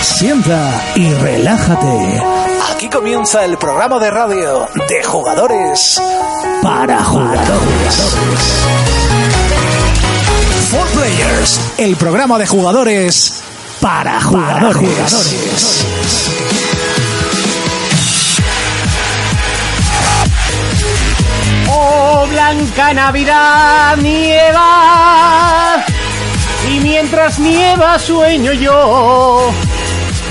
Sienta y relájate. Aquí comienza el programa de radio de jugadores Para jugadores. for Players, el programa de jugadores Para para jugadores. jugadores. Oh, blanca Navidad, nieva. Y mientras nieva, sueño yo.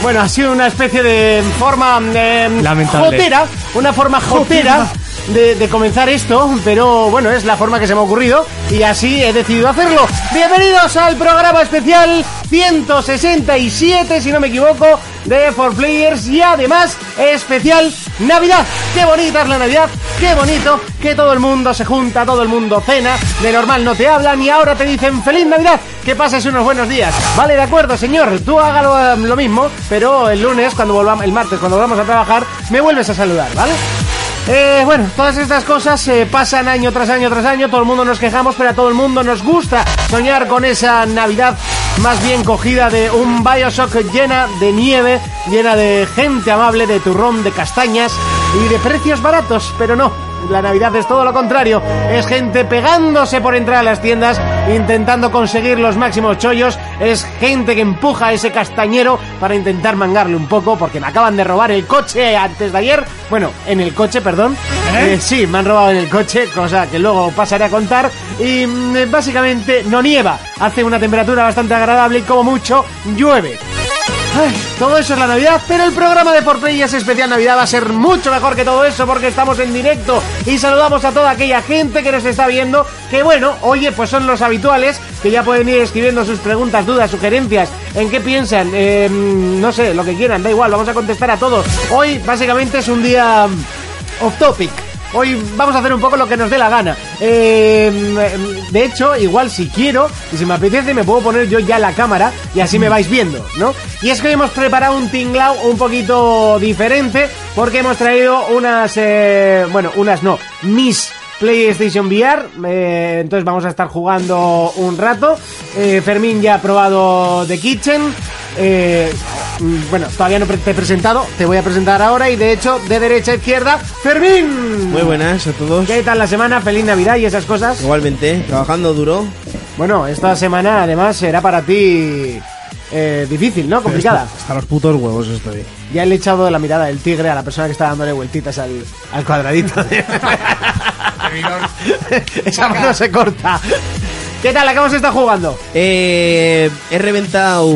Bueno, ha sido una especie de forma eh, Lamentable. jotera, una forma jotera de, de comenzar esto, pero bueno, es la forma que se me ha ocurrido y así he decidido hacerlo. Bienvenidos al programa especial 167, si no me equivoco, de 4Players y además especial Navidad. Qué bonita es la Navidad, qué bonito, que todo el mundo se junta, todo el mundo cena, de normal no te hablan y ahora te dicen feliz Navidad, que pases unos buenos días. Vale, de acuerdo, señor, tú hágalo eh, lo mismo, pero el lunes, cuando volvamos, el martes, cuando volvamos a trabajar, me vuelves a saludar, ¿vale? Eh, bueno, todas estas cosas eh, pasan año tras año tras año, todo el mundo nos quejamos, pero a todo el mundo nos gusta soñar con esa Navidad más bien cogida de un Bioshock llena de nieve, llena de gente amable, de turrón, de castañas y de precios baratos, pero no. La Navidad es todo lo contrario, es gente pegándose por entrar a las tiendas, intentando conseguir los máximos chollos, es gente que empuja a ese castañero para intentar mangarle un poco, porque me acaban de robar el coche antes de ayer, bueno, en el coche, perdón. Eh, sí, me han robado en el coche, cosa que luego pasaré a contar. Y mm, básicamente no nieva, hace una temperatura bastante agradable y como mucho llueve. Ay, todo eso es la Navidad, pero el programa de Por Players Especial Navidad va a ser mucho mejor que todo eso porque estamos en directo y saludamos a toda aquella gente que nos está viendo, que bueno, oye, pues son los habituales que ya pueden ir escribiendo sus preguntas, dudas, sugerencias, en qué piensan, eh, no sé, lo que quieran, da igual, vamos a contestar a todos. Hoy básicamente es un día mm, off topic. Hoy vamos a hacer un poco lo que nos dé la gana. Eh, de hecho, igual si quiero y si me apetece, me puedo poner yo ya la cámara y así me vais viendo, ¿no? Y es que hoy hemos preparado un tinglao un poquito diferente porque hemos traído unas, eh, bueno, unas no, mis PlayStation VR. eh, entonces vamos a estar jugando un rato. Eh, Fermín ya ha probado The Kitchen. Eh, mm, bueno, todavía no pre- te he presentado, te voy a presentar ahora y de hecho, de derecha a izquierda, Fermín. Muy buenas a todos. ¿Qué tal la semana? Feliz Navidad y esas cosas. Igualmente, trabajando duro. Bueno, esta semana además será para ti eh, difícil, ¿no? Complicada. Hasta los putos huevos estoy. Ya le he echado la mirada del tigre a la persona que está dándole vueltitas al, al cuadradito. Esa mano se corta. ¿Qué tal? ¿A qué hemos estado jugando? Eh, he reventado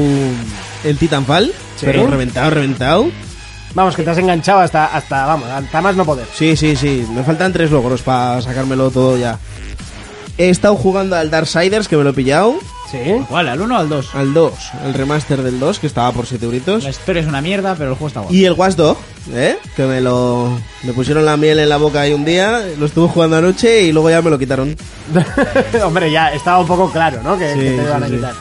el Titanfall, pero reventado, reventado. Vamos, que te has enganchado hasta, hasta, vamos, hasta más no poder. Sí, sí, sí. Me faltan tres logros para sacármelo todo ya. He estado jugando al Darksiders, que me lo he pillado. Sí. ¿Cuál? ¿Al 1 o al 2? Al 2, el remaster del 2, que estaba por 7 euritos. La historia es una mierda, pero el juego está guapo. Y el Watch Dog, ¿eh? que me lo me pusieron la miel en la boca ahí un día, lo estuve jugando anoche y luego ya me lo quitaron. Hombre, ya estaba un poco claro, ¿no? Que, Sí, que te sí, van a sí. quitar.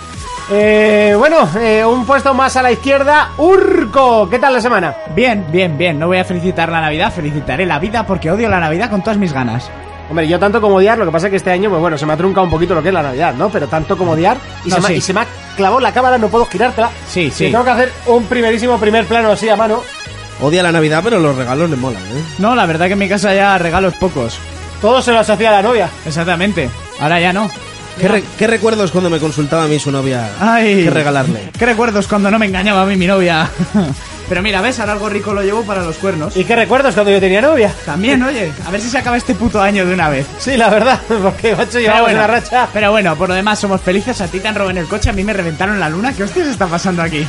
Eh, bueno, eh, un puesto más a la izquierda, Urco. ¿Qué tal la semana? Bien, bien, bien. No voy a felicitar la Navidad, felicitaré la vida porque odio la Navidad con todas mis ganas. Hombre, yo tanto como odiar, lo que pasa es que este año, pues bueno, se me ha truncado un poquito lo que es la Navidad, ¿no? Pero tanto como odiar, y, No, se, me, sí. y se me ha clavado la cámara, no puedo girártela. Sí, sí. Y tengo que hacer un primerísimo primer plano así a mano. Odia la Navidad, pero los regalos le molan, ¿eh? No, la verdad que en mi casa ya regalos pocos. Todo se lo asocia a la novia. Exactamente. Ahora ya no. ¿Qué, re- qué recuerdos cuando me consultaba a mí su novia Ay. qué regalarle? ¿Qué recuerdos cuando no me engañaba a mí mi novia? pero mira, ¿ves? Ahora algo rico lo llevo para los cuernos. ¿Y qué recuerdas cuando yo tenía novia? También, oye, a ver si se acaba este puto año de una vez. Sí, la verdad, porque macho llevamos una racha. pero bueno, por lo demás somos felices. A ti te han robado en el coche, a mí me reventaron la luna. ¿Qué hostias está pasando aquí?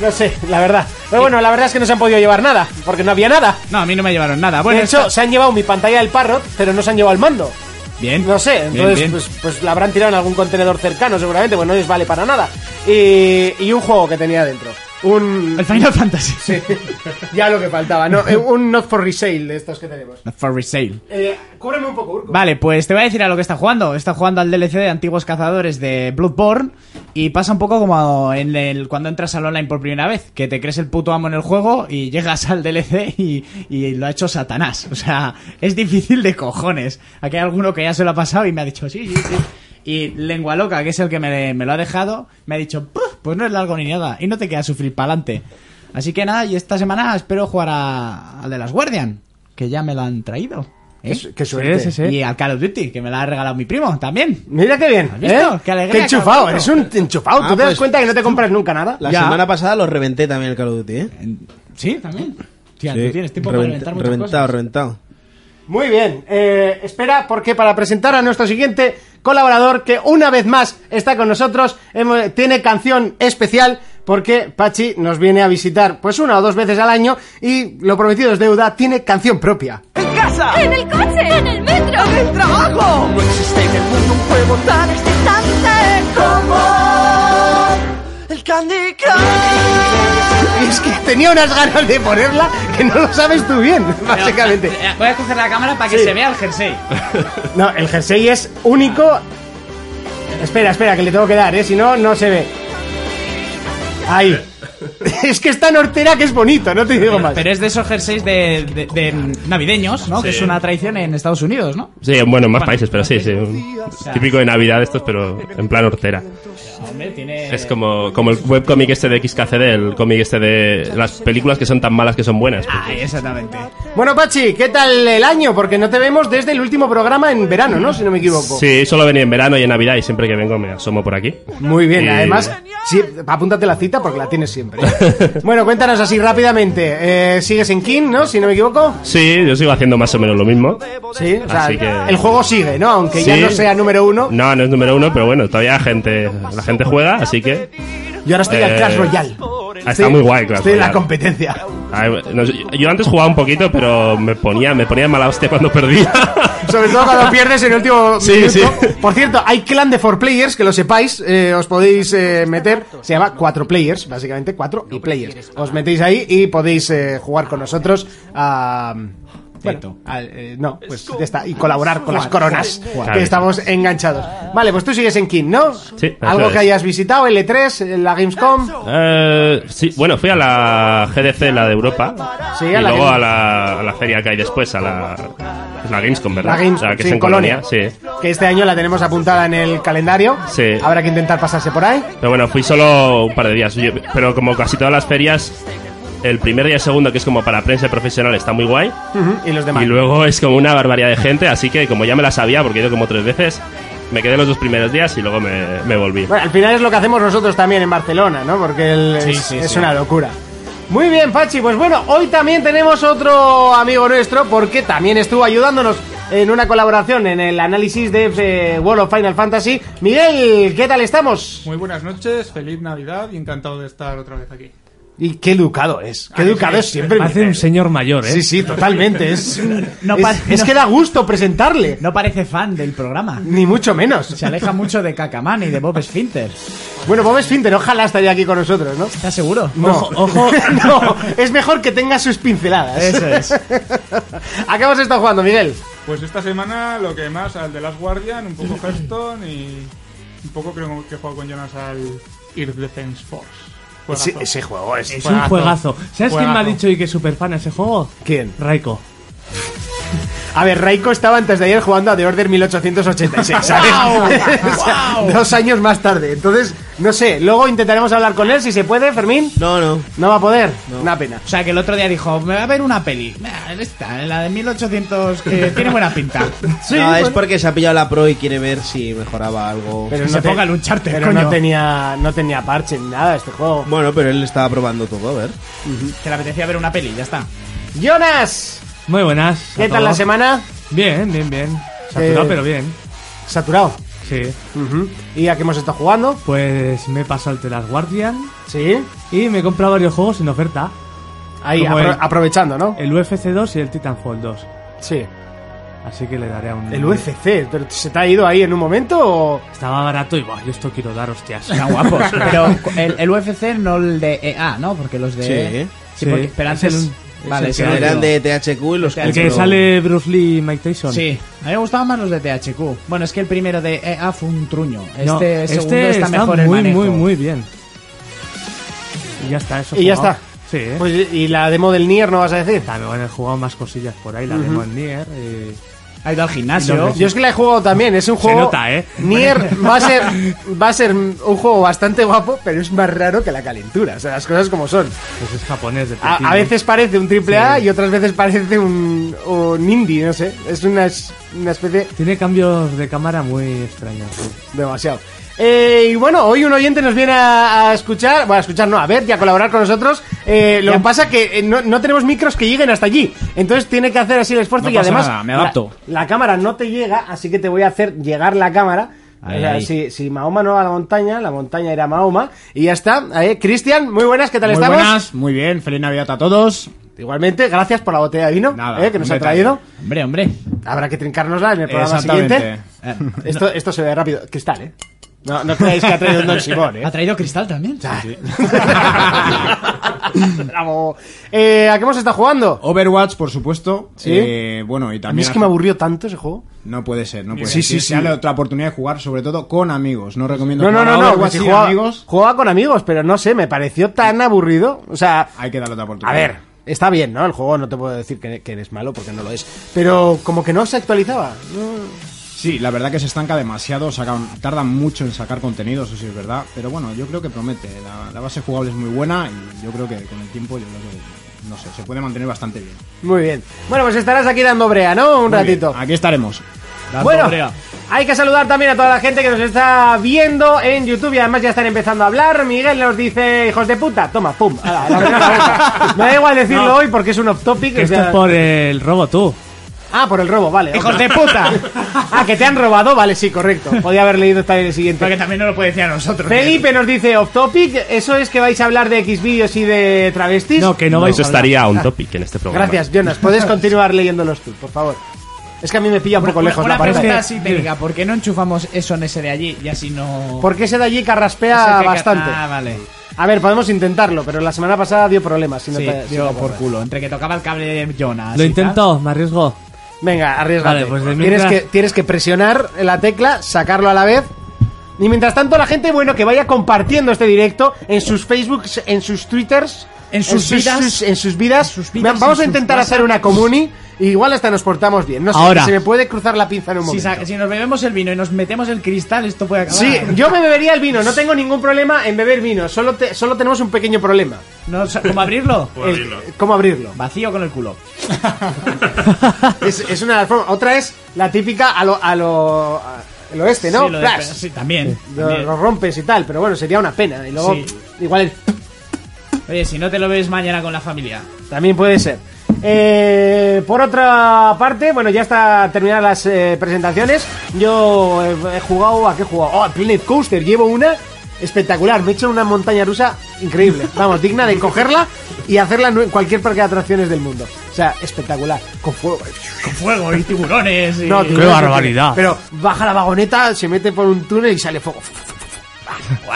No sé, la verdad. Pero bueno, la verdad es que no se han podido llevar nada, porque no había nada. No, a mí no me llevaron nada. Bueno, de hecho, esto- se han llevado mi pantalla del Parrot, pero no se han llevado el mando. bien. No sé, Bien, entonces bien. Pues, pues la habrán tirado en algún contenedor cercano, seguramente, pues no les vale para nada. Y, y un juego que tenía dentro. Un. El Final Fantasy. Sí. ya lo que faltaba, ¿no? Eh, un Not for Resale de estos que tenemos. For resale. Eh, cúbreme un poco, Urco. Vale, pues te voy a decir a lo que está jugando. Está jugando al DLC de Antiguos Cazadores de Bloodborne y pasa un poco como en el, cuando entras al online por primera vez, que te crees el puto amo en el juego y llegas al DLC y, y lo ha hecho Satanás. O sea, es difícil de cojones. Aquí hay alguno que ya se lo ha pasado y me ha dicho, sí, sí, sí. Y Lengua Loca, que es el que me, me lo ha dejado, me ha dicho, "Puf, pues no es largo ni nada, y no te queda sufrir para adelante. Así que nada, y esta semana espero jugar a- al de las Guardian, que ya me lo han traído. ¿eh? Qué su- qué suerte. Sí, sí, sí. Y al Call of Duty, que me la ha regalado mi primo también. Mira qué bien. ¿Has visto? ¿eh? Qué alegría, enchufado, cabrón. eres un enchufado. Ah, Tú te das pues- cuenta que no te compras nunca nada. La Ya. semana pasada lo reventé también el Call of Duty, ¿eh? Sí, también. Tía, Sí, tú tienes tiempo revent- para reventar muchas Reventado, cosas. reventado. Muy bien. eh, espera, porque para presentar a nuestro siguiente colaborador, que una vez más está con nosotros, hemos- tiene canción especial. Porque Pachi nos viene a visitar pues una o dos veces al año y lo prometido es deuda, tiene canción propia. ¡En casa! ¡En el coche! ¡En el metro! ¡En el trabajo! No existe en el mundo un juego tan excitante como el Candy Crush. Y es que tenía unas ganas de ponerla que no lo sabes tú bien, básicamente. Eh, Voy a coger la cámara para que Sí. se vea el jersey. No, el jersey es único. Espera, espera, que le tengo que dar, ¿eh? Si no, no se ve. Ahí. Es que está nortera que es bonito, no te digo más. Pero es de esos jerseys de, de- de navideños, ¿no? Que es una tradición en Estados Unidos, ¿no? Sí, bueno, en más países, pero sí, sí. un- Típico de Navidad estos, pero en plan hortera. Hombre, tiene... Es como, como el webcómic este de XKCD, el cómic este de las películas que son tan malas que son buenas. pues. Ay, exactamente. Bueno, Pachi, ¿qué tal el año? Porque no te vemos desde el último programa en verano, ¿no? Si no me equivoco. Sí, solo venía en verano y en Navidad y siempre que vengo me asomo por aquí. Muy bien, Y- además, sí, apúntate la cita porque la tienes siempre. Bueno, cuéntanos así rápidamente. Eh, ¿Sigues en King, no? Si no me equivoco. Sí, yo sigo haciendo más o menos lo mismo. Sí, o sea, Así que- el juego sigue, ¿no? Aunque ya Sí. no sea número uno. No, no es número uno, pero bueno, todavía gente, la gente juega, así que... Yo ahora estoy al Eh, Clash Royale. ah, Está Estoy- muy guay, claro. Estoy en la competencia. yo antes jugaba un poquito, pero me ponía, me ponía mala hostia cuando perdía. Sobre todo cuando pierdes en el último Sí, minuto. sí. Por cierto, hay clan de 4 players, que lo sepáis, eh, os podéis eh, meter. Se llama 4 players, básicamente 4 y players. Os metéis ahí y podéis eh, jugar con nosotros a... mm, Bueno, al- eh, no, pues ya está. Y colaborar con las coronas, Jugar. que estamos enganchados. Vale, pues tú sigues en King, ¿no? Sí, Algo eso es. que hayas visitado, L3, la Gamescom. Eh, sí, bueno, fui a la GDC, la de Europa. Sí, y a la luego Game- a la, a la feria que hay después, a la, es la Gamescom, ¿verdad? La Gamescom, La que sí, es en en Colonia. Colonia. Sí. Que este año la tenemos apuntada en el calendario. Sí. Habrá que intentar pasarse por ahí. Pero bueno, fui solo un par de días. Yo- Pero como casi todas las ferias, el primer día y segundo, que es como para prensa y profesional, está muy guay. Ujú, Y los demás. Y luego es como una barbaridad de gente, así que como ya me la sabía, porque he ido como tres veces, me quedé los dos primeros días y luego me, me volví. Bueno, al final es lo que hacemos nosotros también en Barcelona, ¿no? Porque el- Sí, es, sí, es sí. una locura. Muy bien, Pachi. Pues bueno, hoy también tenemos otro amigo nuestro porque también estuvo ayudándonos en una colaboración en el análisis de eh, World of Final Fantasy. Miguel, ¿qué tal estamos? Muy buenas noches, feliz Navidad y encantado de estar otra vez aquí. Y qué educado es. Qué educado es siempre. Hace Miguel. un señor mayor, ¿eh? Sí, sí, totalmente. Es, No es- pa- es no. que da gusto presentarle. No parece fan del programa. Ni mucho menos. Se aleja mucho de Cacamán y de Bob Sfinter. Bueno, Bob Sfinter, ojalá estaría aquí con nosotros, ¿no? ¿Estás seguro? No, ojo, no, es mejor que tenga sus pinceladas. Eso es. ¿A qué hemos estado jugando, Miguel? Pues esta semana lo que más al de Last Guardian, un poco Hearthstone y un poco creo que he jugado con Jonas al Earth Defense Force. Juegazo. juego Pues Es un juegazo. ¿Sabes quién me ha Juegazo. dicho y que es súper fan ese juego? ¿Quién? Raiko. A ver, Raiko estaba antes de ayer jugando a The Order 1886, ¿sabes? O sea, Dos años más tarde. Entonces, no sé, luego intentaremos hablar con él si se puede, Fermín. No, no. No va a poder. Una pena. O sea, que el otro día dijo, me va a ver una peli. Ah, Esta, la de 1800, que tiene buena pinta. no, es porque se ha pillado la Pro y quiere ver si mejoraba algo. Que se ponga a lucharte, pero coño. no tenía, no tenía parche ni nada este juego. Bueno, pero él estaba probando todo, a ver. Que le apetecía ver una peli, ya está. Jonas, Muy buenas. ¿qué a tal la todos. semana? Bien, bien, bien. Saturado, Eh, pero bien. Saturado. Sí. Ujú. ¿Y a qué hemos estado jugando? Pues me he pasado el The Last Guardian Sí. y me he comprado varios juegos en oferta. Ahí, Como apro- el- aprovechando, ¿no? El UFC 2 y el Titanfall 2. Sí. Así que le daré a un... El UFC, pero ¿se te ha ido ahí en un momento o...? Estaba barato y, "Buah, yo esto quiero dar hostias. Están guapos. Pero el, el UFC no el de EA, ¿no? Porque los de... E Sí. Sí, porque- Sí. pero Es antes... el- vale, es sí, el lo que Eran digo. de THQ y los El que compró- sale Bruce Lee y Mike Tyson. Sí, a mí me gustaban más los de THQ. Bueno, es que el primero de EA fue un truño. Este No, segundo está, mejor el muy, manejo. muy, muy bien. Y ya está, eso. Y ya jugado. está. Sí, ¿eh? Pues, ¿Y la demo del Nier no vas a decir? También bueno, he jugado más cosillas por ahí, la demo en Nier. eh, Ha ido al gimnasio. Yo es que la he jugado también, es un juego. nota, ¿eh? Nier va a ser va a ser un juego bastante guapo, pero es más raro que la calentura. O sea, las cosas como son. Pues es japonés de A, a veces parece un triple A y otras veces parece un, un indie, no sé. Es una, es- una especie Tiene cambios de cámara muy extraños. sí. demasiado. Eh, y bueno, hoy un oyente nos viene a, a escuchar, bueno, a escuchar no, a ver y a colaborar con nosotros. Eh, lo que pasa que eh, no, no tenemos micros que lleguen hasta allí. Entonces tiene que hacer así el esfuerzo No y pasa además nada, me la- adapto. La, cámara no te llega, así que te voy a hacer llegar la cámara. Ahí, O sea, ahí. Si, si Mahoma no va a la montaña, la montaña irá a Mahoma. Y ya está. Eh, Cristian, muy buenas, ¿qué tal Muy estamos? buenas, muy bien, feliz Navidad a todos. Igualmente, gracias por la botella de vino Nada, eh, que nos un ha detalle. traído. Hombre, hombre. Habrá que trincárnosla en el programa siguiente. Exactamente. Esto, esto se ve rápido. Cristal, ¿eh? No, no creáis que ha traído un Don Simón, ¿Ha ¿eh? traído cristal también? Bravo. Eh, ¿A qué hemos estado jugando? Overwatch, por supuesto. Sí. Eh, bueno, y A mí también. es que me aburrió tanto ese juego. No puede ser, no puede Sí, ser. sí, sí. Dale otra oportunidad de jugar, sobre todo con amigos. No recomiendo No, no, jugar a no, no. Overwatch Si sin jugaba, amigos. jugaba con amigos, pero no sé, me pareció tan aburrido. O sea, Hay que darle otra oportunidad. a ver, está bien, ¿no? El juego no te puedo decir que, que eres malo porque no lo es. Pero como que no se actualizaba. Sí, la verdad que se estanca demasiado, sacan, tardan mucho en sacar contenido, eso sí es verdad. Pero bueno, yo creo que promete. La, la base jugable es muy buena y yo creo que con el tiempo, yo creo que, no sé, se puede mantener bastante bien. Muy bien. Bueno, pues estarás aquí dando brea, ¿no? Un Muy ratito. bien, aquí estaremos. Bueno, hay que saludar también a toda la gente que nos está viendo en YouTube y además ya están empezando a hablar. Miguel nos dice, hijos de puta, toma, pum. ala, la primera pregunta. Me da igual decirlo hoy porque es un off topic. Que o esto sea- es por el robo tú. Ah, por el robo, vale. Hijos de puta. ah, que te han robado, vale, sí, correcto. Podía haber leído también el siguiente. Porque también no lo puede decir a nosotros. Felipe nos dice off topic, ¿eso es que vais a hablar de X vídeos y de travestis? No, que no vais Eso a hablar. estaría un topic en este programa. Gracias, Jonas. Puedes continuar leyéndolos tú, por favor. Es que a mí me pilla un poco Una- lejos una la pantalla. pregunta así técnica, ¿por qué no enchufamos eso en ese de allí y así no... Porque ese de allí Ese que- carraspea que- Pues bastante. Ah, vale. A ver, podemos intentarlo, pero la semana pasada dio problemas. si no Sí, te- si yo no te por acuerdas. culo. Entre que tocaba el cable de Jonas. Lo y tal. intento, me arriesgo. Venga, arriesgate. Vale, pues de tienes, mientras- que, tienes que presionar la tecla, sacarlo a la vez. Y mientras tanto, la gente, bueno, que vaya compartiendo este directo en sus Facebooks, en sus Twitters. En sus vidas. sus- en sus vidas. En sus vidas, Vamos a en sus intentar WhatsApp. hacer una comuni. y igual hasta nos portamos bien. No sé, Ahora. se me puede cruzar la pinza en un Si, momento. sa- si nos bebemos el vino y nos metemos el cristal, esto puede acabar. Sí, yo me bebería el vino. No tengo ningún problema en beber vino. Solo, te- solo tenemos un pequeño problema. No, sa- ¿Cómo abrirlo? Puedo El- abrirlo. ¿Cómo abrirlo? Vacío con el culo. es, es una de las formas. Otra es la típica a lo, a lo, a- el oeste, ¿no? Sí, lo de- Flash. sí, también. Lo, también. lo rompes y tal, pero bueno, sería una pena. Y luego, Sí. igual el- Oye, si no te lo ves mañana con la familia. también puede ser. Eh, por otra parte, bueno, ya está terminadas las eh, presentaciones. Yo he, he jugado, ¿a qué he jugado? Oh, a Planet Coaster, llevo una espectacular. Me he hecho una montaña rusa increíble. Vamos, digna de cogerla y hacerla en cualquier parque de atracciones del mundo. O sea, espectacular. Con fuego. Con fuego y tiburones. y- No, tío, Eh, ¡Qué no, barbaridad! tío. Pero baja la vagoneta, se mete por un túnel y sale fuego.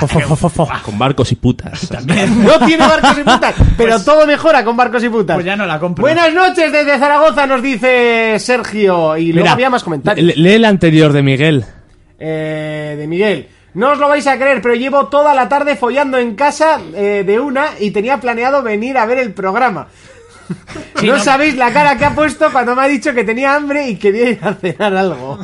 Fo, fo, fo, fo, fo. Con barcos y putas. No tiene barcos y putas, Pues pero todo mejora con barcos y putas. Pues ya no la compro. Buenas noches desde Zaragoza, nos dice Sergio. Y luego Mira, había más comentarios. le- Lee el anterior de Miguel. Eh, de Miguel. No os lo vais a creer, pero llevo toda la tarde follando en casa eh, de una y tenía planeado venir a ver el programa. Sí, no, no- sabéis la cara que ha puesto cuando me ha dicho que tenía hambre y quería ir a cenar algo.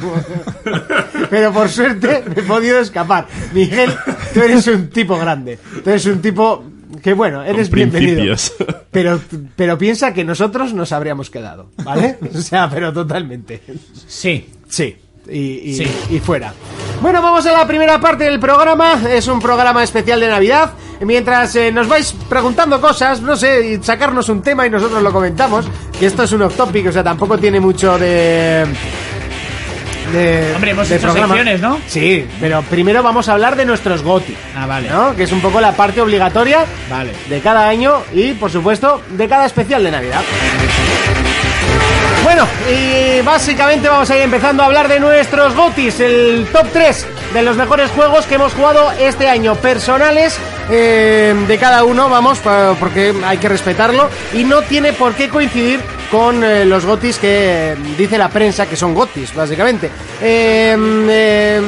Pero por suerte me he podido escapar. Miguel, tú eres un tipo grande. Tú eres un tipo que, bueno, eres bienvenido. principios. Pero, pero piensa que nosotros nos habríamos quedado, ¿vale? O sea, pero totalmente. Sí. Sí. Y, y- Sí. y fuera. Bueno, vamos a la primera parte del programa. Es un programa especial de Navidad. Mientras eh, nos vais preguntando cosas, no sé, y sacarnos un tema y nosotros lo comentamos. Que esto es un off topic, o sea, tampoco tiene mucho de. de Hombre, hemos de hecho secciones, ¿no? Sí, pero primero vamos a hablar de nuestros GOTI. Ah, vale. ¿no? Que es un poco la parte obligatoria Vale. de cada año y, por supuesto, de cada especial de Navidad. Bueno, y básicamente vamos a ir empezando a hablar de nuestros GOTIS, el top 3 de los mejores juegos que hemos jugado este año, personales eh, de cada uno, vamos, pa- porque hay que respetarlo y no tiene por qué coincidir con eh, los GOTIS que eh, dice la prensa que son GOTIS, básicamente. Eh, eh,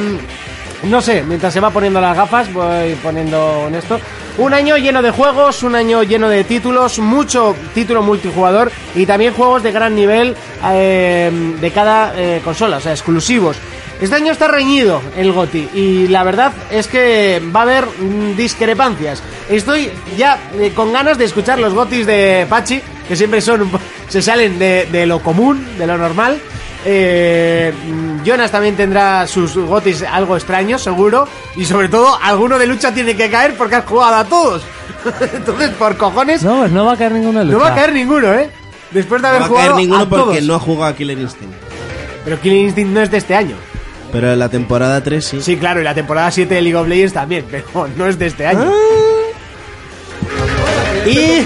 no sé, mientras se va poniendo las gafas, voy poniendo en esto. Un año lleno de juegos, un año lleno de títulos, mucho título multijugador y también juegos de gran nivel eh, de cada eh, consola, o sea, exclusivos. Este año está reñido el GOTI y la verdad es que va a haber mm, discrepancias. Estoy ya eh, con ganas de escuchar los GOTIs de Pachi, que siempre son un po- se salen de, de lo común, de lo normal. Eh, mm, Jonas también tendrá sus gotis algo extraños, seguro. Y sobre todo, alguno de lucha tiene que caer porque has jugado a todos. Entonces, por cojones, No, pues no va a caer ninguno de lucha. no va a caer ninguno, ¿eh? Después de No haber va a jugado caer ninguno a porque todos. no ha jugado a Killer Instinct. Pero Killing Instinct no es de este año. Pero en la temporada 3 sí. Sí, claro, y la temporada 7 de League of Legends también, pero no es de este año. Y...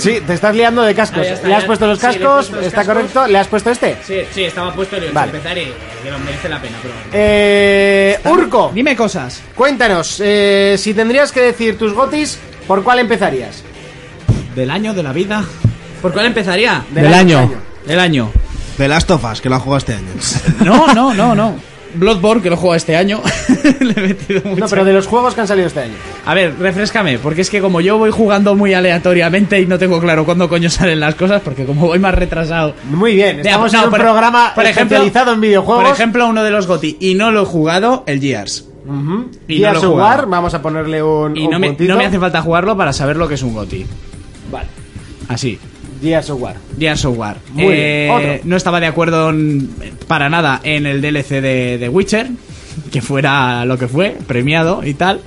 Sí, te estás liando de cascos. Ah, ya está, le has ya- puesto los sí, le he puesto cascos, los está cascos. correcto. ¿Le has puesto este? Sí, sí, estaba puesto el Vale. empezar y que lo merece la pena, pero... Eh, Urco. Dime cosas. Cuéntanos, eh, si tendrías que decir tus gotis, ¿por cuál empezarías? Del año, de la vida. ¿Por cuál empezaría? Del año. Del año. The Last of Us, que lo ha jugado este año. No, no, no, no. Bloodborne, que lo juega este año. No, pero de los juegos que han salido este año. A ver, refrescame, porque es que como yo voy jugando muy aleatoriamente y no tengo claro cuándo coño salen las cosas, porque como voy más retrasado. pues Muy bien, estamos en un programa especializado en videojuegos. Por ejemplo, uno de los GOTI, y no lo he jugado, el Gears. Ujú. Y Gears no lo he of jugado. War, vamos a ponerle un, Y un no me, puntito. no me hace falta jugarlo para saber lo que es un GOTI. Vale, Así. Gears of War. Gears of War. Muy bien, otro. Eh, No estaba de acuerdo en- para nada en el DLC de, de Witcher, que fuera lo que fue, premiado y tal.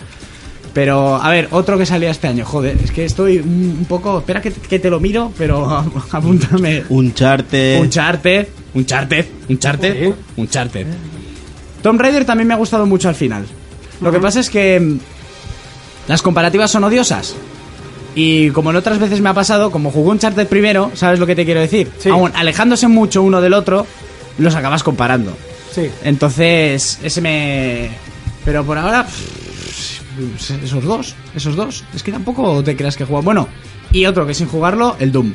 Pero, a ver, otro que salía este año, joder, es que estoy un un poco... Espera que, que te lo miro, pero apúntame. Un charte. Un charter, un charter, un charter, un charter. Tomb Raider también me ha gustado mucho al final. Lo que pasa es que mm, las comparativas son odiosas. Y como en otras veces me ha pasado, como jugó un charter primero, ¿sabes lo que te quiero decir? Aún alejándose mucho uno del otro, los acabas comparando. Sí. Entonces, ese me... Pero por ahora... pff, Esos dos, esos dos. Es que tampoco te creas que juega. Bueno, y otro que sin jugarlo, el Doom.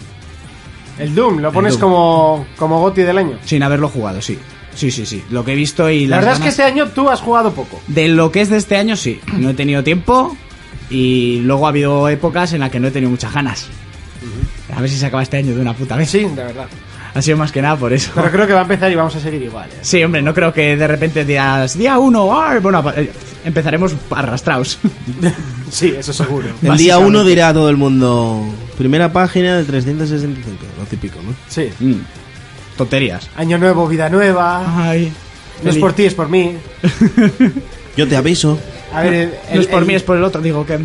El Doom, lo El pones Doom. como, como goti del año. Sin haberlo jugado, sí. Sí, sí, sí. Lo que he visto y La las verdad es que ganas- este año tú has jugado poco. De lo que es de este año, sí. No he tenido tiempo y luego ha habido épocas en las que no he tenido muchas ganas. A ver si se acaba este año de una puta vez. Sí, de verdad. Ha sido más que nada por eso. Pero creo que va a empezar y vamos a seguir igual. ¿eh? Sí, hombre, no creo que de repente digas día uno. ah, Bueno, pa- eh, empezaremos arrastrados. Sí, eso seguro. El día 1 dirá a todo el mundo. Primera página de 365. Lo típico, ¿no? Sí. Mm. Tonterías. Año nuevo, vida nueva. Ay. No es por ti, es por mí. Yo te aviso. A ver, el- no el- es por el- mí, es por el otro, digo que.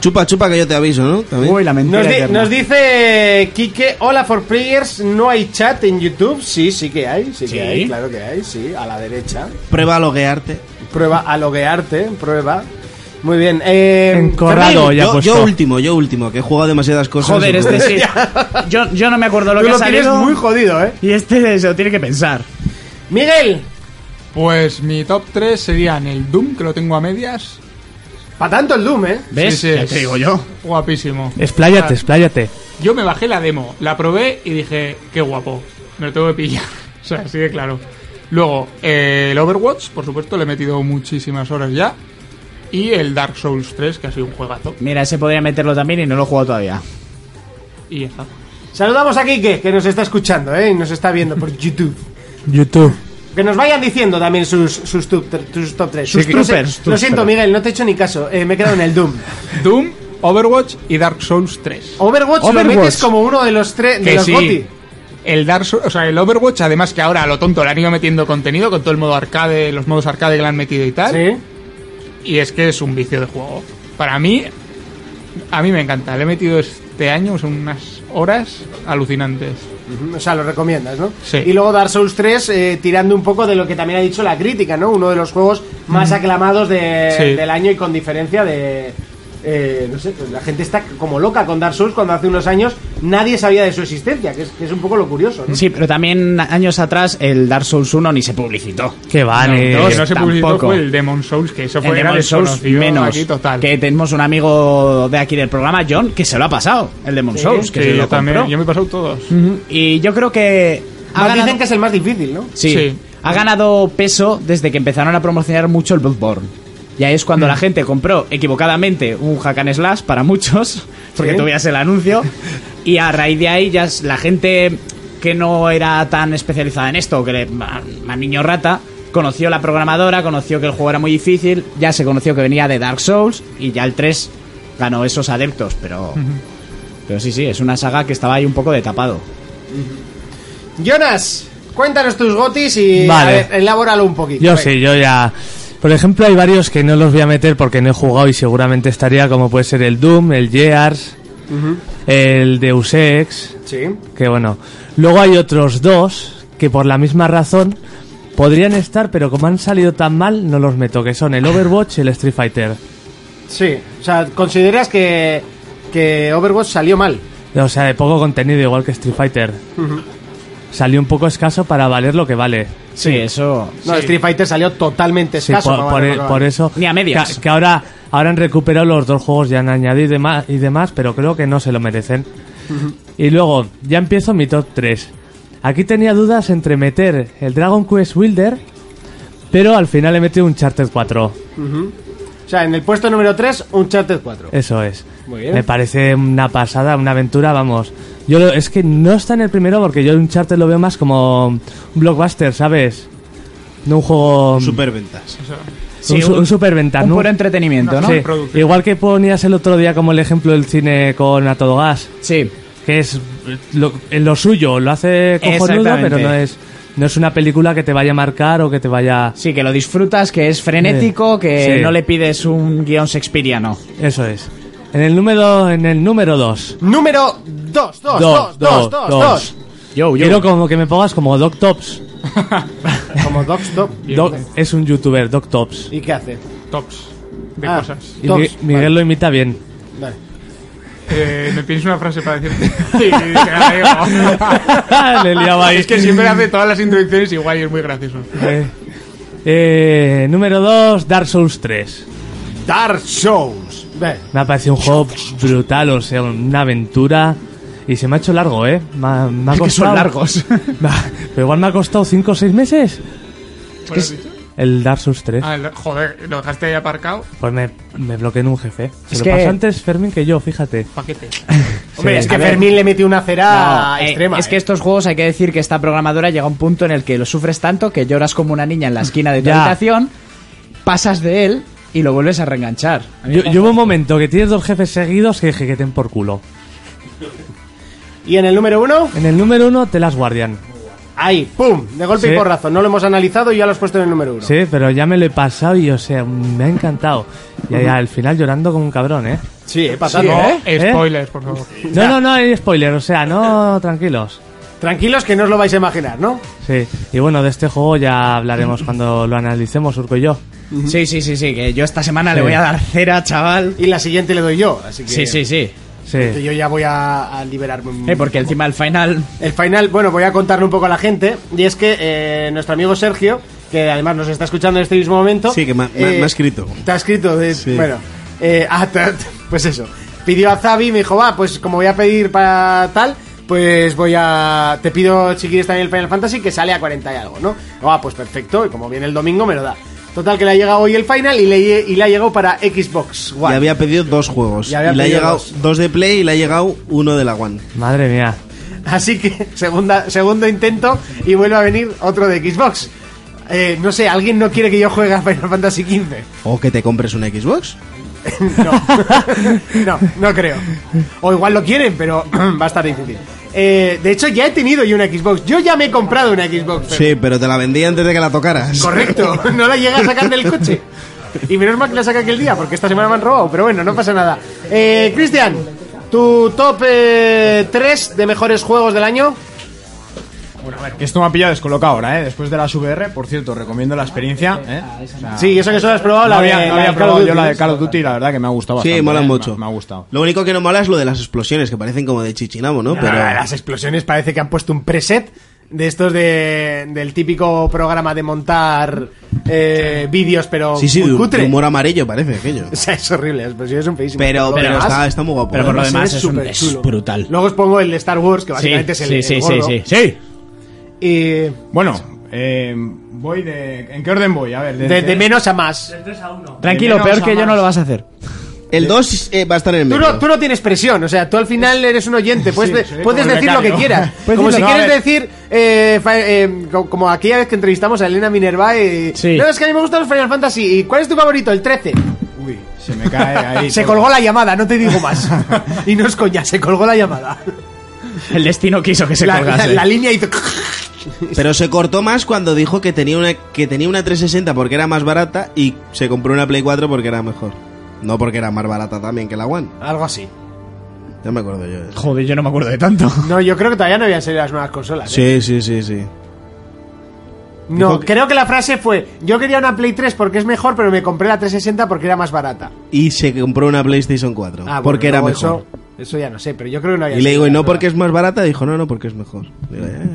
Chupa, chupa, que yo te aviso, ¿no? También. Uy, la mentira. Nos, di- eterna. nos dice Quique, hola for players, no hay chat en YouTube. Sí, sí que hay, sí, Sí. que hay, claro que hay, sí, a la derecha. Prueba a loguearte. Prueba a loguearte, prueba. Muy bien. eh, Encorrado Fermín, ya Yo, puesto. yo último, yo último, que he jugado demasiadas cosas. Joder, este sí. Yo, yo no me acuerdo lo tú que ha lo tienes salido. muy jodido, ¿eh? Y este se lo tiene que pensar. Miguel, Pues mi top 3 serían el Doom, que lo tengo a medias. para tanto el Doom, ¿eh? ¿Ves? Sí, sí, Ya es te digo yo. Guapísimo. Expláyate, expláyate. Yo me bajé la demo, la probé y dije, qué guapo, me lo tengo que pillar. O sea, así de claro. Luego, eh, el Overwatch, por supuesto, le he metido muchísimas horas ya. Y el Dark Souls 3, que ha sido un juegazo. Mira, ese podría meterlo también y no lo he jugado todavía. Y ya está. Saludamos a Quique, que nos está escuchando, ¿eh? Y nos está viendo por YouTube. YouTube. Que nos vayan diciendo también sus, sus, tup- tr- sus top 3. Sus troopers, Lo troopers. siento, Miguel, no te he hecho ni caso. eh, me he quedado en el Doom. Doom, Overwatch y Dark Souls 3. Overwatch, lo Overwatch. metes como uno de los tres Oh, de Que los sí. GOTY. El Dark Souls, o sea, el Overwatch, además que ahora a lo tonto le han ido metiendo contenido con todo el modo arcade, los modos arcade que le han metido y tal. Sí. Y es que es un vicio de juego. Para mí, a mí me encanta. Le he metido este año son unas horas alucinantes. Ujú, O sea, lo recomiendas, ¿no? Sí. Y luego Dark Souls 3, eh, tirando un poco de lo que también ha dicho la crítica, ¿no? Uno de los juegos más aclamados de- Sí. del año y con diferencia de... eh, no sé, pues la gente está como loca con Dark Souls cuando hace unos años nadie sabía de su existencia, que es, que es un poco lo curioso, ¿no? Sí, pero también años atrás el Dark Souls 1 ni se publicitó. Que vale. El que no se publicitó Eh, tampoco. fue el Demon Souls, que eso fue el era Demon Souls desconocido menos. aquí total. Que tenemos un amigo de aquí del programa, John, que se lo ha pasado, el Demon Souls, que Sí, se lo yo también. compró. Yo me he pasado todos. Ujú, Y yo creo que ha Más dicen ganado, que es el más difícil, ¿no? sí, Sí. ha ganado peso desde que empezaron a promocionar mucho el Bloodborne. Y ahí es cuando la gente compró equivocadamente un hack and slash para muchos, porque Sí. tú veías el anuncio. Y a raíz de ahí ya es- la gente que no era tan especializada en esto, que le, a, a niño rata, conoció la programadora, conoció que el juego era muy difícil, ya se conoció que venía de Dark Souls y ya el 3 ganó esos adeptos, pero... Pero sí, sí, es una saga que estaba ahí un poco de tapado. Jonas, cuéntanos tus gotis y Vale. a ver, elabóralo un poquito. Yo Venga. sí, yo ya. Por ejemplo, hay varios que no los voy a meter porque no he jugado y seguramente estaría, como puede ser el Doom, el Gears, Ujú. el Deus Ex. Sí. Que bueno. Luego hay otros dos que por la misma razón podrían estar, pero como han salido tan mal, no los meto, que son el Overwatch y el Street Fighter. Sí, o sea, consideras que, que Overwatch salió mal. O sea, de poco contenido, igual que Street Fighter. Salió un poco escaso para valer lo que vale. Sí, eso. No, Street Fighter salió totalmente Sí, escaso. por, para por- e- Battle Royale. por eso. Que, que ahora, ahora han recuperado los dos juegos, ya han añadido y demás, y demás, pero creo que no se lo merecen. Y luego, ya empiezo mi top 3. Aquí tenía dudas entre meter el Dragon Quest Wilder, pero al final he metido un Charter 4. Ujú. O sea, en el puesto número 3, Uncharted 4. Eso es. Muy bien. Me parece una pasada, una aventura, vamos. Yo lo- es que no está en el primero porque yo un charter lo veo más como un blockbuster, ¿sabes? No un juego Superventas. Sí, un, su- un- un superventas, un ¿no? puro entretenimiento, ¿no? Sí. Un producto. Igual que ponías el otro día como el ejemplo del cine con A todo gas. Sí. Que es lo, en lo suyo, lo hace cojonudo, Exactamente. pero no es no es una película que te vaya a marcar o que te vaya Sí, que lo disfrutas, que es frenético, que Sí. no le pides un guión shakespeariano. Eso es. En el número en el número 2. Número 2, 2, 2, 2, 2, 2. Yo, yo. Quiero como que me pongas como Doc Tops. Como Doc Stop. Doc- es un youtuber, Doc Tops. ¿Y qué hace? Tops. De Ah, cosas. Y Mi- Miguel lo imita bien. Vale. Eh, me pides una frase para decirte. Sí, te la digo. Le he liado ahí. Es que siempre hace todas las introducciones igual y es muy gracioso. Eh, eh, número 2, Dark Souls 3. Dark Souls. Ve. Me ha parecido un juego brutal, o sea, una aventura. Y se me ha hecho largo, ¿eh? Me ha, me ha Es que son costado- largos. Me ha- pero igual me ha costado 5 o 6 meses. ¿Lo has dicho? El Dark Souls 3. Ah, lo- joder, lo dejaste ahí aparcado. Pues me, me bloqueé en un jefe. Se Es lo que- pasó antes Fermín que yo, fíjate. Paquete. Hombre, Sí. es que A ver. Fermín le metió una cera No, eh, Ah, extrema. es que estos juegos hay que decir que esta programadora llega a un punto en el que lo sufres tanto que lloras como una niña en la esquina de tu Ya. habitación, pasas de él y lo vuelves a reenganchar. Yo, yo hubo un momento que tienes dos jefes seguidos que dije que ten por culo. eh. ¿Y en el número 1? En el número 1, The Last Guardian. Ahí, pum, de golpe Sí. y porrazo. No lo hemos analizado y ya lo has puesto en el número 1. Sí, pero ya me lo he pasado y, o sea, me ha encantado. Y ahí al final llorando como un cabrón, ¿eh? Sí, eh, pasando, No, ¿eh? Spoilers, por favor. No, no, no hay spoiler, o sea, no, tranquilos. Tranquilos que no os lo vais a imaginar, ¿no? Sí, y bueno, de este juego ya hablaremos cuando lo analicemos, Urco y yo. Sí, sí, sí, sí, que yo esta semana le Sí. voy a dar cera, chaval. Y la siguiente le doy yo, así que... Sí, sí, sí. que Sí, Yo ya voy a, a liberarme un Eh, porque encima el final... El final, bueno, voy a contarle un poco a la gente. Y es que eh, nuestro amigo Sergio, que además nos está escuchando en este mismo momento. eh, Sí, que me ha- me ha- me ha escrito. Te ha escrito, de- Sí. bueno. eh, ah, ta- ta- pues eso. Pidió a Zabi y me dijo, va, pues como voy a pedir para tal, pues voy a. Te pido, si quieres, también el Final Fantasy, que sale a 40 y algo, ¿no? Ah, pues perfecto, y como viene el domingo, me lo da. Total, que le ha llegado hoy el Final y le, y le ha llegado para Xbox Y One. había pedido dos juegos. Y había y le ha pedido llegado dos. dos. de Play y le ha llegado uno de la One. madre mía. Así que segunda, segundo intento y vuelve a venir otro de Xbox. Eh, no sé, alguien no quiere que yo juegue a Final Fantasy XV. O que te compres un Xbox. No, no creo. O igual lo quieren, pero va a estar difícil. Eh, de hecho, ya he tenido yo una Xbox. Yo ya me he comprado una Xbox. pero- Sí, pero te la vendí antes de que la tocaras. Correcto, no la llega a sacar del coche. Y menos mal que la saca aquel día, porque esta semana me han robado, pero bueno, no pasa nada. Eh, Cristian, tu top 3 de mejores juegos del año. Bueno, a ver, que esto me ha pillado descolocado ahora, ¿eh? Después de las VR, por cierto, recomiendo la experiencia, ¿eh? O sea, Sí, eso que solo has probado, no la había, de- no la había de probado Call of yo la Duty. de Call of Duty y la verdad que me ha gustado bastante. Sí, molan ¿eh? mucho. Me, me ha gustado. Lo único que no mola es lo de las explosiones, que parecen como de Chichinamo, ¿no? Pero Ah, las explosiones parece que han puesto un preset de estos de, del típico programa de montar eh, vídeos, pero sí, sí, muy de, cutre. de humor amarillo parece aquello. O sea, es horrible, las explosiones son feísimas. Por Pero, lo pero demás- está, está muy guapo. Pero por lo ¿eh? demás es es, un- superchulo. es brutal. Luego os pongo el de Star Wars, que básicamente es el. sí, el sí, sí, gordo. sí, sí. Y, Bueno, Eh, voy de. ¿En qué orden voy? A ver, De, de menos a más. Tranquilo, peor que yo no lo vas a hacer. El 2 va a estar en el Tú medio. no, tú no tienes presión, o sea, tú al final eres un oyente, puedes, de- soy como puedes el decir lo que becario. quieras. Puedes como decir si lo- quieres no, a ver. decir, eh, fa- eh, co- como aquella vez que entrevistamos a Elena Minerva, eh, no, es que a mí me gustan los Final Fantasy. ¿Y cuál es tu favorito? El 13. Uy, se me cae ahí. se todo. colgó la llamada, no te digo más. y no es coña, se colgó la llamada. El destino quiso que se la, colgase. la- la línea hizo... Pero se cortó más cuando dijo que tenía una que tenía una 360 porque era más barata y se compró una Play 4 porque era mejor. No porque era más barata también que la One. Algo así. Ya me acuerdo yo. de eso. Joder, yo no me acuerdo de tanto. No, yo creo que todavía no habían salido las nuevas consolas. ¿eh? Sí, sí, sí, sí. No, Dijo que- creo que la frase fue, yo quería una Play 3 porque es mejor, pero me compré la 360 porque era más barata. Y se compró una PlayStation 4 Ah, bueno, porque era luego mejor. Eso, eso ya no sé, pero yo creo que no había Y le sido digo, ¿y la no nueva. porque es más barata? Dijo, no, no, porque es mejor. Digo, "Ya, ya".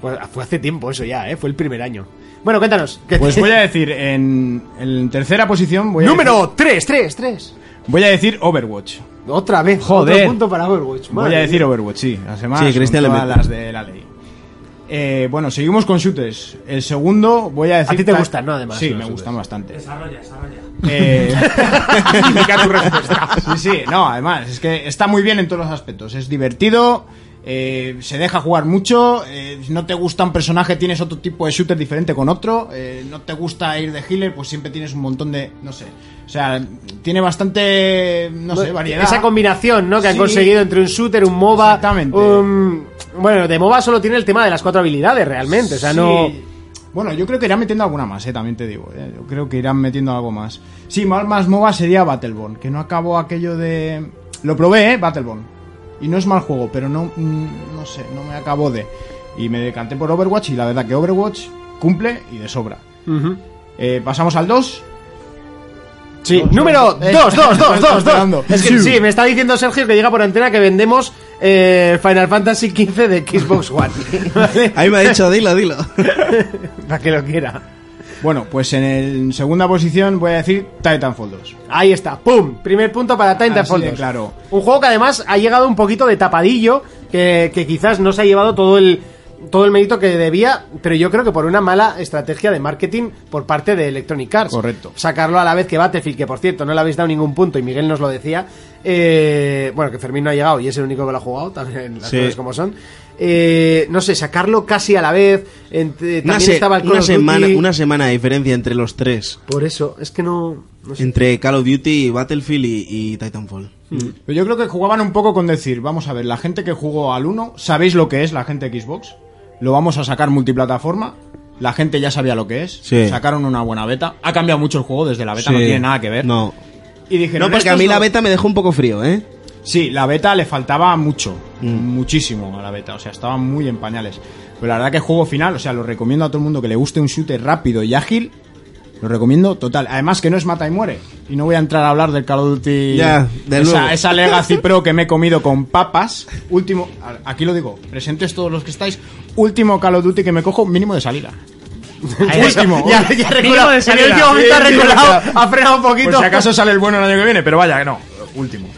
Pues fue hace tiempo eso ya, ¿eh? Fue el primer año. Bueno, cuéntanos. que- Pues voy a decir, en, en tercera posición voy a Número 3, 3, 3. decir- voy a decir Overwatch. Otra vez. Joder. Otro punto para Overwatch. Voy madre a decir mía. Overwatch, sí. Las demás Sí, Cristian son le todas mete. las de la ley. Eh, bueno, seguimos con shooters. El segundo voy a decir... A ti te ta- gustan, ¿no? Además, Sí, los me shooters. gustan bastante. Desarrolla, desarrolla. Eh, Sí, sí, no, además, es que está muy bien en todos los aspectos. Es divertido, eh, se deja jugar mucho, eh, si no te gusta un personaje, tienes otro tipo de shooter diferente con otro, eh, no te gusta ir de healer, pues siempre tienes un montón de, no sé, o sea, tiene bastante, no sé, variedad. Esa combinación, ¿no? Que han Sí. conseguido entre un shooter, un MOBA. un- bueno, de MOBA solo tiene el tema de las cuatro habilidades realmente. O sea, Sí. no. Bueno, yo creo que irán metiendo alguna más, eh, también te digo. eh, Yo creo que irán metiendo algo más. Sí, más, más MOBA sería Battleborn, que no acabó aquello de... Lo probé, eh, Battleborn. Y no es mal juego, pero no, mm, no sé, no me acabó de... Y me decanté por Overwatch y la verdad que Overwatch cumple y de sobra. Eh, Pasamos al 2. Sí, Dos, número dos, 2, dos. 2, 2, Estaba 2, 2. esperando. Es que Sí. sí, me está diciendo Sergio que llega por antena que vendemos eh, Final Fantasy XV de Xbox One. ¿Vale? Ahí me ha dicho, dilo, dilo. Para que lo quiera. Bueno, pues en el segunda posición voy a decir Titanfall 2. Ahí está, pum. Primer punto para Titanfall Así de 2. claro. Un juego que además ha llegado un poquito de tapadillo, que, que quizás no se ha llevado todo el todo el mérito que debía, pero yo creo que por una mala estrategia de marketing por parte de Electronic Arts. Correcto. Sacarlo a la vez que Battlefield, que por cierto no le habéis dado ningún punto y Miguel nos lo decía. eh, bueno, que Fermín no ha llegado y es el único que lo ha jugado, también las Sí. cosas como son. Eh, no sé, sacarlo casi a la vez. entre- Una, también se- estaba el Call una of Duty. semana, una semana de diferencia entre los tres. Por eso, es que no... no sé. Entre Call of Duty, Battlefield y, y Titanfall. Pero yo creo que jugaban un poco con decir, vamos a ver, la gente que jugó al 1, ¿sabéis lo que es la gente Xbox? Lo vamos a sacar multiplataforma. La gente ya sabía lo que es. Sí. Sacaron una buena beta. Ha cambiado mucho el juego desde la beta, no Sí. tiene nada que ver. No. Y dijeron, No, porque "Esto a es mí lo-". la beta me dejó un poco frío, ¿eh? Sí, la beta le faltaba mucho. Mm. Muchísimo a la beta. O sea, estaba muy en pañales. Pero la verdad que juego final, o sea, lo recomiendo a todo el mundo que le guste un shooter rápido y ágil. Lo recomiendo total. Además que no es mata y muere. Y no voy a entrar a hablar del Call of Duty. Ya, de nuevo. esa, esa Legacy Pro que me he comido con papas. Último, a- aquí lo digo, presentes todos los que estáis. Último Call of Duty que me cojo, mínimo de salida. último. Ya, ya he Mínimo reculado. de En salida. el último momento ha Sí, sí, reculado, claro. ha frenado un poquito. Por si acaso sale el bueno el año que viene, pero vaya, que no. Último.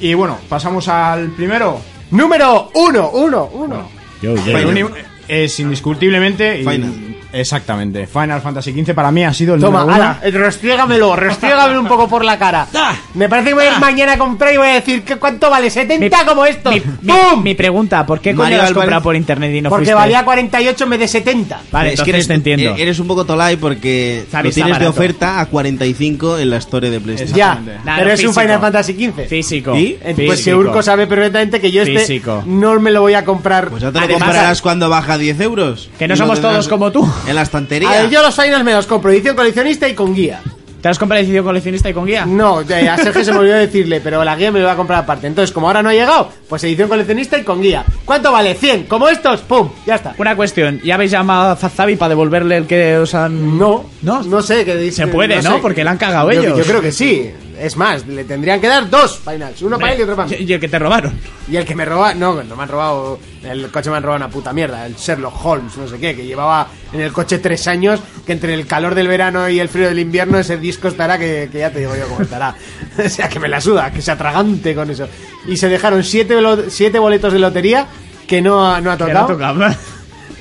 Y bueno, pasamos al primero. Número uno, uno, uno. Eh, Pero uni- eh, es indiscutiblemente. y- Final. Exactamente. Final Fantasy XV para mí ha sido el Toma, número uno. ala, restriégamelo, restriégamelo un poco por la cara. Me parece que voy a ir mañana a comprar y voy a decir que cuánto vale 70 como esto. Mi, mi- mi pregunta, ¿por qué coño Mario lo has Álvarez- comprado por internet y no Porque fuiste? valía 48 en vez de 70. Vale, es entonces eres, te entiendo. e- Eres un poco tolai porque Está lo bien, tienes está de barato. oferta a 45 en la store de PlayStation. Ya, Claro, pero es un físico. Final Fantasy XV. Físico. ¿Y? Eh, Físico. Pues si Urco sabe perfectamente que yo este Físico. no me lo voy a comprar. Pues ya te lo Además- comprarás cuando baja 10 euros. Que no Y lo somos tendrás todos como tú. En la A estantería. ver, yo los finals me los compro, edición coleccionista y con guía. ¿Te has comprado edición coleccionista y con guía? No, eh, a Sergio se me olvidó decirle, pero la guía me lo va a comprar aparte. Entonces, como ahora no ha llegado, pues edición coleccionista y con guía. ¿Cuánto vale? 100, como estos, pum, ya está. Una cuestión, ¿ya habéis llamado a Zazabi para devolverle el que os han... No, No. no, sé qué dice. Se puede, ¿no? Porque la han cagado Yo- ellos. Yo creo que sí. Es más, le tendrían que dar dos finals, uno para él y otro para Y- mí. y el que te robaron. Y el que me roba, no, no me han robado, el coche me han robado una puta mierda, el Sherlock Holmes, no sé qué, que llevaba en el coche tres años, que entre el calor del verano y el frío del invierno ese disco estará, que, que ya te digo yo cómo estará. o sea, que me la suda, que se atragante con eso. Y se dejaron siete, bolo- siete boletos de lotería que no ha, no ha Que no tocado, toca.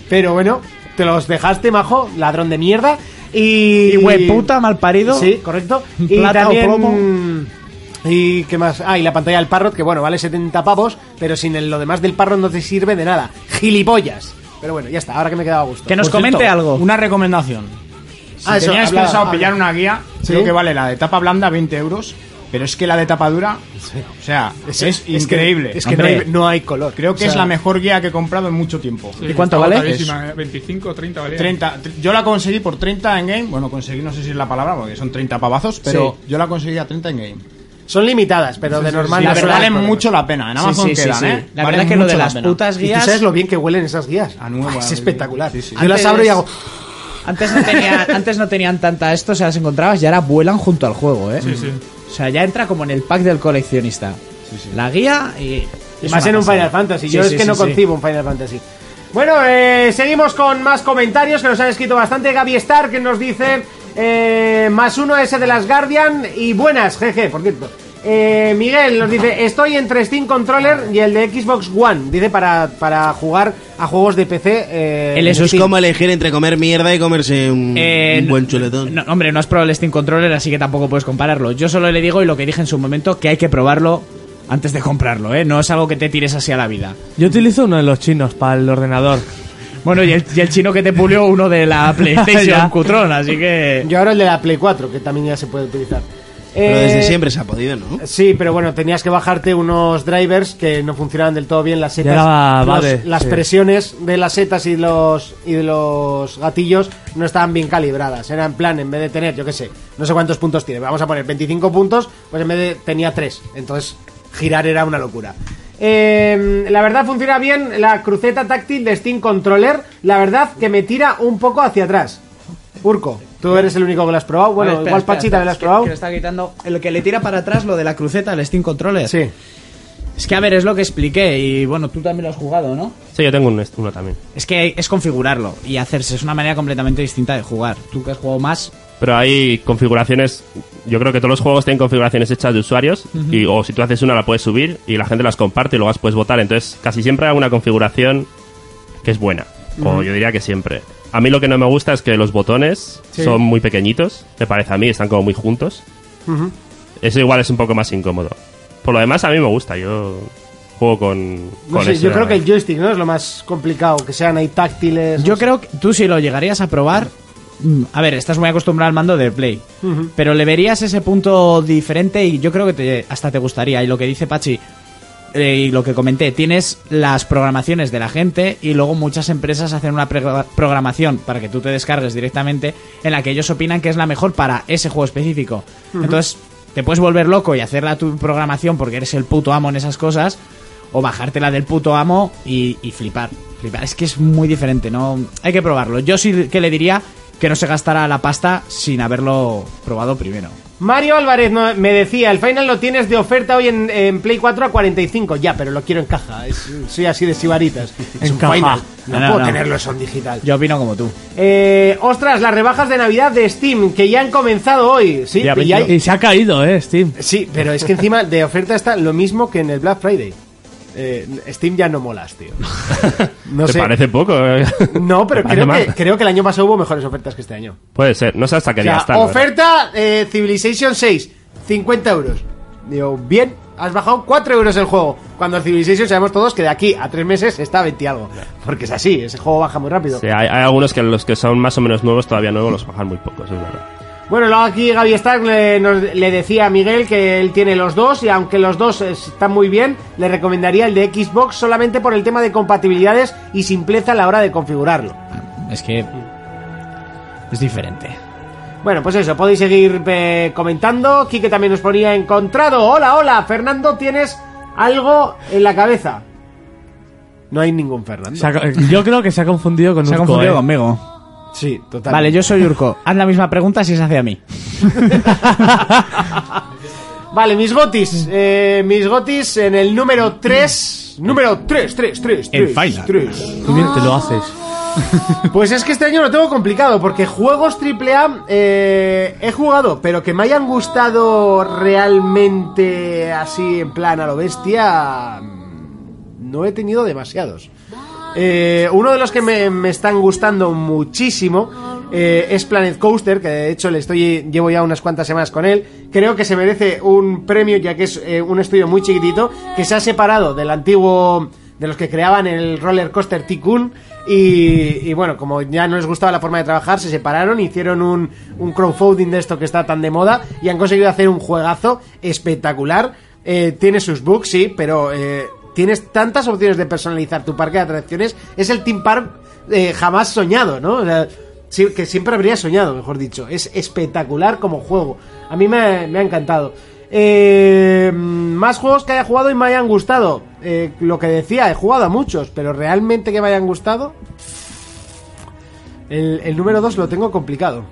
pero bueno, te los dejaste, majo, ladrón de mierda. Y. Y hueputa, mal parido. Sí, correcto. Y Plata o también. plomo. ¿Y qué más? Ah, y la pantalla del Parrot, que bueno, vale 70 pavos, pero sin el- lo demás del Parrot no te sirve de nada. ¡Gilipollas! Pero bueno, ya está, ahora que me he quedado a gusto. Por cierto, Una recomendación. Si Pues Ah, eso, teníais habla- pensado habla. pillar una guía, ¿Sí? creo que vale la de tapa blanda 20 euros, pero es que la de tapa dura, o sea, es, increíble. es que no hay, no hay color. Creo que O sea, es la mejor guía que he comprado en mucho tiempo. Sí, estaba carísima, eh, 25 o 30 valía. 30. tr- Yo la conseguí por 30 en game. Bueno, conseguí, no sé si es la palabra, porque son 30 pavazos, pero yo la conseguí a 30 en game. Son limitadas, pero de normal. la no son verdad vale las peores. mucho la pena. En Sí, Amazon sí, sí, quedan, sí. ¿eh? La Vale verdad es que lo mucho de la las Ah, pena. putas ¿Y guías- tú sabes lo bien que huelen esas guías? Buah, es Ah, sí, sí. espectacular. Yo Antes- las abro y hago. Antes no, tenía- antes no tenían tanta esto, se las encontrabas y ahora vuelan junto al juego, ¿eh? Sí, sí. O sea, ya entra como en el pack del coleccionista. La guía y... Y es más una en un pasada. Final Fantasy. Sí, Yo sí, es que sí, no sí. concibo un Final Fantasy. Bueno, eh, seguimos con más comentarios que nos han escrito bastante. Gaby Star que nos dice eh, más uno ese de las Guardian y buenas, jeje, por cierto. Eh, Miguel nos dice, estoy entre Steam Controller y el de Xbox One. Dice para, para jugar a juegos de PC. eh, en Eso es Steam. como elegir entre comer mierda y comerse un, Eh, un buen chuletón. No, hombre, no has probado el Steam Controller, así que tampoco puedes compararlo. Yo solo le digo y lo que dije en su momento, que hay que probarlo antes de comprarlo, ¿eh? No es algo que te tires así a la vida. Yo utilizo uno de los chinos para el ordenador. Bueno, y el, y el chino que te pulió uno de la PlayStation Ya. Cutrón, así que... Yo ahora el de la Play 4, que también ya se puede utilizar. Pero desde Eh, siempre se ha podido, ¿no? Sí, pero bueno, tenías que bajarte unos drivers que no funcionaban del todo bien las setas. Ya va- los- vale, las sí. presiones de las setas y los y de los gatillos no estaban bien calibradas. Era en plan, en vez de tener, yo qué sé, no sé cuántos puntos tiene, vamos a poner 25 puntos, pues en vez de tenía 3. Entonces, girar era una locura. Eh, la verdad funciona bien la cruceta táctil de Steam Controller. La verdad que me tira un poco hacia atrás. Urco, tú eres el único que lo has probado. Bueno, A ver, espera, igual espera, Pachi espera, también lo has es que- probado. que lo está quitando. El que le tira para atrás lo de la cruceta al Steam Controller. Sí. Es que a ver, es lo que expliqué y bueno, tú también lo has jugado, ¿no? Sí, yo tengo un, uno también. Es que es configurarlo y hacerse, es una manera completamente distinta de jugar. Tú que has jugado más, Pero hay configuraciones. Yo creo que todos los juegos tienen configuraciones hechas de usuarios. y, o si tú haces una, la puedes subir y la gente las comparte y luego las puedes votar. Entonces, casi siempre hay una configuración que es buena. O yo diría que siempre. A mí lo que no me gusta es que los botones Sí. son muy pequeñitos. Me parece a mí, están como muy juntos. Ujú. Eso igual es un poco más incómodo. Por lo demás, a mí me gusta. Yo juego con. No con sé, ese yo creo ordenador. que el joystick no es lo más complicado, que sean ahí táctiles. Yo creo que tú si lo llegarías a probar... mm, A ver, estás muy acostumbrado al mando de Play. Ujú. Pero le verías ese punto diferente y yo creo que te- hasta te gustaría. Y lo que dice Pachi eh, y lo que comenté, tienes las programaciones de la gente y luego muchas empresas hacen una pre- programación para que tú te descargues directamente en la que ellos opinan que es la mejor para ese juego específico. Entonces, te puedes volver loco y hacerla tu programación porque eres el puto amo en esas cosas o bajártela del puto amo y, y flipar. Flipar, es que es muy diferente, ¿no? Hay que probarlo. Yo sí que le diría que no se gastara la pasta sin haberlo probado primero. Mario Álvarez no- me decía, el final lo tienes de oferta hoy en, en Play 4 a 45. Ya, pero lo quiero en caja. Es- soy así de sibaritas. Es En un caja. final. No, No, no, puedo no. tenerlo eso en digital. Yo opino como tú. Eh, ostras, las rebajas de Navidad de Steam, que ya han comenzado hoy. Sí, Ya, y hay- Y se ha caído, eh, Steam. sí pero es que encima de oferta está lo mismo que en el Black Friday. Eh, Steam ya no molas, tío. No ¿Te sé. parece poco? eh. No, pero ¿Te parece creo que, mal? creo que el año pasado hubo mejores ofertas que este año. Puede ser. No sé hasta qué O sea, día están, ¿verdad? oferta eh, Civilization 6, 50 euros. Digo, bien, has bajado 4 euros el juego. Cuando el Civilization sabemos todos que de aquí a 3 meses está a 20 y algo. Porque es así, ese juego baja muy rápido. Sí, hay, hay algunos que los que son más o menos nuevos todavía nuevos los bajan muy pocos, es verdad. Bueno, luego aquí Gaby Stark le, nos- le decía a Miguel que él tiene los dos y aunque los dos están muy bien, le recomendaría el de Xbox solamente por el tema de compatibilidades y simpleza a la hora de configurarlo. Es que es diferente. Bueno, pues eso, podéis seguir eh, comentando. Quique también nos ponía encontrado. Hola, hola, Fernando, tienes algo en la cabeza. No hay ningún Fernando. Se ha ca- yo creo que se ha confundido con Se ha Urco, confundido eh. conmigo. Sí, total. Vale, yo soy Urco. Haz la misma pregunta si es hacia mí. Vale, mis gotis. eh, mis gotis en el número 3. Número 3, 3, 3, 3. El Final. 3. Tú bien te lo haces. Pues es que este año lo tengo complicado porque juegos AAA eh, he jugado, pero que me hayan gustado realmente así en plan a lo bestia, mm, no he tenido demasiados. Eh, uno de los que me, me están gustando muchísimo eh, es Planet Coaster, que de hecho le estoy llevo ya unas cuantas semanas con él. Creo que se merece un premio, ya que es eh, un estudio muy chiquitito, que se ha separado del antiguo. de los que creaban el roller coaster Tycoon. Y, y bueno, como ya no les gustaba la forma de trabajar, se separaron, hicieron un, un crowdfunding de esto que está tan de moda y han conseguido hacer un juegazo espectacular. Eh, tiene sus bugs, sí, pero eh, tienes tantas opciones de personalizar tu parque de atracciones. Es el Team Park eh, jamás soñado, ¿no? O sea, sí, que siempre habría soñado, mejor dicho. Es espectacular como juego. A mí me, me ha encantado. Eh, más juegos que haya jugado y me hayan gustado. Eh, lo que decía, he jugado a muchos, pero realmente que me hayan gustado. El, el número 2 lo tengo complicado.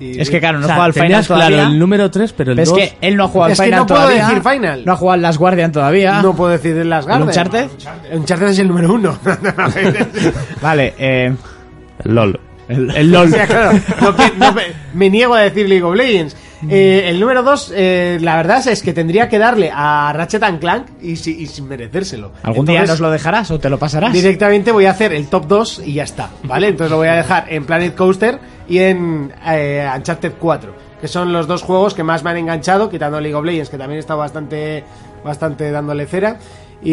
Y- Es que claro, no O sea, juega al final tenías todavía. claro el número 3, pero el Pero es 2. que él no ha jugado al Es que final no puedo todavía. decir Final. No ha jugado al Last Guardian todavía. No puedo decir las ¿El garras. Uncharted? Uncharted es el número 1. Vale, eh... LOL. El, LOL. O sea, claro, no que- no me, me niego a decir League of Legends. Mm. Eh, el número 2, la verdad es que tendría que darle a Ratchet and Clank y, si- y sin merecérselo. ¿Algún día Entonces, nos lo dejarás o te lo pasarás? Directamente voy a hacer el top 2 y ya está, ¿vale? Entonces lo voy a dejar en Planet Coaster y en eh, Uncharted 4, que son los dos juegos que más me han enganchado, quitando League of Legends, que también está bastante, bastante dándole cera. Y,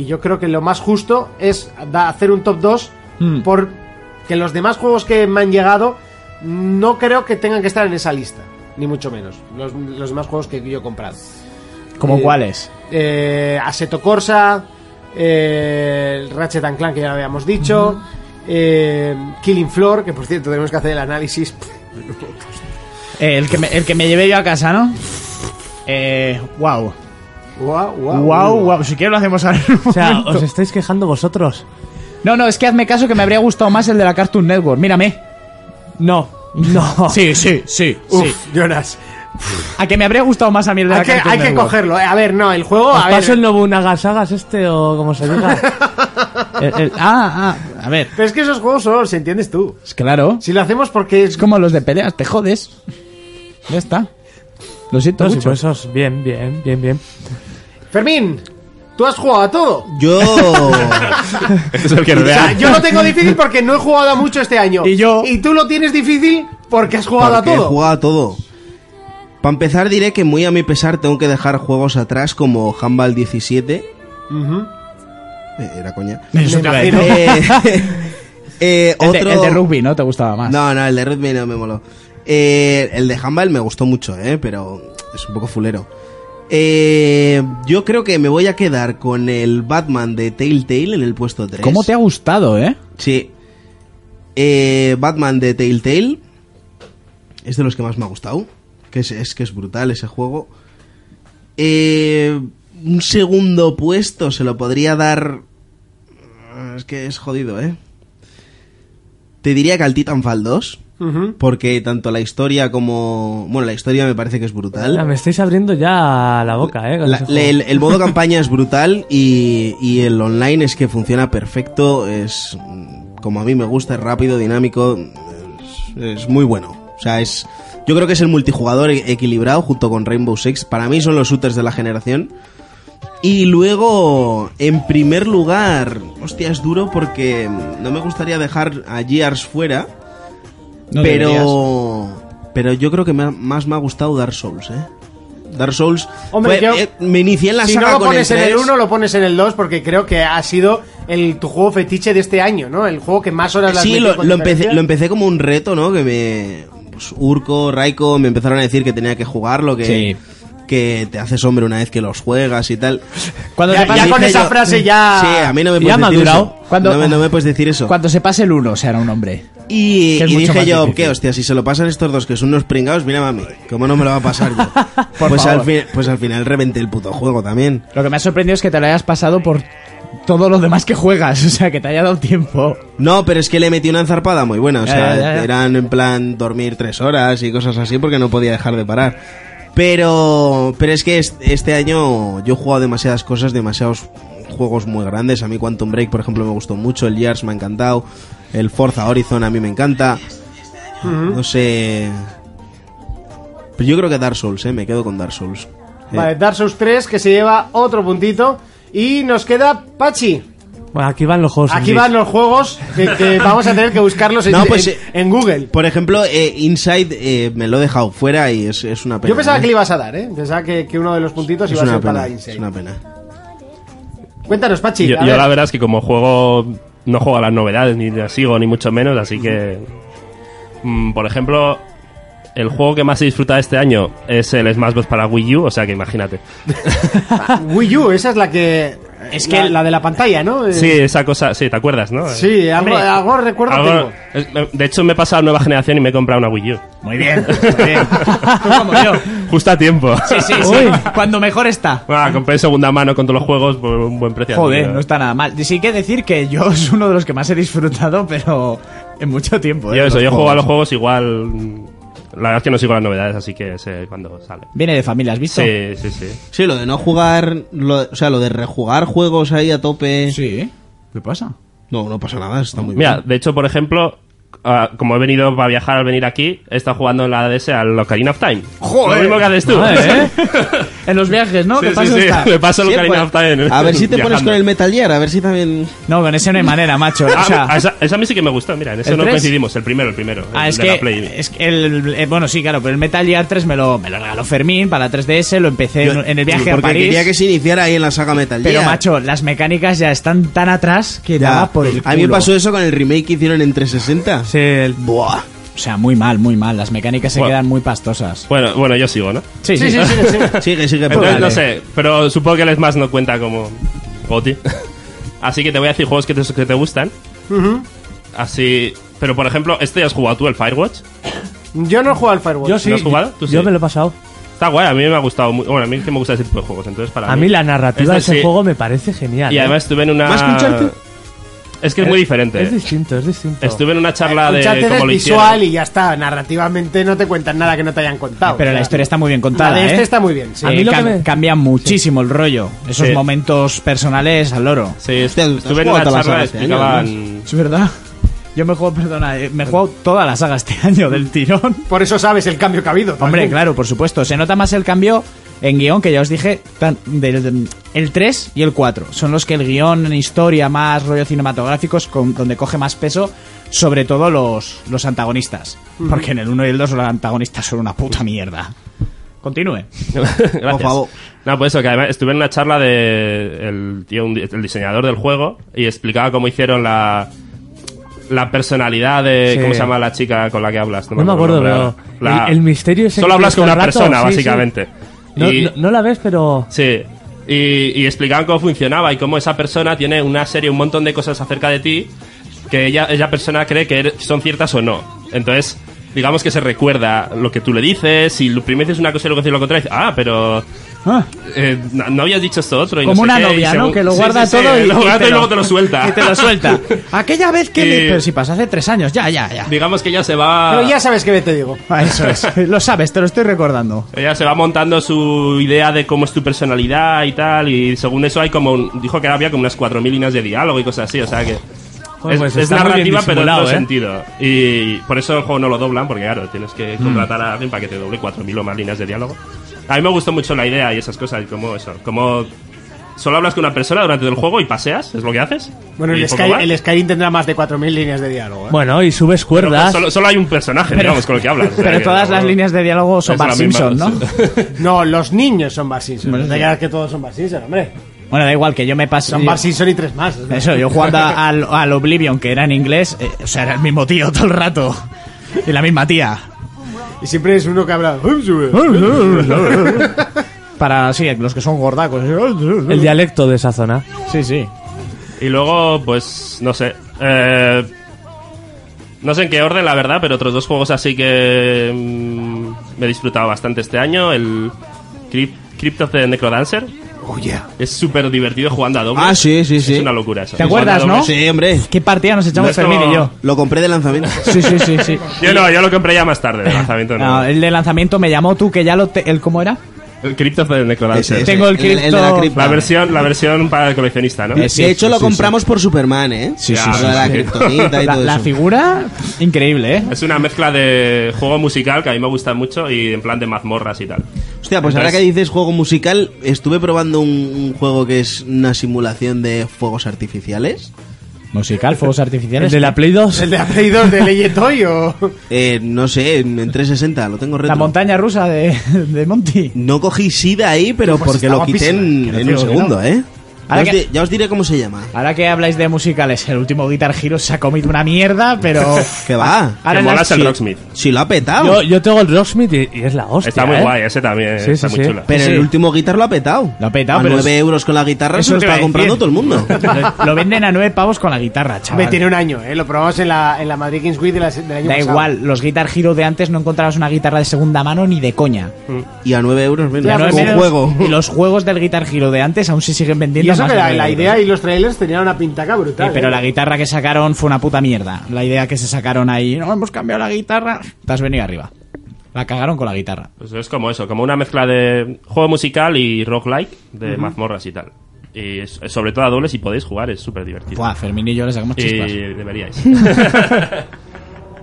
y yo creo que lo más justo es da- hacer un top 2 Hmm. por que los demás juegos que me han llegado no creo que tengan que estar en esa lista, ni mucho menos, los, los demás juegos que yo he comprado. ¿Como Eh, cuáles? eh, Aseto Corsa, eh, el Ratchet and Clank, que ya lo habíamos dicho, eh, Killing Floor, que por cierto tenemos que hacer el análisis. Eh, el, que me, el que me llevé yo a casa, ¿no? Eh... Wow. Wow, wow, Wow, wow. Si quieres lo hacemos ahora. en un O sea, momento. os estáis quejando vosotros. No, no, es que hazme caso que me habría gustado más el de la Cartoon Network. Mírame. No, no. Sí, sí, sí. Uf, sí. Jonas. A que me habría gustado más a mí el de la Hay que, Cartoon hay que Network. cogerlo. eh. A ver, no, el juego. ¿Os A ver, paso el Nobunaga Sagas este o como se diga? El- el- ah, ah, a ver. Pero es que esos juegos solo los entiendes tú. Es claro. Si lo hacemos porque es Es como los de peleas, te jodes. Ya está. Lo siento No, sí, mucho. pues esos. Bien, bien, bien, bien. Fermín, tú has jugado a todo. Yo. Este es el que nos O sea, vea. yo lo tengo difícil porque no he jugado a mucho este año. Y yo- Y tú lo tienes difícil porque has jugado Porque a he todo. jugado a todo. Para empezar, diré que muy a mi pesar tengo que dejar juegos atrás como Handball 17. Ujú. Eh, Era coña. Eso Me te iba a imagino. decir. Eh, eh, El de- otro... el de rugby, ¿no? Te gustaba más. No, no, el de rugby no me moló. Eh, el de handball me gustó mucho, eh, pero es un poco fulero. Eh, yo creo que me voy a quedar con el Batman de Telltale en el puesto 3. ¿Cómo te ha gustado, eh? Sí. Eh, Batman de Telltale. Es de los que más me ha gustado. Que es, es que es brutal ese juego. Eh, un segundo puesto se lo podría dar. Ah, Es que es jodido, ¿eh? Te diría que al Titanfall 2. Ujú. Porque tanto la historia como. Bueno, la historia me parece que es brutal. Ya, me estáis abriendo ya la boca, eh. con La- ese le- juego. el, el modo campaña es brutal y, y el online es que funciona perfecto, es mm, como a mí me gusta, es rápido, dinámico, es, es muy bueno. O sea, es yo creo que es el multijugador e- equilibrado junto con Rainbow Six. Para mí son los shooters de la generación. Y luego, en primer lugar, hostia, es duro porque no me gustaría dejar a Gears fuera, No pero deberías. pero yo creo que me ha- más me ha gustado Dark Souls, ¿eh? Dark Souls. Hombre, fue- yo- eh, me inicié en la si saga no lo con pones en el 3. 1, lo pones en el 2 porque creo que ha sido el, tu juego fetiche de este año, ¿no? El juego que más horas le has Sí, metido lo, con lo empecé, diferencia. lo empecé como un reto, ¿no? Que me. pues, Urco, Raiko me empezaron a decir que tenía que jugarlo, que. Sí. Que te haces hombre una vez que los juegas y tal. Cuando Ya- te pase- ya con dije esa yo- frase ya- Sí, a mí no me Ya puedes decir madurado. eso. Cuando- No, me, no me puedes decir eso. Cuando se pase el uno, será un hombre. Y, que es y mucho dije más yo, difícil. ¿qué hostia? Si se lo pasan estos dos que son unos pringados, mira mami, ¿cómo no me lo va a pasar yo? Por pues, favor. Al fin- pues al final reventé el puto juego también. Lo que me ha sorprendido es que te lo hayas pasado por todo lo demás que juegas. O sea, que te haya dado tiempo. No, pero es que le metí una enzarpada muy buena. O Ya, sea, ya, ya, ya. eran en plan dormir tres horas y cosas así porque no podía dejar de parar. Pero, pero es que es- este año yo he jugado demasiadas cosas, demasiados juegos muy grandes. A mí Quantum Break, por ejemplo, me gustó mucho. El Gears me ha encantado. El Forza Horizon a mí me encanta. No sé. Pero yo creo que Dark Souls, eh. Me quedo con Dark Souls. Eh, Vale, Dark Souls 3 que se lleva otro puntito. Y nos queda Pachi. Bueno, aquí van los juegos. Aquí indies. van los juegos que, que vamos a tener que buscarlos en, No, pues, en- en Google. Por ejemplo, eh, Inside eh, me lo he dejado fuera y es, es una pena. Yo pensaba ¿eh? que le ibas a dar, ¿eh? Pensaba que, que uno de los puntitos es iba a una ser pena, para Es Insane. una pena. Cuéntanos, Pachi. yo, a yo ver. la verdad es que como juego no juego a las novedades, ni las sigo, ni mucho menos, así que... mm, por ejemplo, el juego que más he disfrutado este año es el Smash Bros. para Wii U, o sea que imagínate. Wii U, esa es la que. Es que la, la de la pantalla, ¿no? Eh, Sí, esa cosa, sí, ¿te acuerdas, no? Sí, algo, algo recuerdo Algo- tengo. es- me- de hecho, me he pasado a nueva generación y me he comprado una Wii U. Muy bien, Justo a tiempo. Sí, sí, sí. Cuando mejor está. Ah, compré segunda mano con todos los juegos por un buen precio. Joder, Así que- no está nada mal. Y Sí que decir que yo es uno de los que más he disfrutado, pero en mucho tiempo. ¿eh? Yo, eso, Los yo juego a los juegos. juegos igual. mm, La verdad es que no sigo las novedades, así que sé cuándo sale. Viene de familia, ¿has visto? Sí, sí, sí. Sí, lo de no jugar, lo- o sea, lo de rejugar juegos ahí a tope. Sí. ¿Qué pasa? No, no pasa nada, está muy Mira, bien. de hecho, por ejemplo, ah, como he venido para viajar al venir aquí, he estado jugando en la DS al Ocarina of Time. Joder. Lo mismo que haces tú. Madre, ¿eh? En los viajes, ¿no? Sí, ¿Qué sí, pasa sí, está? me pasa el Sí, Ocarina pues, of Time. A ver si te pones viajando. con el Metal Gear, a ver si también. No, con ese no hay manera, macho. O Ah, sea, a esa, esa a mí sí que me gusta, mira, en eso ¿El no tres? coincidimos, el primero, el primero. Ah, el es de la Play. que, es que el, eh, bueno, sí, claro, pero el Metal Gear 3 me lo, me lo regaló Fermín para la 3DS, lo empecé en- en el viaje a Porque París. quería que se iniciara ahí en la saga Metal Pero, Gear. macho, las mecánicas ya están tan atrás que Ya. daba por el A mí me culo. pasó eso con el remake que hicieron en 360. Sí, el- Buah. O sea, muy mal, muy mal. Las mecánicas se Bueno. quedan muy pastosas. Bueno, bueno, yo sigo, ¿no? Sí, sí, sí, sí, sí, sí. Sigue, sigue. por Entonces, favor. no sé, pero supongo que el Smash no cuenta como GOTI. Así que te voy a decir juegos que te, que te gustan. Así... Pero, por ejemplo, este ya has jugado tú, el Firewatch. Yo no he jugado al Firewatch. Yo sí. ¿No has jugado? Tú yo sí. me lo he pasado. Está guay, a mí me ha gustado. mu- Bueno, a mí es que me gusta ese tipo de juegos, entonces para A mí la narrativa de Este ese sí. juego me parece genial. Y ¿eh? además eh. estuve en una... ¿Más que un Uncharted? Es que es muy diferente. Es distinto, es distinto. Estuve en una charla de Uncharted es cómo lo visual hicieron. y ya está. Narrativamente no te cuentan nada que no te hayan contado. Pero O la sea, historia está muy bien contada. la de este ¿eh? está muy bien, sí. A mí lo que cam- me- cambia muchísimo el rollo. Esos Sí. momentos personales al oro. Sí, est- Hostia, ¿tú has estuve en jugado una todas las charla, horas este año, explicaban... Es verdad. Yo me juego, perdona, eh, me he jugado toda la saga este año del tirón. Por eso sabes el cambio que ha habido. Hombre, también. claro, por supuesto. Se nota más el cambio en guión, que ya os dije, tan- del, del- el 3 y el 4. Son los que el guión, historia, más rollo cinematográficos, con, donde coge más peso, sobre todo los, los antagonistas. Porque en el 1 y el 2 los antagonistas son una puta mierda. Continúe. Gracias. Por favor. No, pues eso, que además estuve en una charla de el tío, un di- el diseñador del juego, y explicaba cómo hicieron la la personalidad de Sí. cómo se llama la chica con la que hablas. No me acuerdo, el nombre pero ahora. La- el- el misterio ese Solo que hablas con una está al rato, persona, sí, sí. básicamente. No, Y- no- no la ves, pero. Sí. Y, y explicaban cómo funcionaba y cómo esa persona tiene una serie, un montón de cosas acerca de ti que ella, esa persona cree que er- son ciertas o no. Entonces, digamos que se recuerda lo que tú le dices, si lo primero dices una cosa y luego dices lo contrario, dices, ah, pero eh, no, no habías dicho esto otro. y Ah, Como no una sé qué", y novia, ¿no? según- Que lo Sí, guarda sí, sí, todo y, lo guarda te y luego te lo suelta. y te lo suelta. Aquella vez que... le- Y- Pero si pasó hace tres años, ya, ya, ya. digamos que ella se va... Pero ya sabes que te digo. Ah, Eso es. Lo sabes, te lo estoy recordando. Ella se va montando su idea de cómo es tu personalidad y tal, y según eso hay como... un- dijo que había como unas 4.000 líneas de diálogo y cosas así, o sea que... Joder, es, pues es está muy bien narrativa, pero en disimulado, otro ¿eh? sentido. Y por eso el juego no lo doblan, porque claro, tienes que Mm. contratar a alguien para que te doble 4.000 o más líneas de diálogo. A mí me gustó mucho la idea y esas cosas, y como eso, como... Solo hablas con una persona durante todo el juego y paseas, es lo que haces. Bueno, Y el, poco Sky- más. el Skyrim tendrá más de 4.000 líneas de diálogo. ¿eh? Bueno, y subes Pero cuerdas. solo, solo hay un personaje, digamos, con el que hablas. o sea Pero que todas no- las líneas de diálogo son es la Bart misma- Simpson, ¿no? No, los niños son Bar Simpson. Bueno, no te sí. creas que todos son Bar Simpson, hombre. Bueno, da igual, que yo me paso... Son yo- Bar Simpson y tres más. o sea. Eso, yo jugando a- al, al Oblivion, que era en inglés, eh, o sea, era el mismo tío todo el rato. Y la misma tía. Y siempre es uno que habla. eh". Para, sí, los que son gordacos. ¿eh? El dialecto de esa zona. Sí, sí. Y luego, pues, no sé. eh, no sé en qué orden, la verdad, pero otros dos juegos así que mm, me he disfrutado bastante este año. El Crypt, Crypt of the Necrodancer. Oh, yeah. Es súper divertido jugando a dobles. Ah, sí, sí, Es sí. una locura eso. ¿Te acuerdas, Jugando a no? dobles. Sí, hombre. ¿Qué partida nos echamos Nuestro- Fermín y yo? Lo compré de lanzamiento. Sí, sí, sí, sí. Yo no, yo lo compré ya más tarde, el lanzamiento no. No, el de lanzamiento me llamó tú, que ya lo... te- ¿El cómo era? El Crypt of the Ese, Necrodancer. ese. Tengo el de- de la cripto- cripta. Eh, La versión, la versión para el coleccionista, ¿no? De sí, hecho, sí, lo sí, compramos por Superman, ¿eh? Sí, sí, sí, Lo de la sí. kriptonita y La, todo la eso. figura, increíble, ¿eh? Es una mezcla de juego musical que a mí me gusta mucho y en plan de mazmorras y tal. Hostia, pues ahora que Entonces- dices juego musical, estuve probando un, un juego que es una simulación de fuegos artificiales. Musical, fuegos artificiales. ¿El de la Play 2? ¿El de la Play 2 de Leyetoy Ah, o...? Eh, no sé, en, en 360, lo tengo retro. La montaña rusa de, de Monty. No cogí SIDA ahí, pero Pues porque está lo quité en, guapísima, que en no te un digo que segundo, no. ¿eh? Ahora Ya os, que- di- ya os diré cómo se llama. Ahora que habláis de musicales, el último Guitar Hero se ha comido una mierda, pero... ¿Qué va? Ahora en las- Si- Si lo ha petado. Yo, yo tengo el Rocksmith y, y es la hostia. Está muy ¿eh? guay, ese también Sí, está sí, muy sí. chula. Pero Sí, sí. el último guitar lo ha petado. Lo ha petado, a pero 9 es- euros con la guitarra se Eso lo te iba está a comprando decir. todo el mundo. Lo- Lo venden a nueve pavos con la guitarra, Me chaval. tiene un año, ¿eh? Lo probamos en la, en la Madrid Kings Week de la- del año Da pasado. igual, los Guitar Hero de antes no encontrabas una guitarra de segunda mano ni de coña. Y a 9 euros menos. Ya, Con no es menos- juego. Y los juegos del Guitar Hero de antes aún se siguen vendiendo. Y eso a más que de la, nueve la euros. idea y los trailers tenían una pintaca brutal. Sí, pero ¿eh? la guitarra que sacaron fue una puta mierda. La idea que se sacaron ahí, no hemos cambiado la guitarra, te has venido arriba. La cagaron con la guitarra. Pues es como eso, como una mezcla de juego musical y rock-like de Ujú. mazmorras y tal. Y es- sobre todo a dobles si podéis jugar, es súper divertido. Buah, Fermín y yo le sacamos Y chispas. deberíais.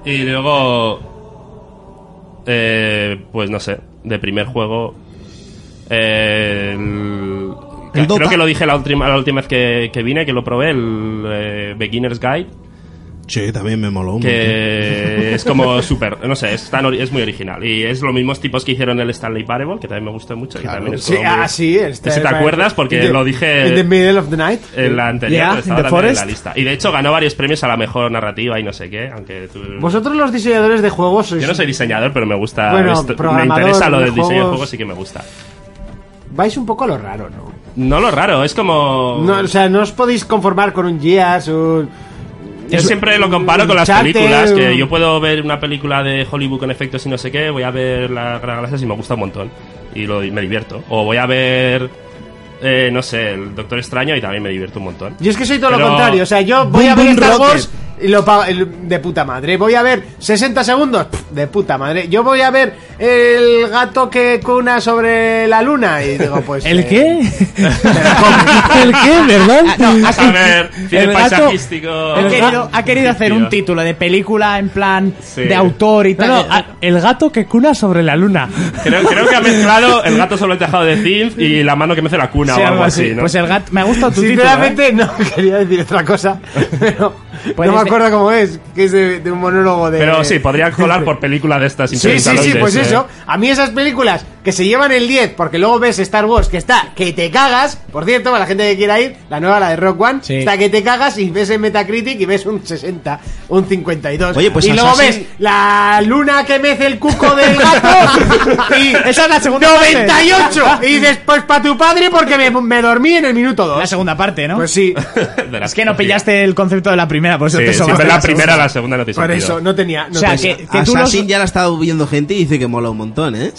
y luego. eh, pues no sé, de primer juego. eh, el- El Dota. creo que lo dije la última, la última vez que, que vine, que lo probé, el eh, Beginner's Guide. Sí, también me moló. un montón. Que es como súper, no sé, es, tan ori- es muy original. Y es los mismos tipos que hicieron el Stanley Parable, que también me gustó mucho. que también es Sí, como muy- ah, sí. este- Ese te acuerdas porque In the- lo dije In the middle of the night. en la anterior, Yeah, pero estaba in the también en la forest. lista. Y de hecho ganó varios premios a la mejor narrativa y no sé qué, aunque tú... Vosotros los diseñadores de juegos sois... Yo no soy diseñador, pero me gusta... Bueno, esto- me programador, interesa lo del diseño de videojuegos. juegos y que me gusta. Vais un poco a lo raro, ¿no? No lo raro, es como... No, o sea, no os podéis conformar con un Gears, un... Yo un- siempre lo comparo un con las Uncharted, películas, que un- yo puedo ver una película de Hollywood con efectos y no sé qué, voy a ver la Gran Galaxia y me gusta un montón y lo, y me divierto. O voy a ver, eh, no sé, el Doctor Extraño y también me divierto un montón. Yo es que soy todo lo Pero- contrario, o sea, yo voy Boom, a ver boom, Star rocket. Wars y lo pa- el- de puta madre. Voy a ver 60 segundos pff, de puta madre. Yo voy a ver el gato que cuna sobre la luna y digo, pues ¿El eh, qué? ¿El qué, verdad? a ver, cine el gato- paisajístico. Ha querido, ha querido hacer un título de película en plan de autor y No, tal. no, a- el gato que cuna sobre la luna. Creo, creo que ha mezclado el gato sobre el tejado de Zinf y la mano que mece la cuna Sí, o algo algo así. así, ¿no? Pues el gato, me ha gustado tu título. ¿eh? Sinceramente, no quería decir otra cosa, pero Puedes no me de- acuerdo cómo es, que es de, de un monólogo de. Pero sí, podría colar por película de estas Sí, sí, sí, insolisaloides, pues eh. eso. A mí esas películas que se llevan el 10, porque luego ves Star Wars que está que te cagas. Por cierto, para la gente que quiera ir, la nueva, la de Rock One, Sí. está que te cagas y ves en Metacritic y ves un 60, un 52. Oye, pues y luego Assassin- ves la luna que mece el cuco del gato y Esa es la segunda 98. parte. Y dices, pues para tu padre porque me, me dormí en el minuto 2. La segunda parte, ¿no? Pues sí. Es que no pillaste el concepto de la primera, por eso Sí, te si sobraste ves la primera, la segunda no te Por eso, no tenía. no O sea, tenía. que- que tú los- Assassin ya la ha estado viendo gente y dice que mola un montón, ¿eh?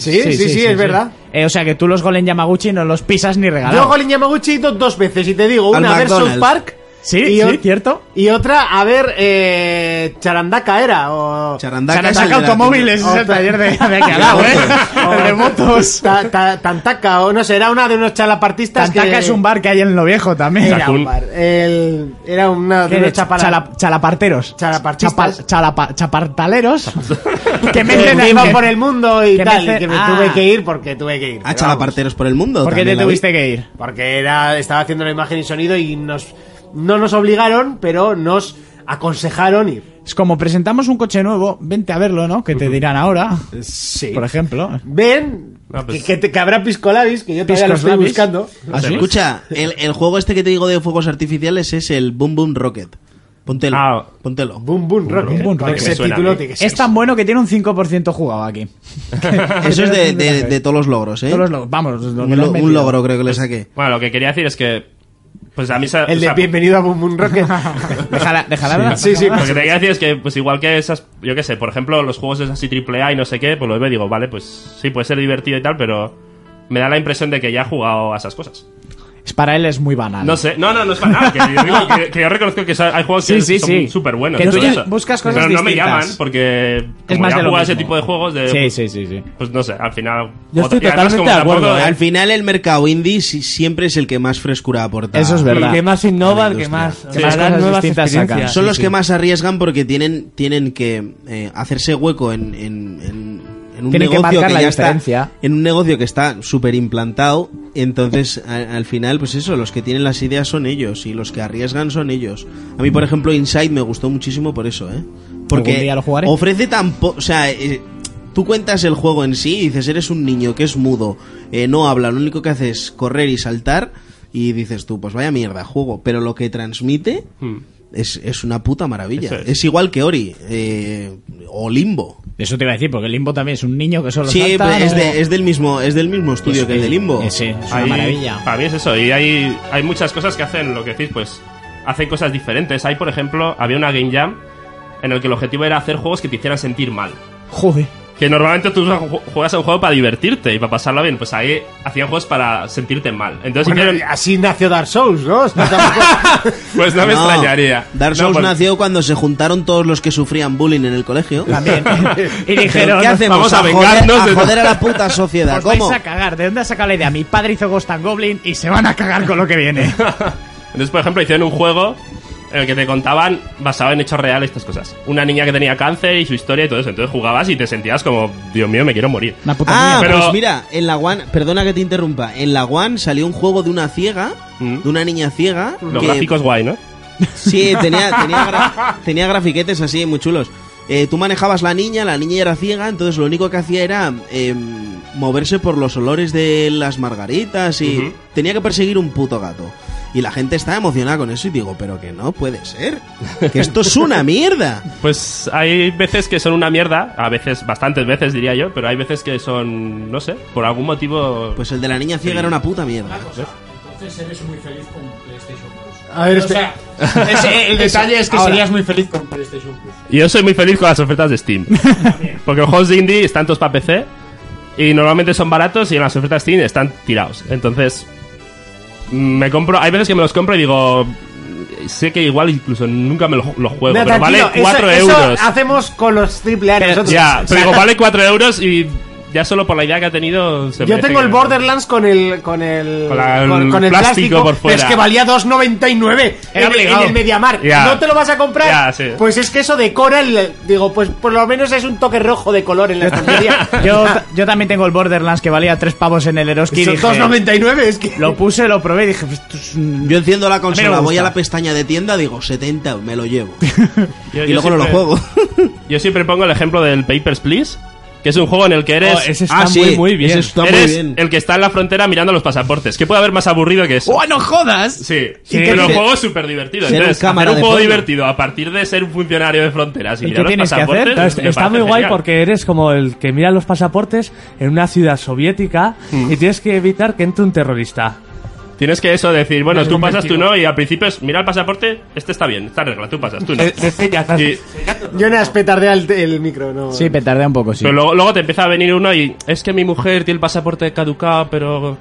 Eh, o sea que tú los Golem Yamaguchi no los pisas ni Yo regalas. Golin Yamaguchi he ido dos veces y te digo, Al una a ver McDonald's. South Park. Sí, y sí, o- cierto. Y otra a ver eh, Charandaka era. O... Charandaka Charandaka es el de la Automóviles, tienda. es el Otra- taller de- de aquí al lado, ¿eh? El de motos. Ta- ta- Tantaka, o no sé, era una de unos chalapartistas Tantaka que... es un bar que hay en lo viejo también. Era un bar. El- Era una de ¿Qué unos eres? chapala- Chala- chalaparteros. Chalaparchistas. Chapa- chalapa- chapartaleros. que que mecen ahí- iban por el mundo y que tal. mecen- Y que me Ah. tuve que ir porque tuve que ir. Ha echado parteros por el mundo. ¿Por qué también te la vi. tuviste que ir? Porque era, estaba haciendo la imagen y sonido y nos, no nos obligaron, pero nos aconsejaron ir. Es como presentamos un coche nuevo, vente a verlo, ¿no? Que te dirán ahora. Sí. Por ejemplo. Ven, Ah, pues que, que te, que habrá Piscolabis, que yo todavía lo estoy Piscolabis. buscando. Escucha, el, el juego este que te digo de fuegos artificiales es el Boom Boom Rocket. Póntelo. póntelo. Boom Boom Rocket. Boom, Rocket. Es tan bueno que tiene un 5% jugado aquí. Eso es de, de- de todos los logros, ¿eh? Todos los logros, vamos, lo que un, le lo- han un metido. logro creo que le saqué. Bueno, lo que quería decir es que... Pues a mí... se- El o de sea, bienvenido a Boom Boom Rocket. déjala, déjala hablar. Sí, sí, Lo que te pues- quería decir es que, pues igual que esas, yo qué sé, por ejemplo, los juegos es así triple A y no sé qué, pues lo veo y digo, vale, pues sí, puede ser divertido y tal, pero me da la impresión de que ya he jugado a esas cosas. Es para él es muy banal. No sé, no, no, no es para nada, que yo, digo que- que yo reconozco que so- hay juegos Sí, que sí, sí. son súper buenos. Que tú ya pero buscas cosas Pero no me distintas. llaman porque como más ya de lo juego a ese mismo. tipo de juegos de... Sí, sí, sí, sí. Pues no sé, al final... ¿eh? Yo otra- y además como tampoco- Al final el mercado indie sí- siempre es el que más frescura Ah, aporta. Eso es verdad. El que más innova, el que más- Sí. que más Las dan cosas nuevas distintas experiencias. sacan. Son Sí, los sí. que más arriesgan porque tienen, tienen que eh, hacerse hueco en, en- en- en un Tiene que negocio que, marcar la ya está- diferencia. en un negocio que está súper implantado, entonces a- al final, pues eso, los que tienen las ideas son ellos y los que arriesgan son ellos. A mí, por ejemplo, Inside me gustó muchísimo por eso, ¿eh? Porque Algún día lo jugaré. ofrece tan po- o sea, eh, tú cuentas el juego en sí y dices, eres un niño que es mudo, eh, no habla, lo único que hace es correr y saltar y dices tú, pues vaya mierda, juego, pero lo que transmite... Es, es una puta maravilla. Eso Es. es. igual que Ori eh, o Limbo. Eso te iba a decir, porque el Limbo también es un niño que solo Sí, salta, pero es, no- de- es del mismo es del mismo estudio Es- que el de es- Limbo. es- sí, es una Ahí- maravilla. Para mí es eso, y hay, hay muchas cosas que hacen lo que decís, pues hacen cosas diferentes. Hay, por ejemplo, había una Game Jam en el que el objetivo era hacer juegos que te hicieran sentir mal. Joder. Que normalmente tú ju- juegas a un juego para divertirte y para pasarlo bien, pues ahí hacían juegos para sentirte mal. Entonces Bueno, hicieron- Así nació Dark Souls, ¿no? pues no me extrañaría. Dark No, Souls pues- nació cuando se juntaron todos los que sufrían bullying en el colegio. También. y dijeron, ¿qué hacemos? vamos a joder, vengarnos a de- joder a la puta sociedad. Pues Os vais ¿Cómo? a cagar. ¿De dónde ha sacado la idea? Mi padre hizo Ghost and Goblin y se van a cagar con lo que viene. Entonces, por ejemplo, hicieron un juego en el que te contaban, basado en hechos reales, estas cosas. Una niña que tenía cáncer y su historia y todo eso. Entonces jugabas y te sentías como, Dios mío, me quiero morir. Ah, Pero- pues mira, en la One, perdona que te interrumpa, en la One salió un juego de una ciega, de una niña ciega. Mm. Los que- gráficos guay, ¿no? Sí, tenía, tenía, gra- tenía grafiquetes así muy chulos. Eh, tú manejabas la niña, la niña era ciega, entonces lo único que hacía era em, moverse por los olores de las margaritas y Ujú. tenía que perseguir un puto gato. Y la gente estaba emocionada con eso y digo, pero que no puede ser, que esto es una mierda. Pues hay veces que son una mierda, a veces, bastantes veces diría yo, pero hay veces que son, no sé, por algún motivo... Pues el de la niña ciega era una puta mierda. Entonces eres muy feliz con PlayStation Plus. A ver, O este- sea, ese- el detalle es que serías muy feliz con PlayStation Plus. Yo soy muy feliz con las ofertas de Steam. Porque los juegos de indie están todos para PC y normalmente son baratos y en las ofertas Steam están tirados. Entonces, mm, me compro. Hay veces que me los compro y digo. Sé que igual incluso nunca me lo, lo juego, No, pero vale tranquilo, 4 eso, euros. Eso hacemos con los triple A nosotros. ya, O sea, pero digo, vale 4 euros y ya solo por la idea que ha tenido. se Yo merece tengo el que- Borderlands con el con el Con la- con, con el plástico plástico, por fuera. Es que valía 2.99 Era en, en obligado. el Mediamar. Ya. ¿No te lo vas a comprar? Ya, sí. Pues es que eso decora el digo, pues por lo menos es un toque rojo de color en la estantería. Ah, Yo, yo también tengo el Borderlands que valía 3 pavos en el Eroski. y Son dije- 2.99, es que Lo puse, lo probé y dije, pues, esto es un- Yo enciendo la mí no me consola, voy gusta. a la pestaña de tienda, digo 70, me lo llevo. Yo- y yo luego no lo siempre- juego. Yo siempre pongo el ejemplo del Papers, Please. Que es un juego en el que eres. Oh, ese está Ah, sí, muy, muy bien. ese está muy Eres bien. el que está en la frontera mirando los pasaportes. ¿Qué puede haber más aburrido que eso? ¡Oh, no jodas! Sí, Sí, que pero el dice- juego es súper divertido. ser un Entonces, hacer cámara un de juego porno. divertido a partir de ser un funcionario de fronteras y ¿Y mirar qué los tienes que pasaportes. hacer? Está, me está parece muy guay genial. porque eres como el que mira los pasaportes en una ciudad soviética Mm. y tienes que evitar que entre un terrorista. Tienes que eso decir, bueno, Es tú un pasas, tú vestido. no, y al principio es, mira el pasaporte, este está bien, esta regla, tú pasas, tú no. Y- Jonas petardea el, el micro, no. Sí, petardea un poco, sí. pero luego, luego te empieza a venir uno y es que mi mujer tiene el pasaporte caducado, pero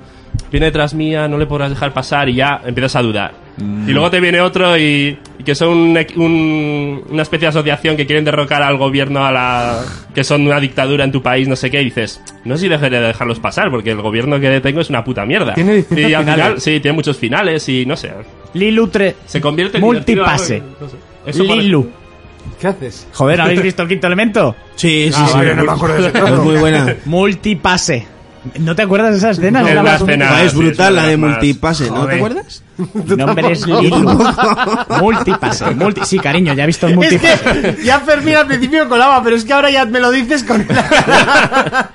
viene tras mía, no le podrás dejar pasar y ya empiezas a dudar. Mm. Y luego te viene otro y, y que son un equ- un- una especie de asociación que quieren derrocar al gobierno, a la que son una dictadura en tu país, no sé qué, y dices, no sé si dejaré de dejarlos pasar, porque el gobierno que tengo es una puta mierda. Tiene distintos y al final, finales. sí, tiene muchos finales y no sé. Lilutre. Se convierte en Multipase. divertido, no sé. Eso por- Lilu. ¿Qué haces? Joder, ¿habéis visto el quinto elemento? Sí, Ah, sí, vale, sí. no me acuerdo de ese trozo. Es muy buena. Multipase. ¿No te acuerdas de esa escena? Es la Era más- escena, Es sí, brutal, es una la de de las más- multipase, ¿no? ¿Te Joder. acuerdas? Mi nombre es tampoco. Lilu. multipase. multi- Sí, cariño, ya he visto el Es multipase. que ya Fermín al principio colaba, pero es que ahora ya me lo dices con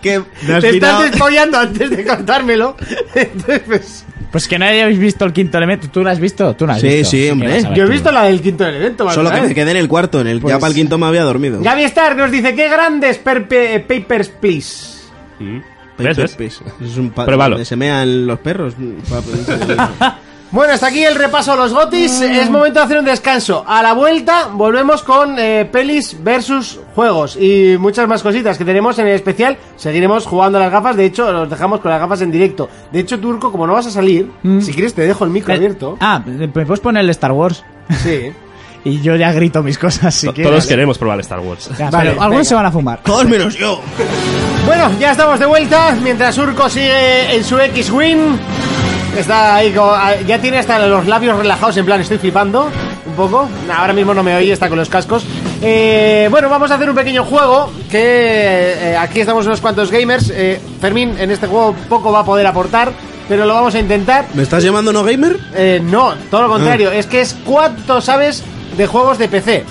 que te estás despollando antes de contármelo. Entonces, pues, Pues que no hayáis visto el quinto elemento. ¿Tú lo has visto? ¿Tú lo has Sí, visto? sí, hombre. ¿Qué vas a ver Yo he tú? visto la del quinto elemento, ¿vale? Solo que me quedé en el cuarto, en el ya para el quinto me había dormido. Gaby Star nos dice, qué grandes perpe- papers, please. Pes, Mm. ¿Ves, ves? pes, pes. Es un pa- Pruébalo. donde se mean los perros. Bueno, hasta aquí el repaso de los gotis. Mm. Es momento de hacer un descanso. A la vuelta volvemos con eh, pelis versus juegos y muchas más cositas que tenemos en el especial. Seguiremos jugando a las gafas. De hecho, los dejamos con las gafas en directo. De hecho, Turco, como no vas a salir, si quieres te dejo el micro Mm. Eh, abierto. Ah, ¿me puedes poner el Star Wars? Sí. Y yo ya grito mis cosas si quieres. Todos queremos probar Star Wars. Ya, Vale, pero algunos venga. se van a fumar. Todos menos yo. Bueno, ya estamos de vuelta. Mientras Urco sigue en su ah, X-Wing. Está ahí, como- ya tiene hasta los labios relajados en plan, estoy flipando. un poco. Ahora mismo no me oye, está con los cascos. Eh, bueno, vamos a hacer un pequeño juego que eh, aquí estamos unos cuantos gamers. Eh, Fermín en este juego poco va a poder aportar, pero lo vamos a intentar. ¿Me estás llamando no gamer? Eh, no, todo lo contrario. Es que es cuánto sabes de juegos de PC,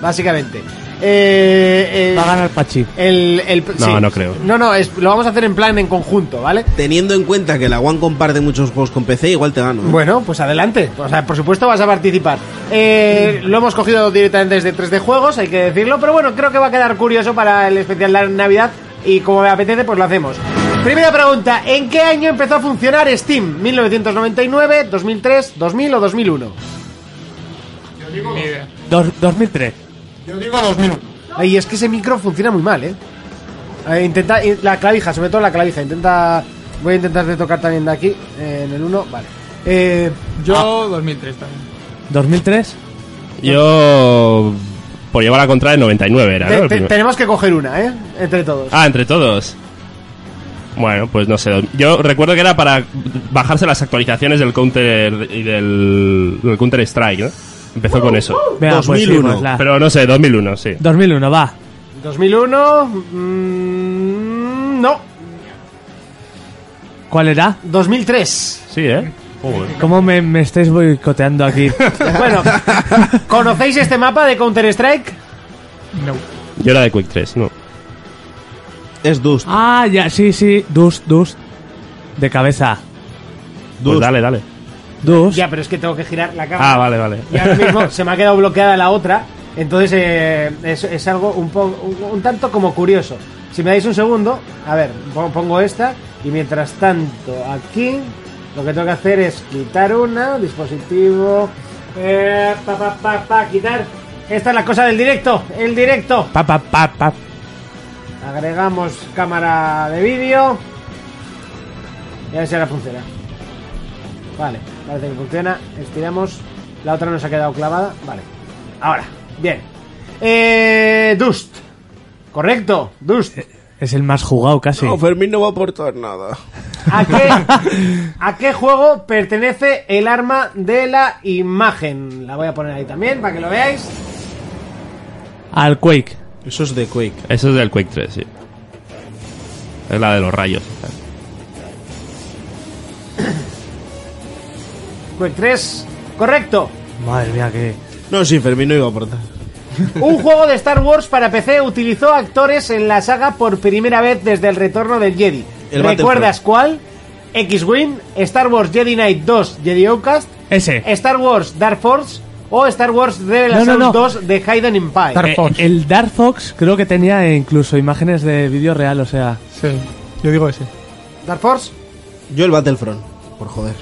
básicamente. Eh, eh, Va a ganar Pachi. el, el- No, sí. no creo. No, no, es- lo vamos a hacer en plan en conjunto, ¿vale? Teniendo en cuenta que la One comparte muchos juegos con PC, igual te gano. ¿eh? Bueno, pues adelante. O sea, por supuesto vas a participar. Eh, lo hemos cogido directamente desde 3D Juegos, hay que decirlo, pero bueno, creo que va a quedar curioso para el especial de Navidad y como me apetece, pues lo hacemos. Primera pregunta, ¿en qué año empezó a funcionar Steam? ¿1999, 2003, 2000 o 2001? Ni idea. Dos- 2003. Yo digo 2001. Ay, es que ese micro funciona muy mal, ¿eh? A ver, intenta eh, la clavija, sobre todo la clavija, intenta... Voy a intentar de tocar también de aquí, eh, en el 1, vale. Eh, Yo 2003 también. 2003. Yo. Por llevar a contra el 99 era, ¿no? te- El te- primero. tenemos que coger una, ¿eh? Entre todos. Ah, entre todos. Bueno, pues no sé. Yo recuerdo que era para bajarse las actualizaciones del Counter y del, del Counter Strike, ¿no? Empezó con eso. Venga, pues sí, 2001. pues la- Pero no sé, 2001, sí. 2001, va. 2001. mm, no, ¿Cuál era? 2003. Sí, ¿eh? ¿Cómo me, me estáis boicoteando aquí? Bueno, ¿conocéis este mapa de Counter-Strike? No. Yo era de Quick 3, no. Es Dust. Ah, ya, sí, sí. Dust, Dust. De cabeza. Pues dale, dale. Dust. Ya, pero es que tengo que girar la cámara. Ah, vale, vale. Y ahora mismo se me ha quedado bloqueada la otra. Entonces eh, es, es algo un, po- un, un tanto como curioso. Si me dais un segundo, a ver, po- pongo esta. Y mientras tanto, aquí lo que tengo que hacer es quitar una, dispositivo. eh, pa, pa, pa, pa, quitar. Esta es la cosa del directo, el directo. Pa, pa, pa, pa. Agregamos cámara de vídeo. Y a ver si ahora funciona. Vale, parece que funciona. Estiramos. La otra nos ha quedado clavada. Vale. Ahora, bien. Eh, Dust. Correcto, Dust. Es el más jugado casi. No, Fermín no va a aportar nada. ¿A qué, ¿A qué juego pertenece el arma de la imagen? La voy a poner ahí también para que lo veáis. Al Quake. Eso es de Quake. Eso es del Quake 3, sí. Es la de los rayos. Quake 3. Correcto. Madre mía, que. No, sí, Fermín no iba a aportar. Un juego de Star Wars para PC utilizó actores en la saga por primera vez desde el retorno del Jedi. El ¿Recuerdas cuál? X-Wing, Star Wars Jedi Knight 2 Jedi Outcast, Ese. Star Wars Dark Force o Star Wars Rebel No, no, Assault no. 2 de Hayden Empire. Eh, el Dark Fox creo que tenía incluso imágenes de vídeo real, o sea. Sí, yo digo ese. Dark Force. Yo el Battlefront, por joder.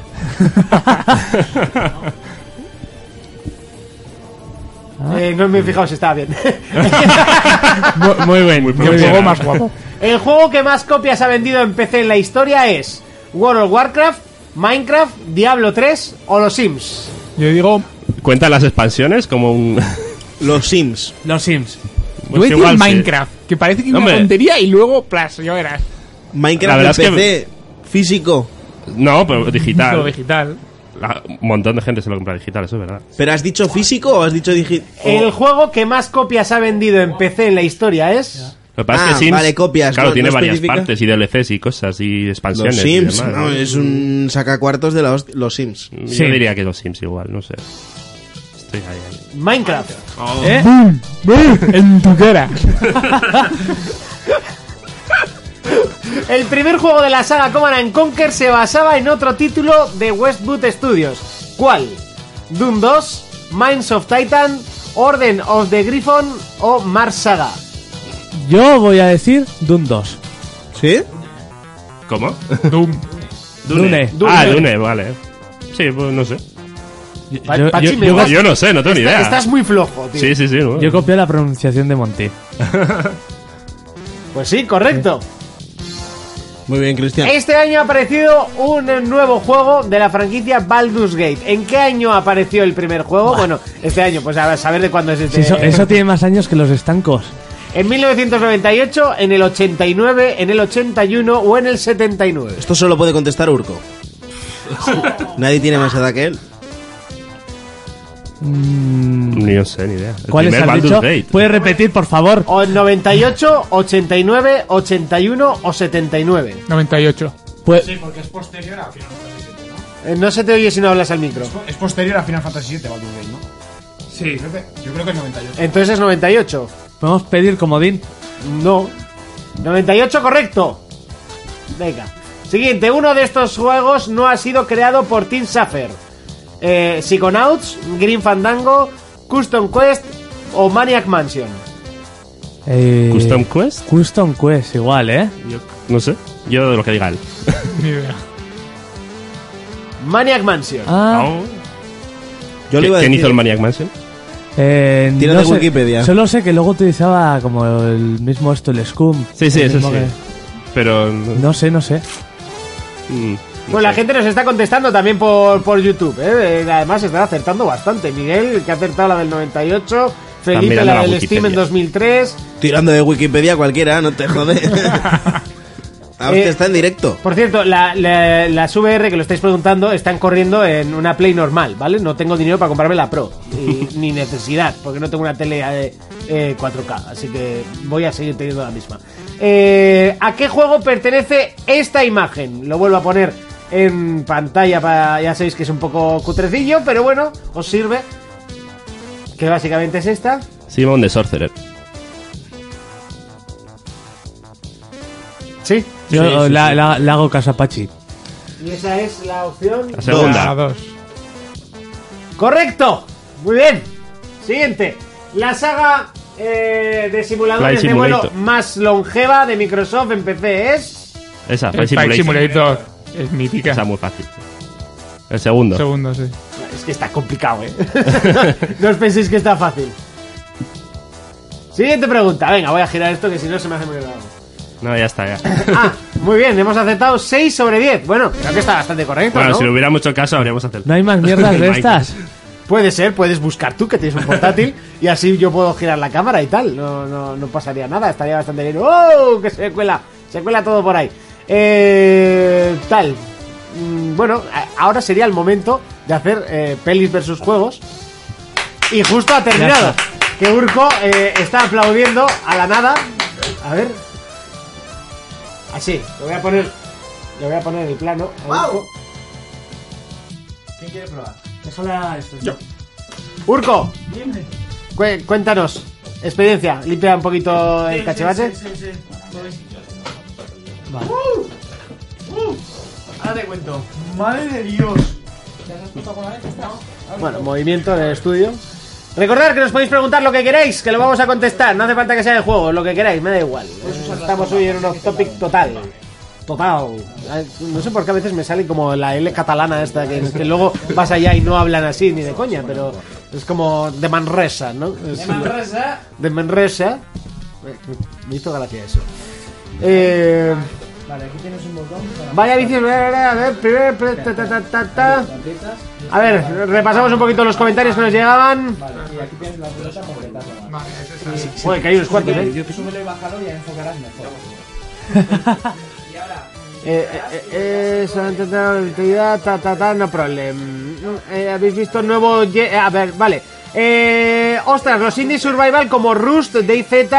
Ah. Eh, no me he fijado si estaba bien. Muy, muy bien, muy El juego más guapo. el juego que más copias ha vendido en PC en la historia es World of Warcraft, Minecraft, Diablo 3 o Los Sims. Yo digo. Pues ¿Cuentan las expansiones como un. Pues Los Sims. Los Sims. Yo voy a decir Minecraft, que parece que es una Hombre. tontería y luego, plas, ya verás. La Minecraft verdad en es que- PC, físico. No, pero digital. Lo digital. La- Ah, un montón de gente se lo compra digital, eso es verdad. ¿Pero has dicho físico o has dicho Oh, digital? El juego que más copias ha vendido en PC en la historia es. Lo que pasa Ah, es que Sims. vale, copias, Claro, no- tiene no varias especifica. partes y DLCs y cosas y expansiones. Los y Sims, demás, no, es un sacacuartos de la hostia. Los Sims. Yo diría que los Sims igual, no sé. Estoy ahí, ahí. Minecraft. ¿Eh? ¡Bum! ¡Bum! En tu cara. El primer juego de la saga Command and Conquer se basaba en otro título de Westwood Studios. ¿Cuál? Doom 2, Minds of Titan, Orden of the Griffon o Mars Saga. Yo voy a decir Doom 2. ¿Sí? ¿Cómo? Doom. Dune. Dune. Ah, Dune, vale. Sí, pues no sé. Pa- Yo- Pachi, yo- me yo- vas- yo no sé, no tengo ni Está- idea. Estás muy flojo, tío. Sí, sí, sí. no. Yo copio la pronunciación de Monty. Pues sí, correcto. Muy bien, Cristian. Este año ha aparecido un nuevo juego de la franquicia Baldur's Gate. ¿En qué año apareció el primer juego? Bueno, este año, pues a saber de cuándo es este. Sí, eso, Eh. eso tiene más años que los estancos. En 1998, en el 89, en el 81 o en el 79. Esto solo puede contestar Urco. Nadie tiene más edad que él. Mm, Ni yo sé, ni idea. El ¿Cuáles primer has Baldur's dicho? Pues- Gate. ¿Puedes repetir, por favor? O 98, 89, 81 o 79. 98. Pues- Sí, porque es posterior a Final Fantasy VII, ¿no? Eh, No se te oye si no hablas al micro. Es posterior a Final Fantasy VII, Baldur's Gate, ¿no? Sí. Creo que- Yo creo que es 98. Entonces es 98. ¿Podemos pedir comodín? No. 98 correcto. Venga. Siguiente, uno de estos juegos no ha sido creado por Team Safer. Eh, Psychonauts, Green Fandango, Custom Quest o Maniac Mansion. Eh, ¿Custom Quest? Custom Quest, igual, ¿eh? Yo no sé. Yo de lo que diga él. Ni idea. Maniac Mansion. Ah. Yo le iba a ¿Quién decir- hizo el Maniac Mansion? Eh, Tira de sé- Wikipedia. Solo sé que luego utilizaba como el mismo esto, el Scum. Sí, sí, El eso sí. mismo que- Pero. mm, No sé, no sé. Pues la gente nos está contestando también por, por YouTube. ¿eh? Eh, Además, están acertando bastante. Miguel, que ha acertado la del 98. Felipe, mirando la la del Wikipedia. Steam en 2003. Tirando de Wikipedia cualquiera, no te jode. Ah, hostia, Eh, está en directo. Por cierto, la- la- las VR que lo estáis preguntando están corriendo en una Play normal, ¿vale? No tengo dinero para comprarme la Pro, y- ni necesidad, porque no tengo una tele eh, eh, 4K, así que voy a seguir teniendo la misma. Eh, ¿A qué juego pertenece esta imagen? Lo vuelvo a poner en pantalla, para, ya sabéis que es un poco cutrecillo, pero bueno, os sirve. Que básicamente es esta. Simon the Sorcerer. Sí. Yo Sí, sí, la, sí. la- le hago caso a Pachi. Y esa es la opción. La segunda. dos. Correcto. Muy bien. Siguiente. La saga eh, de simuladores Flight de vuelo Simulator. más longeva de Microsoft en PC es. Esa, El Flight Flight Simulator. Simulator. Es mítica. Esa muy fácil. El segundo. Segundo, sí. Es que está complicado, eh. No- no os penséis que está fácil. Siguiente pregunta. Venga, voy a girar esto que si no se me hace muy largo. No, ya está, ya. Ah, muy bien, hemos aceptado 6 sobre 10. Bueno, creo que está bastante correcto, Bueno, ¿no? si le hubiéramos hecho caso, habríamos acertado. ¿No hay más mierdas de Minecraft. estas? Puede ser, puedes buscar tú que tienes un portátil y así yo puedo girar la cámara y tal. No, no, no pasaría nada, estaría bastante bien. ¡Oh! Que se cuela, se cuela todo por ahí. Eh, tal. Mm, Bueno, a- ahora sería el momento de hacer eh, pelis versus juegos. Y justo ha terminado. Que Urco eh, está aplaudiendo a la nada. A ver. Así, lo voy a poner. Lo voy a poner en el plano. a Urco. ¿Quién quiere probar? Déjala esto. Yo. Urco, Cué- cuéntanos, experiencia, limpia un poquito el cachivache. Vale. Uh, Ahora te cuento. Madre de Dios. Bueno, movimiento en el estudio. Recordad que nos podéis preguntar lo que queráis, que lo vamos a contestar. No hace falta que sea de juego, lo que queráis, me da igual. Eh, Estamos hoy en un off topic total. Total. Ay, No sé por qué a veces me sale como la L catalana esta, que, que luego vas allá y no hablan así ni de coña, pero es como de Manresa, ¿no? Es- de Manresa. Eh, Me hizo gracia eso. Eh, Vale, aquí tienes un botón. vaya bici, a ver, a ver, primero, pre- ta, ta, ta, ta, ta. A ver, repasamos un poquito los comentarios que nos llegaban. aquí tienes la pelota completa. Vale, Joder, que hay unos cuantos, ¿eh? Súbelo y bájalo y enfocarás mejor. Eh, eh, eh, eh, se ha intentado la actividad, ta, ta, ta, no problem. Eh, ¿Habéis visto el nuevo... Ye- eh, a ver, vale. Eh, ostras, los indie survival como Rust, DayZ,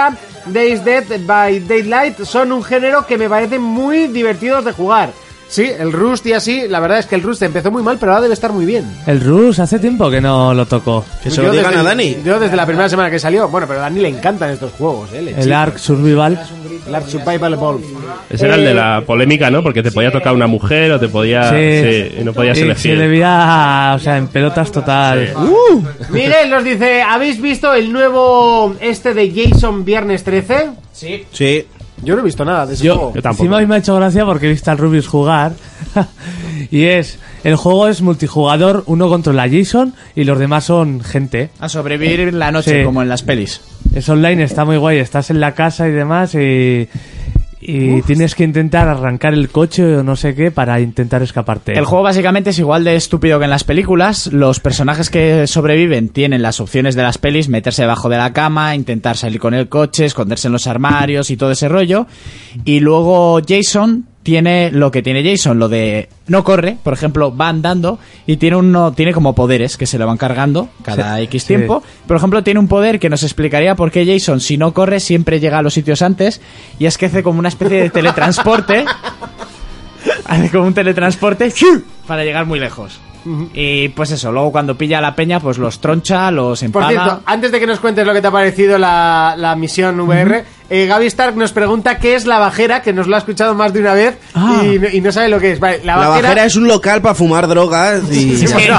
Days Dead by Daylight son un género que me parecen muy divertidos de jugar. Sí, el Rust y así, la verdad es que el Rust empezó muy mal, pero ahora debe estar muy bien. El Rus hace tiempo que no lo tocó. Yo desde- Yo desde la primera semana que salió, bueno, pero a Dani le encantan estos juegos, ¿eh? le El chifla. Ark Survival. El Ark Survival Evolved. Ese era el de Eh, la polémica, ¿no? Porque te podía tocar una mujer o te podía. Ah, Sí, y no podías Y Se elegir. Eh, le veía, o sea, en pelotas total. Sí. ¡Uh! Miguel nos dice, ¿habéis visto el nuevo este de Jason Viernes 13? Sí. Sí. Yo no he visto nada de ese juego. Encima a mí me ha hecho gracia porque he visto al Rubius jugar. y es, el juego es multijugador, uno controla a Jason y los demás son gente. A sobrevivir la noche, Sí. como en las pelis. Es online, está muy guay, estás en la casa y demás y... y tienes que intentar arrancar el coche o no sé qué para intentar escaparte. El juego básicamente es igual de estúpido que en las películas. Los personajes que sobreviven tienen las opciones de las pelis, meterse debajo de la cama, intentar salir con el coche, esconderse en los armarios y todo ese rollo. Y luego Jason tiene lo que tiene Jason, lo de no corre, por ejemplo, va andando y tiene uno tiene como poderes que se le van cargando cada Sí, X sí. tiempo. Por ejemplo, tiene un poder que nos explicaría por qué Jason si no corre siempre llega a los sitios antes y es que hace como una especie de teletransporte. hace como un teletransporte ¡fiu! para llegar muy lejos. Y pues eso, luego cuando pilla a la peña, pues los troncha, los Por empala. cierto, antes de que nos cuentes lo que te ha parecido la, la misión VR, eh, Gaby Stark nos pregunta qué es la bajera, que nos lo ha escuchado más de una vez y, no- y no sabe lo que es. Vale, la La bajera, bajera es un local para fumar drogas y... Sí, bueno,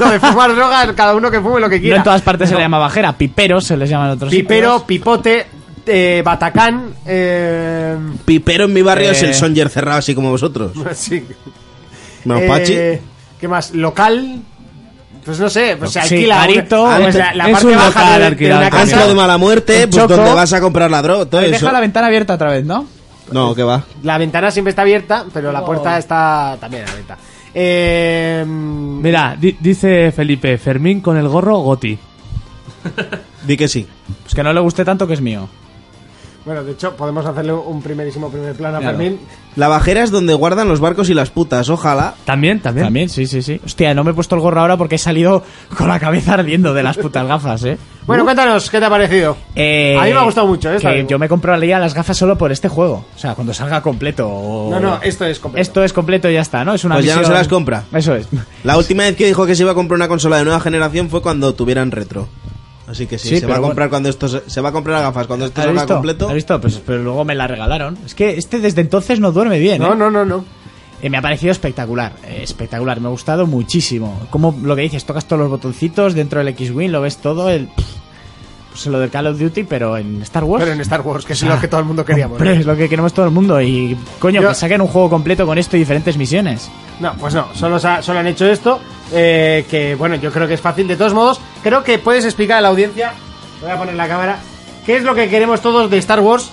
lo de fumar drogas, cada uno que fume lo que No quiera. en todas partes se le llama bajera, piperos se les llama en otros sitios. Pipero, pipote, eh, batacán. eh, Pipero en mi barrio Eh. es el Songer cerrado así como vosotros. sí. Mapachi. Eh, ¿Qué más? ¿Local? Pues no sé, pues se Sí, alquila. una- carito, pues es- la, la es parte un baja local de- de, alquilado, una Antes casa. lo de mala muerte, Un pues choco. donde vas a comprar la droga, todo A ver, eso. deja la ventana abierta otra vez, ¿no? No, que va. La ventana siempre está abierta, pero Oh. la puerta está también abierta. Eh, Mira, di- dice Felipe, Fermín con el gorro Goti. Di que sí. Pues que no le guste tanto que es mío. bueno, de hecho, podemos hacerle un primerísimo primer plano a Claro. Fermín. La bajera es donde guardan los barcos y las putas, ojalá. También, también. También, sí, sí, sí. Hostia, no me he puesto el gorro ahora porque he salido con la cabeza ardiendo de las putas gafas, ¿eh? Bueno, Uh. cuéntanos, ¿qué te ha parecido? Eh, a mí me ha gustado mucho, ¿eh? Está que bien. yo me compraría las gafas solo por este juego. O sea, cuando salga completo. Oh. o- No, no, esto es completo. Esto es completo y ya está, ¿no? Es una Pues ya no misión- se las compra. Eso es. La última vez que dijo que se iba a comprar una consola de nueva generación fue cuando tuvieran retro. Así que sí, Sí, se va a pero comprar cuando esto se, se va a comprar gafas cuando esto ¿Has salga visto? completo. ¿Has visto? Pues, pero luego me la regalaron. Es que este desde entonces no duerme bien. No, ¿eh? no, no, no. Eh, me ha parecido espectacular, eh, espectacular, me ha gustado muchísimo. Como lo que dices, tocas todos los botoncitos dentro del X-Wing, lo ves todo, el... Pues lo del Call of Duty, pero en Star Wars. Pero en Star Wars, que es Ah. lo que todo el mundo queríamos. Hombre, es lo que queremos todo el mundo y coño, Yo- que saquen un juego completo con esto y diferentes misiones. No, pues no, solo, sa- solo han hecho esto, eh, que bueno, yo creo que es fácil. De todos modos, creo que puedes explicar a la audiencia, voy a poner la cámara, qué es lo que queremos todos de Star Wars,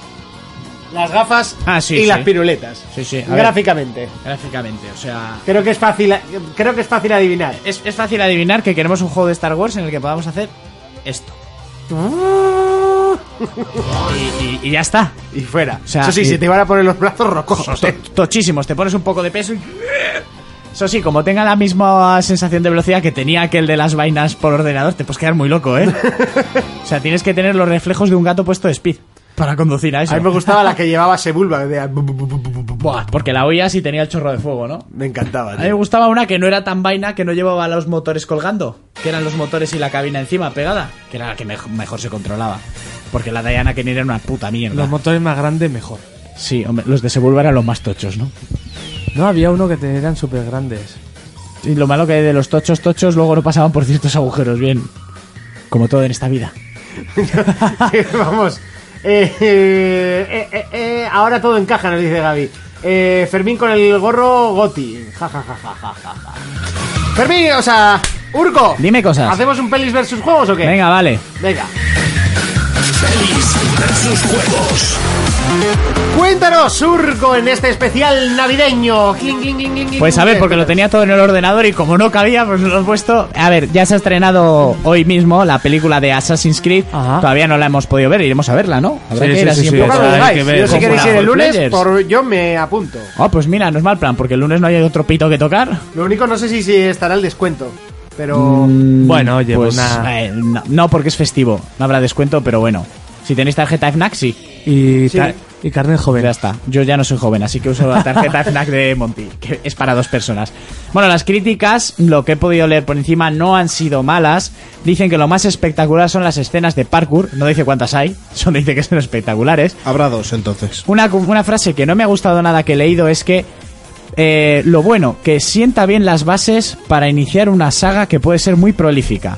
las gafas Ah, sí, y sí. las piruletas. Sí, sí, a ver. Gráficamente. Gráficamente, o sea, Creo que es fácil, creo que es fácil adivinar. es, es fácil adivinar que queremos un juego de Star Wars en el que podamos hacer esto. Y, y- y ya está. Y fuera. O sea, Eso sí, y- se te van a poner los brazos rocosos. eh. tochísimos, te pones un poco de peso y... Eso sí, como tenga la misma sensación de velocidad que tenía aquel de las vainas por ordenador, te puedes quedar muy loco, ¿eh? O sea, tienes que tener los reflejos de un gato puesto de speed para conducir a eso. A mí me gustaba la que llevaba Sebulba. de- Buah, porque la oías y tenía el chorro de fuego, ¿no? Me encantaba. A mí me gustaba una que no era tan vaina que no llevaba los motores colgando, que eran los motores y la cabina encima pegada, que era la que mej- mejor se controlaba. Porque la Diana Kenny era una puta mierda. Los motores más grandes, mejor. Sí, hombre, los de Sebulba eran los más tochos, ¿no? No, había uno que te- eran súper grandes. Y lo malo que de los tochos tochos luego no pasaban por ciertos agujeros, bien. Como todo en esta vida. Vamos. Eh, eh, eh, eh, ahora todo encaja, nos dice Gaby. Eh, Fermín con el gorro Goti. Ja, ja, ja, ja, ja, ja, ja. Fermín, o sea, Urco. Dime cosas. ¿Hacemos un pelis versus juegos o qué? Venga, vale. Venga. Feliz versus juegos. Cuéntanos, Urco, en este especial navideño. Cling, cling, cling, cling, Pues a cling. ver, porque lo tenía todo en el ordenador y como no cabía, pues lo he puesto. A ver, ya se ha estrenado hoy mismo la película de Assassin's Creed. Todavía no la hemos podido ver, iremos a verla, ¿no? Habrá Sí, que ir sí, así sí, un sí, poco eso a los hay guys. que ver. Yo si queréis ir el lunes, Players. por, yo me apunto. Ah, pues mira, no es mal plan, porque el lunes no hay otro pito que tocar. Lo único, no sé si, si estará el descuento. Pero. Bueno, oye, Pues, una- eh, no, no, porque es festivo, no habrá descuento, pero bueno. Si tenéis tarjeta FNAC, sí. Y, Sí. ta- y carne joven. Ya está. Yo ya no soy joven, así que uso la tarjeta FNAC de Monty, que es para dos personas. Bueno, las críticas, lo que he podido leer por encima, no han sido malas. Dicen que lo más espectacular son las escenas de parkour. No dice cuántas hay, solo dice que son espectaculares. Habrá dos entonces. Una, cu- una frase que no me ha gustado nada que he leído es que eh, lo bueno, que sienta bien las bases para iniciar una saga que puede ser muy prolífica.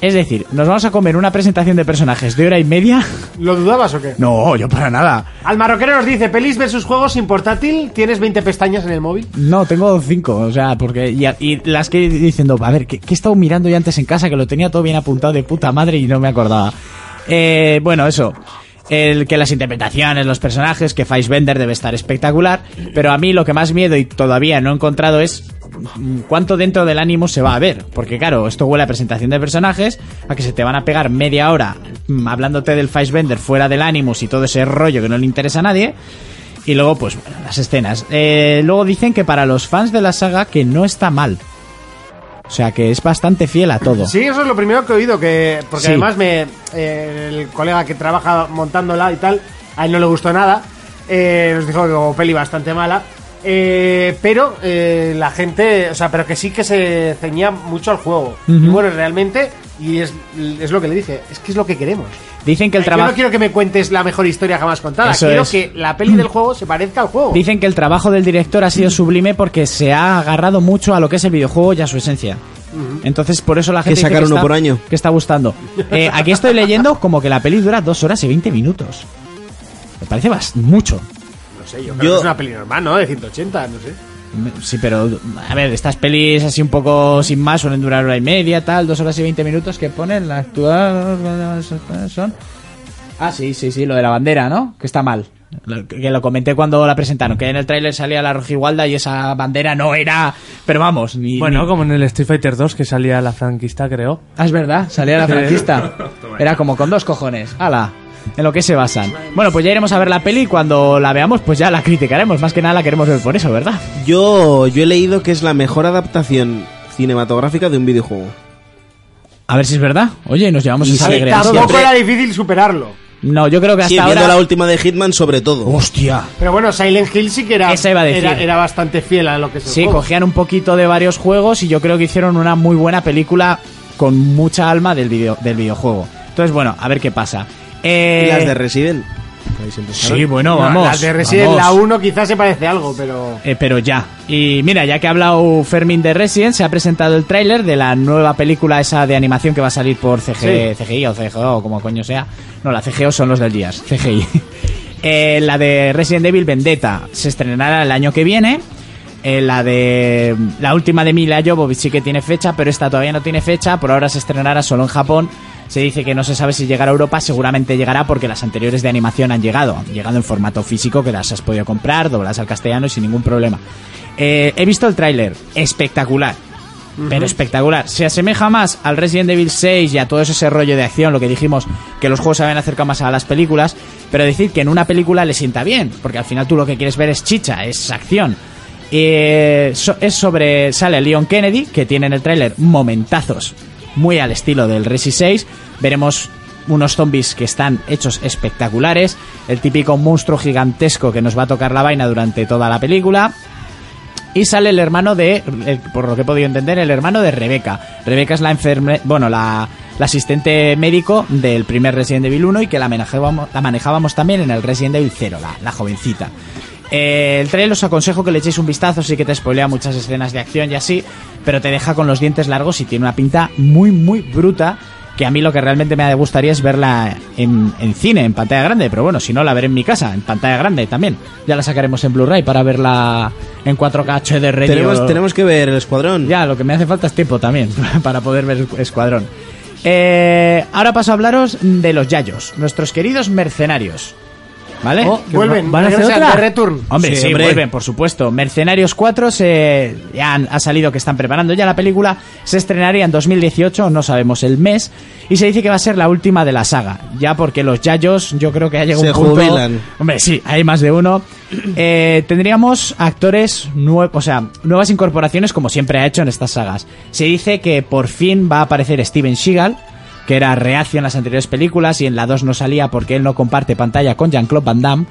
Es decir, nos vamos a comer una presentación de personajes de hora y media. ¿Lo dudabas o qué? No, yo para nada. Al marroquero nos dice: pelis versus juegos sin portátil. ¿Tienes 20 pestañas en el móvil? No, tengo cinco, o sea, porque... Y, y las que he ido diciendo, a ver, ¿qué, qué he estado mirando yo antes en casa? Que lo tenía todo bien apuntado de puta madre y no me acordaba. Eh, bueno, eso. El que las interpretaciones, los personajes, que Fassbender debe estar espectacular, pero a mí lo que más miedo y todavía no he encontrado es mm, cuánto dentro del ánimo se va a ver. Porque claro, esto huele a presentación de personajes, a que se te van a pegar media hora mm, hablándote del Fassbender fuera del ánimo y todo ese rollo que no le interesa a nadie. Y luego, pues bueno, las escenas. Eh, luego dicen que para los fans de la saga que no está mal. O sea, que es bastante fiel a todo. Sí, eso es lo primero que he oído, que porque Sí. además me eh, el colega que trabaja montándola y tal, a él no le gustó nada, eh, nos dijo que como peli bastante mala, eh, pero eh, la gente, o sea, pero que sí que se ceñía mucho al juego. Ujú. Y bueno, realmente, y es, es lo que le dije, es que es lo que queremos. Dicen que el Yo trabajo... no quiero que me cuentes la mejor historia jamás contada, Eso quiero es. que la peli del juego se parezca al juego. Dicen que el trabajo del director ha sido sublime porque se ha agarrado mucho a lo que es el videojuego y a su esencia. Entonces, por eso la Que gente. dice sacar uno está- por año. Que está gustando. Eh, aquí estoy leyendo como que la peli dura dos horas y 20 minutos. Me parece bas- mucho. No sé, yo creo que es una peli normal, ¿no? De 180, no sé. Sí, pero a ver, estas pelis así un poco sin más suelen durar hora y media, tal, dos horas y 20 minutos que ponen la actual. Son. Ah, sí, sí, sí, lo de la bandera, ¿no? Que está mal. Lo- Que lo comenté cuando la presentaron, que en el tráiler salía la rojigualda y esa bandera no era. Pero vamos, ni. Bueno, ni- como en el Street Fighter 2 que salía la franquista, creo. Ah, es verdad, salía la franquista. Era como con dos cojones. Ala. En lo que se basan. Bueno, pues ya iremos a ver la peli y cuando la veamos, pues ya la criticaremos. Más que nada la queremos ver por eso, ¿verdad? Yo, yo he leído que es la mejor adaptación cinematográfica de un videojuego. A ver si es verdad. Oye, nos llevamos esa alegría. Tampoco era difícil superarlo. No, yo creo que hasta Sí, viendo ahora. la última de Hitman sobre todo. Hostia. Pero bueno, Silent Hill sí que era, Esa iba a decir. era, era bastante fiel a lo que se Sí, cogían un poquito de varios juegos y yo creo que hicieron una muy buena película con mucha alma del, video, del videojuego. Entonces, bueno, a ver qué pasa. Eh, Y las de Resident. Sí, bueno, vamos. Las de Resident vamos. la 1 quizás se parece algo, pero. Eh, pero ya. Y mira, ya que ha hablado Fermín de Resident, se ha presentado el tráiler de la nueva película esa de animación que va a salir por CG, Sí. CGI o CGO, o como coño sea. No, la CGO son los del Gears, CGI. Eh, la de Resident Evil Vendetta se estrenará el año que viene. Eh, la de la última de Mila Jovovich sí que tiene fecha, pero esta todavía no tiene fecha. Por ahora se estrenará solo en Japón. Se dice que no se sabe si llegará a Europa, seguramente llegará porque las anteriores de animación han llegado. Han llegado en formato físico que las has podido comprar, dobladas al castellano y sin ningún problema. Eh, he visto el tráiler, espectacular. Pero espectacular. Se asemeja más al Resident Evil 6 y a todo ese rollo de acción, lo que dijimos, que los juegos se habían acercado más a las películas, pero decir que en una película le sienta bien, porque al final tú lo que quieres ver es chicha, es acción. Eh, so- es sobre. Sale Leon Kennedy, que tiene en el tráiler momentazos, muy al estilo del Resi 6. Veremos unos zombies que están hechos espectaculares, el típico monstruo gigantesco que nos va a tocar la vaina durante toda la película. Y sale el hermano de, el- por lo que he podido entender, el hermano de Rebeca. Rebeca es la enferme, bueno, la, la asistente médico del primer Resident Evil 1 y que la manejábamos, la manejábamos también en el Resident Evil 0, la, la jovencita. Eh, el trailer os aconsejo que le echéis un vistazo, sí que te spoilea muchas escenas de acción y así, pero te deja con los dientes largos y tiene una pinta muy, muy bruta. Que a mí lo que realmente me gustaría es verla en, en cine, en pantalla grande, pero bueno, si no, la veré en mi casa, en pantalla grande también. Ya la sacaremos en Blu-ray para verla en 4K de Radio. Tenemos, tenemos que ver el escuadrón. Ya, lo que me hace falta es tiempo también para poder ver Escuadrón. Eh, ahora paso a hablaros de los Yayos, nuestros queridos mercenarios. ¿Vale? Oh, que vuelven, van a hacer regresan, otra. de return. Hombre, Sí, sí, hombre. vuelven, por supuesto. Mercenarios 4 se, ya han- ha salido que están preparando ya la película. Se estrenaría en 2018, no sabemos el mes. Y se dice que va a ser la última de la saga. Ya porque los Yayos, yo creo que ha llegado Se un punto. jubilan. Hombre, sí, hay más de uno. Eh, tendríamos actores nuevos, o sea, nuevas incorporaciones como siempre ha hecho en estas sagas. Se dice que por fin va a aparecer Steven Seagal, que era reacio en las anteriores películas y en la 2 no salía porque él no comparte pantalla con Jean-Claude Van Damme.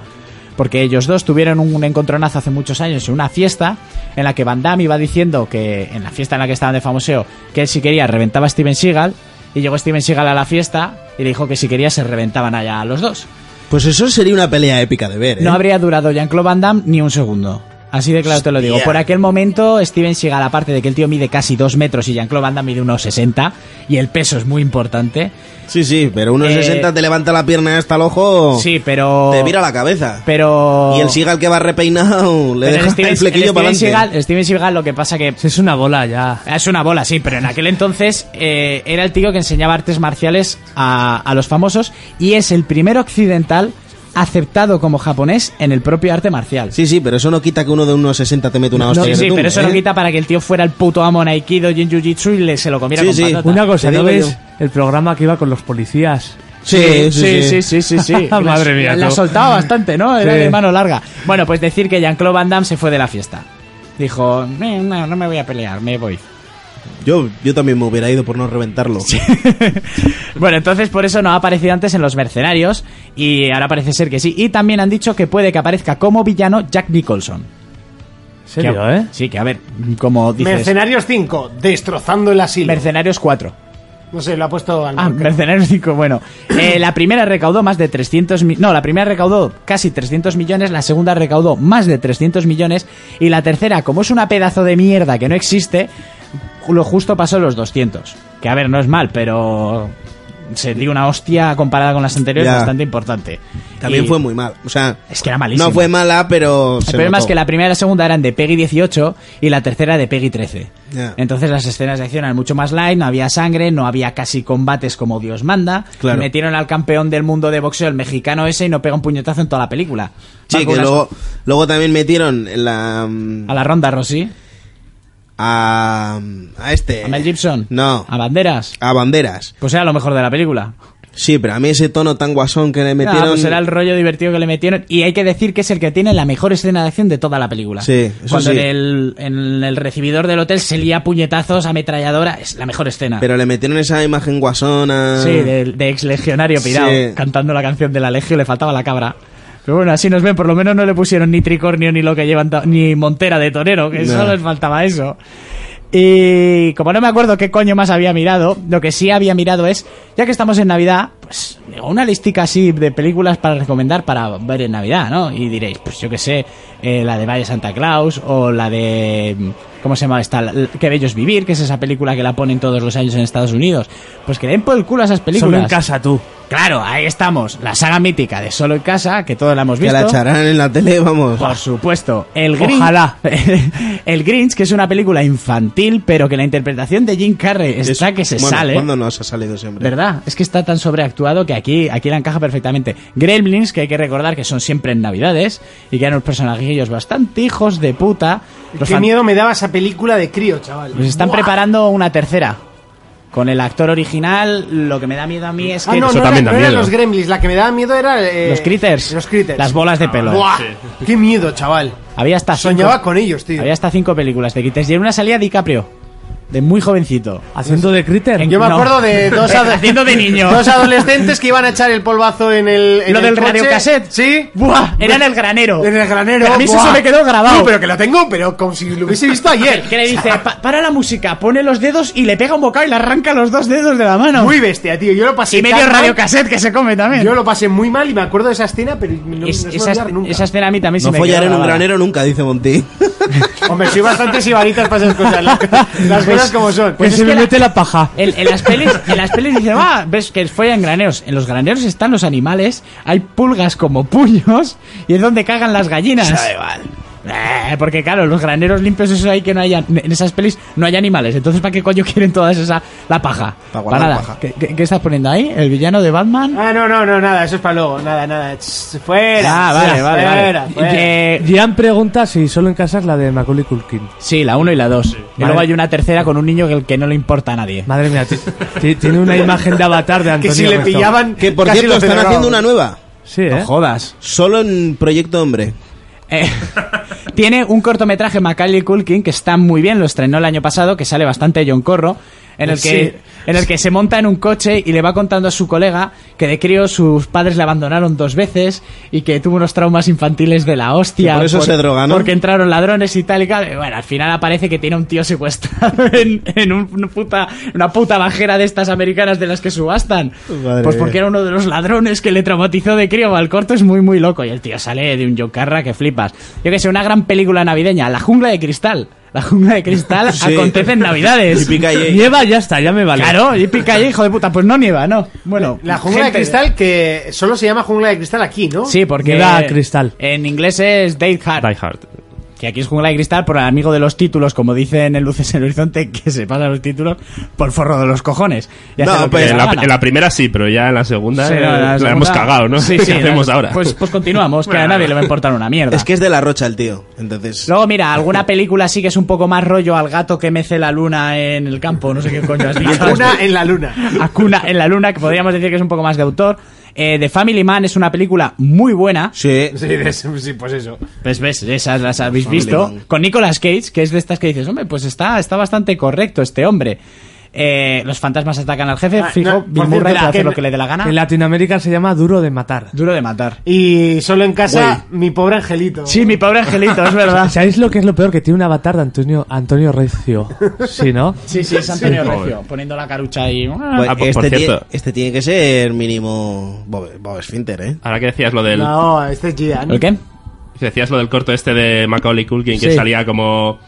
Porque ellos dos tuvieron un encontronazo hace muchos años en una fiesta en la que Van Damme iba diciendo que, en la fiesta en la que estaban de famoseo, que él si quería reventaba a Steven Seagal. Y llegó Steven Seagal a la fiesta y le dijo que si quería se reventaban allá los dos. Pues eso sería una pelea épica de ver, ¿eh? No habría durado Jean-Claude Van Damme ni un segundo. Así de claro te lo digo. Hostia. Por aquel momento, Steven Seagal, aparte de que el tío mide casi 2 metros y Jean-Claude Van Damme mide unos 60, y el peso es muy importante. Sí, sí, pero unos Eh, 60 te levanta la pierna hasta el ojo. Sí, pero. Oh. Te mira la cabeza. Pero. Y el Sigal que va repeinado le Pero deja el, Steven, flequillo el para Steven, adelante. Seagal, Steven Seagal lo que pasa que... Es una bola ya. Es una bola, sí, pero en aquel entonces eh, era el tío que enseñaba artes marciales a, a los famosos y es el primer occidental aceptado como japonés en el propio arte marcial. Sí, sí, pero eso no quita que uno de unos 60 te mete una hostia. No, que sí, te sí, tumbe, pero eso ¿eh? no quita para que el tío fuera el puto amo en Aikido y en Jiu-Jitsu y le, se lo comiera con patata. Una cosa, ¿no ves el programa que iba con los policías? Sí, sí, sí, sí, sí, sí. Madre mía, La tú. soltaba bastante, ¿no? Era Sí. de mano larga. Bueno, pues decir que Jean-Claude Van Damme se fue de la fiesta. Dijo, "Eh, no, no me voy a pelear, me voy. Yo, yo también me hubiera ido por no reventarlo. Bueno, entonces por eso no ha aparecido antes en Los Mercenarios y ahora parece ser que sí. Y también han dicho que puede que aparezca como villano Jack Nicholson. serio, eh? Que a- Sí, que a ver, como dices... Mercenarios 5, destrozando el asilo. Mercenarios 4. No sé, lo ha puesto al Ah, Mercenarios 5, bueno. Eh, la primera recaudó más de 300 mi- No, la primera recaudó casi 300 millones, la segunda recaudó más de 300 millones y la tercera, como es una pedazo de mierda que no existe, lo justo pasó los 200. Que a ver, no es mal, pero se dio una hostia comparada con las anteriores Ya. bastante importante. También Y- fue muy mal. O sea, es que era malísima. no fue mala, pero. El problema es que la primera y la segunda eran de Peggy 18 y la tercera de Peggy 13. Ya. Entonces las escenas de acción eran mucho más light, no había sangre, no había casi combates como Dios manda. Claro. Metieron al campeón del mundo de boxeo, el mexicano ese, y no pega un puñetazo en toda la película. Va Sí, con que unas- luego, luego también metieron la. mm, A la ronda, Rosy. A. A este. A Mel Gibson. No. A banderas. A banderas. Pues era lo mejor de la película. Sí, pero a mí ese tono tan guasón que le Ah, metieron. pues era el rollo divertido que le metieron. Y hay que decir que es el que tiene la mejor escena de acción de toda la película. Sí, eso Cuando sí. en, el, en el recibidor del hotel se lía puñetazos, ametralladora, es la mejor escena. Pero le metieron esa imagen guasona. Sí, de, de ex legionario pirado, Sí. cantando la canción de la legio, le faltaba la cabra. Pero bueno, así nos ven, por lo menos no le pusieron ni tricornio ni lo que llevan, ta- ni montera de torero, que No. solo les faltaba eso. Y como no me acuerdo qué coño más había mirado, lo que sí había mirado es, ya que estamos en Navidad, pues digo, una listica así de películas para recomendar para ver en Navidad, ¿no? Y diréis, pues yo qué sé, eh, la de Valle Santa Claus o la de... mm, ¿Cómo se llama esta? La- la- Qué bello es vivir, que es esa película que la ponen todos los años en Estados Unidos. Pues que le den por el culo a esas películas. Solo en casa tú. Claro, ahí estamos. La saga mítica de Solo en Casa, que todos la hemos Que visto. Pues la echarán en la tele, vamos. Por supuesto. El Grinch. Ojalá. el Grinch, que es una película infantil, pero que la interpretación de Jim Carrey está que se Bueno, sale. ¿eh? ¿Cuándo nos ha salido ese hombre? ¿Verdad? Es que está tan sobreactuado que aquí, aquí la encaja perfectamente. Gremlins, que hay que recordar que son siempre en Navidades y que eran unos personajillos bastante hijos de puta. Los Qué fan- miedo me daba esa película de crío, chaval. Pues están Buah. preparando una tercera. Con el actor original, lo que me da miedo a mí es que. Ah, no, no, era- no eran los gremlins, la que me daba miedo era... eh, Los critters. Los critters. Ah, Las bolas de pelo. Buah, Sí. Qué miedo, chaval. Había hasta cinco- Soñaba con ellos, tío. Había hasta cinco películas de Critters. Y en una salía DiCaprio. De muy jovencito. ¿Haciendo de Critter? Yo me acuerdo de dos, ado- Haciendo de niño. dos adolescentes que iban a echar el polvazo en el. en Lo el del coche. radiocassette. Sí. Buah, era en el granero. En el granero. A mí eso buah. se me quedó grabado. No, pero que lo tengo, pero como si lo hubiese visto ayer. Que le dice, "Pa- para la música, pone los dedos y le pega un bocado y le arranca los dos dedos de la mano. Muy bestia, tío. Yo lo pasé. Y medio tan mal. radiocassette que se come también. Yo lo pasé muy mal y me acuerdo de esa escena, pero no, Es- no se me esa, olvidar nunca. esa escena a mí también No se me quedó follar en un grabada. granero nunca, dice Monti. Hombre, soy bastante sibaritas para esas cosas. Las, las cosas como son. Pues que se es me que la- mete la paja. En, en las pelis, en las pelis dicen, ah, ves que follan graneros. En los graneros están los animales, hay pulgas como puños y es donde cagan las gallinas. Eh, porque claro, los graneros limpios eso hay que no haya en esas pelis no hay animales. Entonces para qué coño quieren todas esa la paja. Para guardar nada. paja. ¿Qué, qué- qué estás poniendo ahí? El villano de Batman. Ah, no, no, no, nada. Eso es para luego. Nada, nada. Ch, Fuera. Ah, vale, fuera, vale, vale. fuera, fuera. Eh, Gian pregunta si solo en casa es la de Macaulay Culkin. Sí, la 1 y la 2. Y Vale. luego hay una tercera con un niño que, que no le importa a nadie. Madre mía, ti- ti- tiene una imagen de avatar de Antonio. Mesto. Que por cierto, están haciendo una nueva. Sí, ¿eh? No jodas. Solo en Proyecto Hombre. Eh, tiene un cortometraje Macaulay Culkin que está muy bien, lo estrenó el año pasado, que sale bastante John Corro, en el que Sí. en el que se monta en un coche y le va contando a su colega que de crío sus padres le abandonaron dos veces y que tuvo unos traumas infantiles de la hostia. Que por eso se droga, ¿no? Porque entraron ladrones y tal y tal. Y Bueno, al final aparece que tiene un tío secuestrado en, en un- una, puta, una puta bajera de estas americanas de las que subastan. Madre pues mía. porque era uno de los ladrones que le traumatizó de crío. El corto es muy, muy loco. Y el tío sale de un yocarra que flipas. Yo que sé, una gran película navideña. La jungla de cristal. La jungla de cristal Sí. acontece en Navidades. Yippee-ki-yay. Nieva, ya está, ya me vale. Claro, y pica hijo de puta. Pues no nieva, no. Bueno, La jungla gente- de cristal que solo se llama jungla de cristal aquí, ¿no? Sí, porque Nieva cristal. en inglés es Date Hard. Die Hard. Que que aquí es jungla de cristal por amigo de los títulos, como dicen en Luces en el Horizonte, que se pasan los títulos por forro de los cojones. Y hace No, lo que pues les en da la, la gana. en la primera sí, pero ya en la segunda, Sí, eh, no, la, segunda- hemos cagado, ¿no? Sí, sí, ¿Qué hacemos no, ahora? Pues, pues continuamos, que a nadie le va a importar una mierda. Es que es de la rocha el tío, entonces... Luego, mira, alguna película sí que es un poco más rollo al gato que mece la luna en el campo, no sé qué coño has dicho. Hakuna en la luna. Hakuna en la luna, que podríamos decir que es un poco más de autor. Eh, The Family Man es una película muy buena. Sí. Sí, de eso- sí, pues eso. Pues ves, esas las habéis Family visto. Man. Con Nicolas Cage, que es de estas que dices, hombre, pues está, está bastante correcto este hombre. Eh, los fantasmas atacan al jefe, Ah, fijo, no, Bill por Murray cierto, puede hacer que- lo que le dé la gana. En Latinoamérica se llama Duro de Matar. Duro de matar. Y solo en casa, mi pobre angelito. Sí, mi pobre angelito, es verdad. ¿Sabéis lo que es lo peor? Que tiene un avatar de Antonio, Antonio Recio. Sí, ¿no? Sí, sí, es Antonio Sí. Recio, poniendo la carucha ahí. Pues Ah, por- este, por tiene, cierto. este tiene que ser mínimo Bob, Bob Esfínter, ¿eh? Ahora que decías lo del... No, este es Ah. Gian. Decías lo del corto este de Macaulay Culkin que Sí. salía como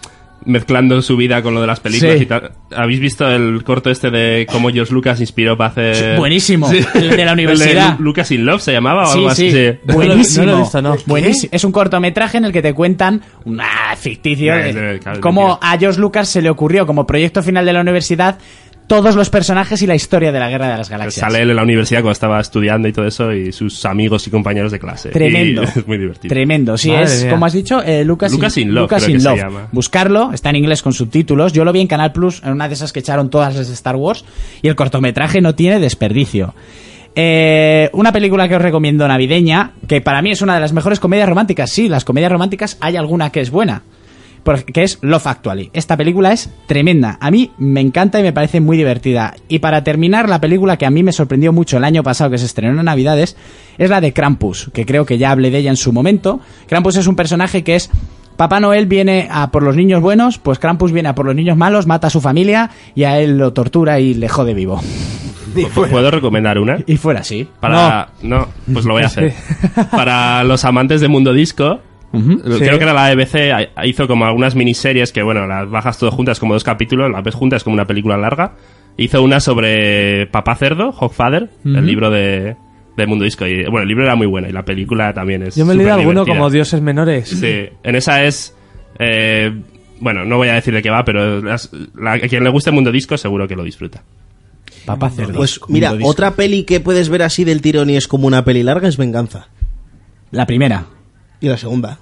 mezclando su vida con lo de las películas Sí. y tal. ¿Habéis visto el corto este de cómo George Lucas inspiró para hacer... Buenísimo, el de la universidad. Lu- Lucas in Love se llamaba o Sí, algo sí. así. sí. Buenísimo. Buenísimo. Es un cortometraje en el que te cuentan una ficticio Ya, de es de- claro, es cómo a George Lucas se le ocurrió como proyecto final de la universidad todos los personajes y la historia de la Guerra de las Galaxias. Sale él en la universidad cuando estaba estudiando y todo eso y sus amigos y compañeros de clase. Tremendo. Y es muy divertido. Tremendo, sí, Madre es, mía. como has dicho, eh, Lucas, Lucas in Love, Lucas creo in que se Love. llama. Buscarlo, está en inglés con subtítulos. Yo lo vi en Canal Plus, en una de esas que echaron todas las de Star Wars, y el cortometraje no tiene desperdicio. Eh, una película que os recomiendo navideña, que para mí es una de las mejores comedias románticas. Sí, las comedias románticas hay alguna que es buena, por- que es Love Actually. Esta película es tremenda. A mí me encanta y me parece muy divertida. Y para terminar, la película que a mí me sorprendió mucho el año pasado, que se estrenó en Navidades, es la de Krampus, que creo que ya hablé de ella en su momento. Krampus es un personaje que es... Papá Noel viene a por los niños buenos, pues Krampus viene a por los niños malos, mata a su familia y a él lo tortura y le jode vivo. ¿Puedo ¿Puedo recomendar una? Y fuera así. Para... No. pues lo voy a hacer. Para los amantes de Mundo Disco, creo Sí. que era la ABC, a- hizo como algunas miniseries que, bueno, las bajas todas juntas como dos capítulos, las ves juntas como una película larga. Hizo una sobre Papá Cerdo, Hogfather, Ujú. el libro de, de Mundo Disco. Y, bueno, el libro era muy bueno y la película también es Yo me he leído superdivertida. alguno como Dioses Menores. Sí, en esa es. eh, bueno, no voy a decir de qué va, pero las- la- a quien le guste Mundo Disco seguro que lo disfruta. Papá Pues mira, otra peli que puedes ver así del tirón y es como una peli larga es Venganza. La primera. Y la segunda.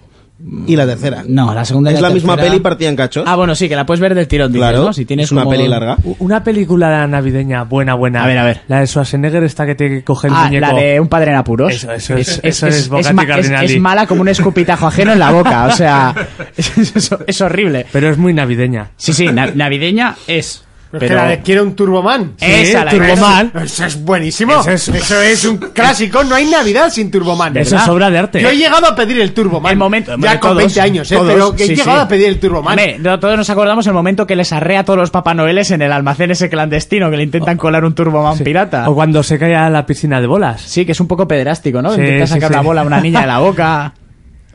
Y la tercera. No, la segunda y Es Mm. la la, misma tercera- peli partida en cachos. Ah, bueno, sí, que la puedes ver del tirón, dices, Claro, ¿no? Si tienes es una como- peli larga. U- Una película navideña buena, buena. A ver, a ver. La de Schwarzenegger esta que tiene que coger el Ah, muñeco. la de un padre en apuros. Eso, eso es- eso es Bocati ma- Cardinali. es mala como un escupitajo ajeno en la boca, o sea, es, es- es horrible. Pero es muy navideña. Sí, sí, na- navideña es. Pero... es que la de quiero un Turboman. Sí, Esa, la de- Turboman. Eso es buenísimo. Eso Eso es- es... un clásico. No hay Navidad sin Turboman. Eso ¿verdad? es obra de arte. Yo he llegado a pedir el Turboman. El momento. Ya Hombre, con todos, 20 años, ¿eh? todos, pero que sí, he llegado sí. a pedir el Turboman. Hombre, no- todos nos acordamos el momento que les arrea a todos los Papá Noeles en el almacén ese clandestino que le intentan colar un Turboman pirata. O cuando se cae a la piscina de bolas. Sí, que es un poco pederástico, ¿no? Sí, Intenta sí, sacar sí. la bola a una niña de la boca.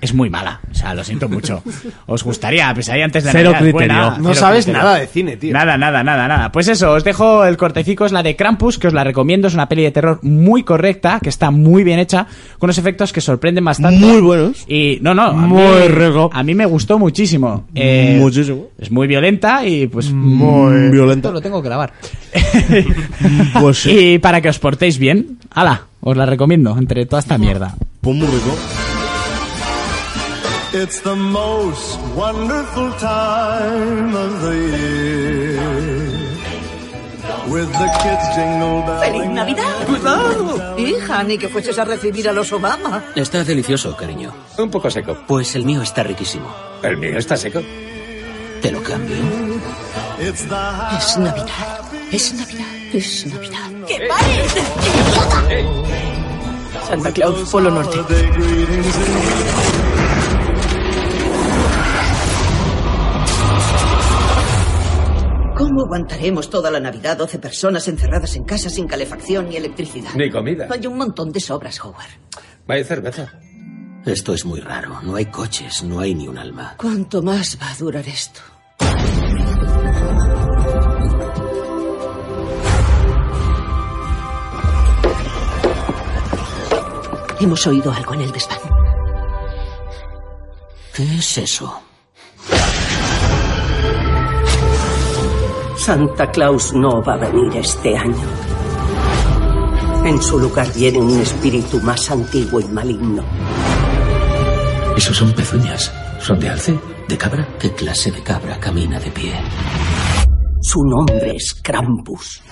Es muy mala, o sea, lo siento mucho. Os gustaría, pensaría antes de Cero Navidad, es buena, criterio. No cero sabes criterio. nada de cine, tío. Nada, nada, nada, nada. Pues eso, os dejo el cortecico, es la de Krampus, que os la recomiendo, es una peli de terror muy correcta, que está muy bien hecha, con unos efectos que sorprenden bastante. Muy buenos. Y no, no, a mí- Muy rico. A mí me gustó muchísimo. Eh, Muchísimo. Es muy violenta y pues Muy violenta. Esto lo tengo que grabar. Pues sí. Y para que os portéis bien, ala, os la recomiendo entre toda esta mierda. Pues muy rico. It's the most wonderful time of the year. With the kids jingle ¡Feliz belling. Navidad! ¡Cuidado! Hija, ni que fueses a recibir a los Obama. Está delicioso, cariño. Un poco seco. Pues el mío está riquísimo. ¿El mío está seco? Te lo cambio. It's the Es Navidad. Es Navidad. Es Navidad. ¡Que Santa Claus, Polo Norte. ¿Cómo aguantaremos toda la Navidad 12 personas encerradas en casa sin calefacción ni electricidad? Ni comida. Hay un montón de sobras, Howard. ¿Hay cerveza? Esto es muy raro. No hay coches, no hay ni un alma. ¿Cuánto más va a durar esto? Hemos oído algo en el desván. ¿Qué es eso? Santa Claus no va a venir este año. En su lugar viene un espíritu más antiguo y maligno. Esos son pezuñas. ¿Son de alce? ¿De cabra? ¿Qué clase de cabra camina de pie? Su nombre es Krampus.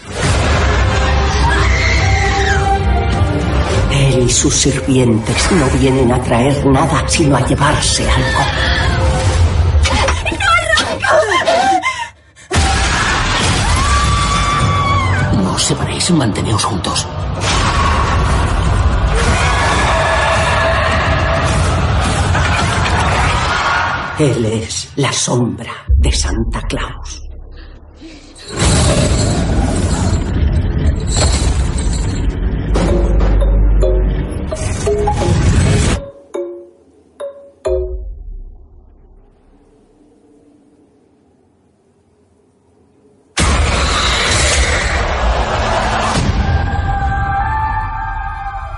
Él y sus sirvientes no vienen a traer nada, sino a llevarse algo. No os separéis, manteneos juntos. Él es la sombra de Santa Claus.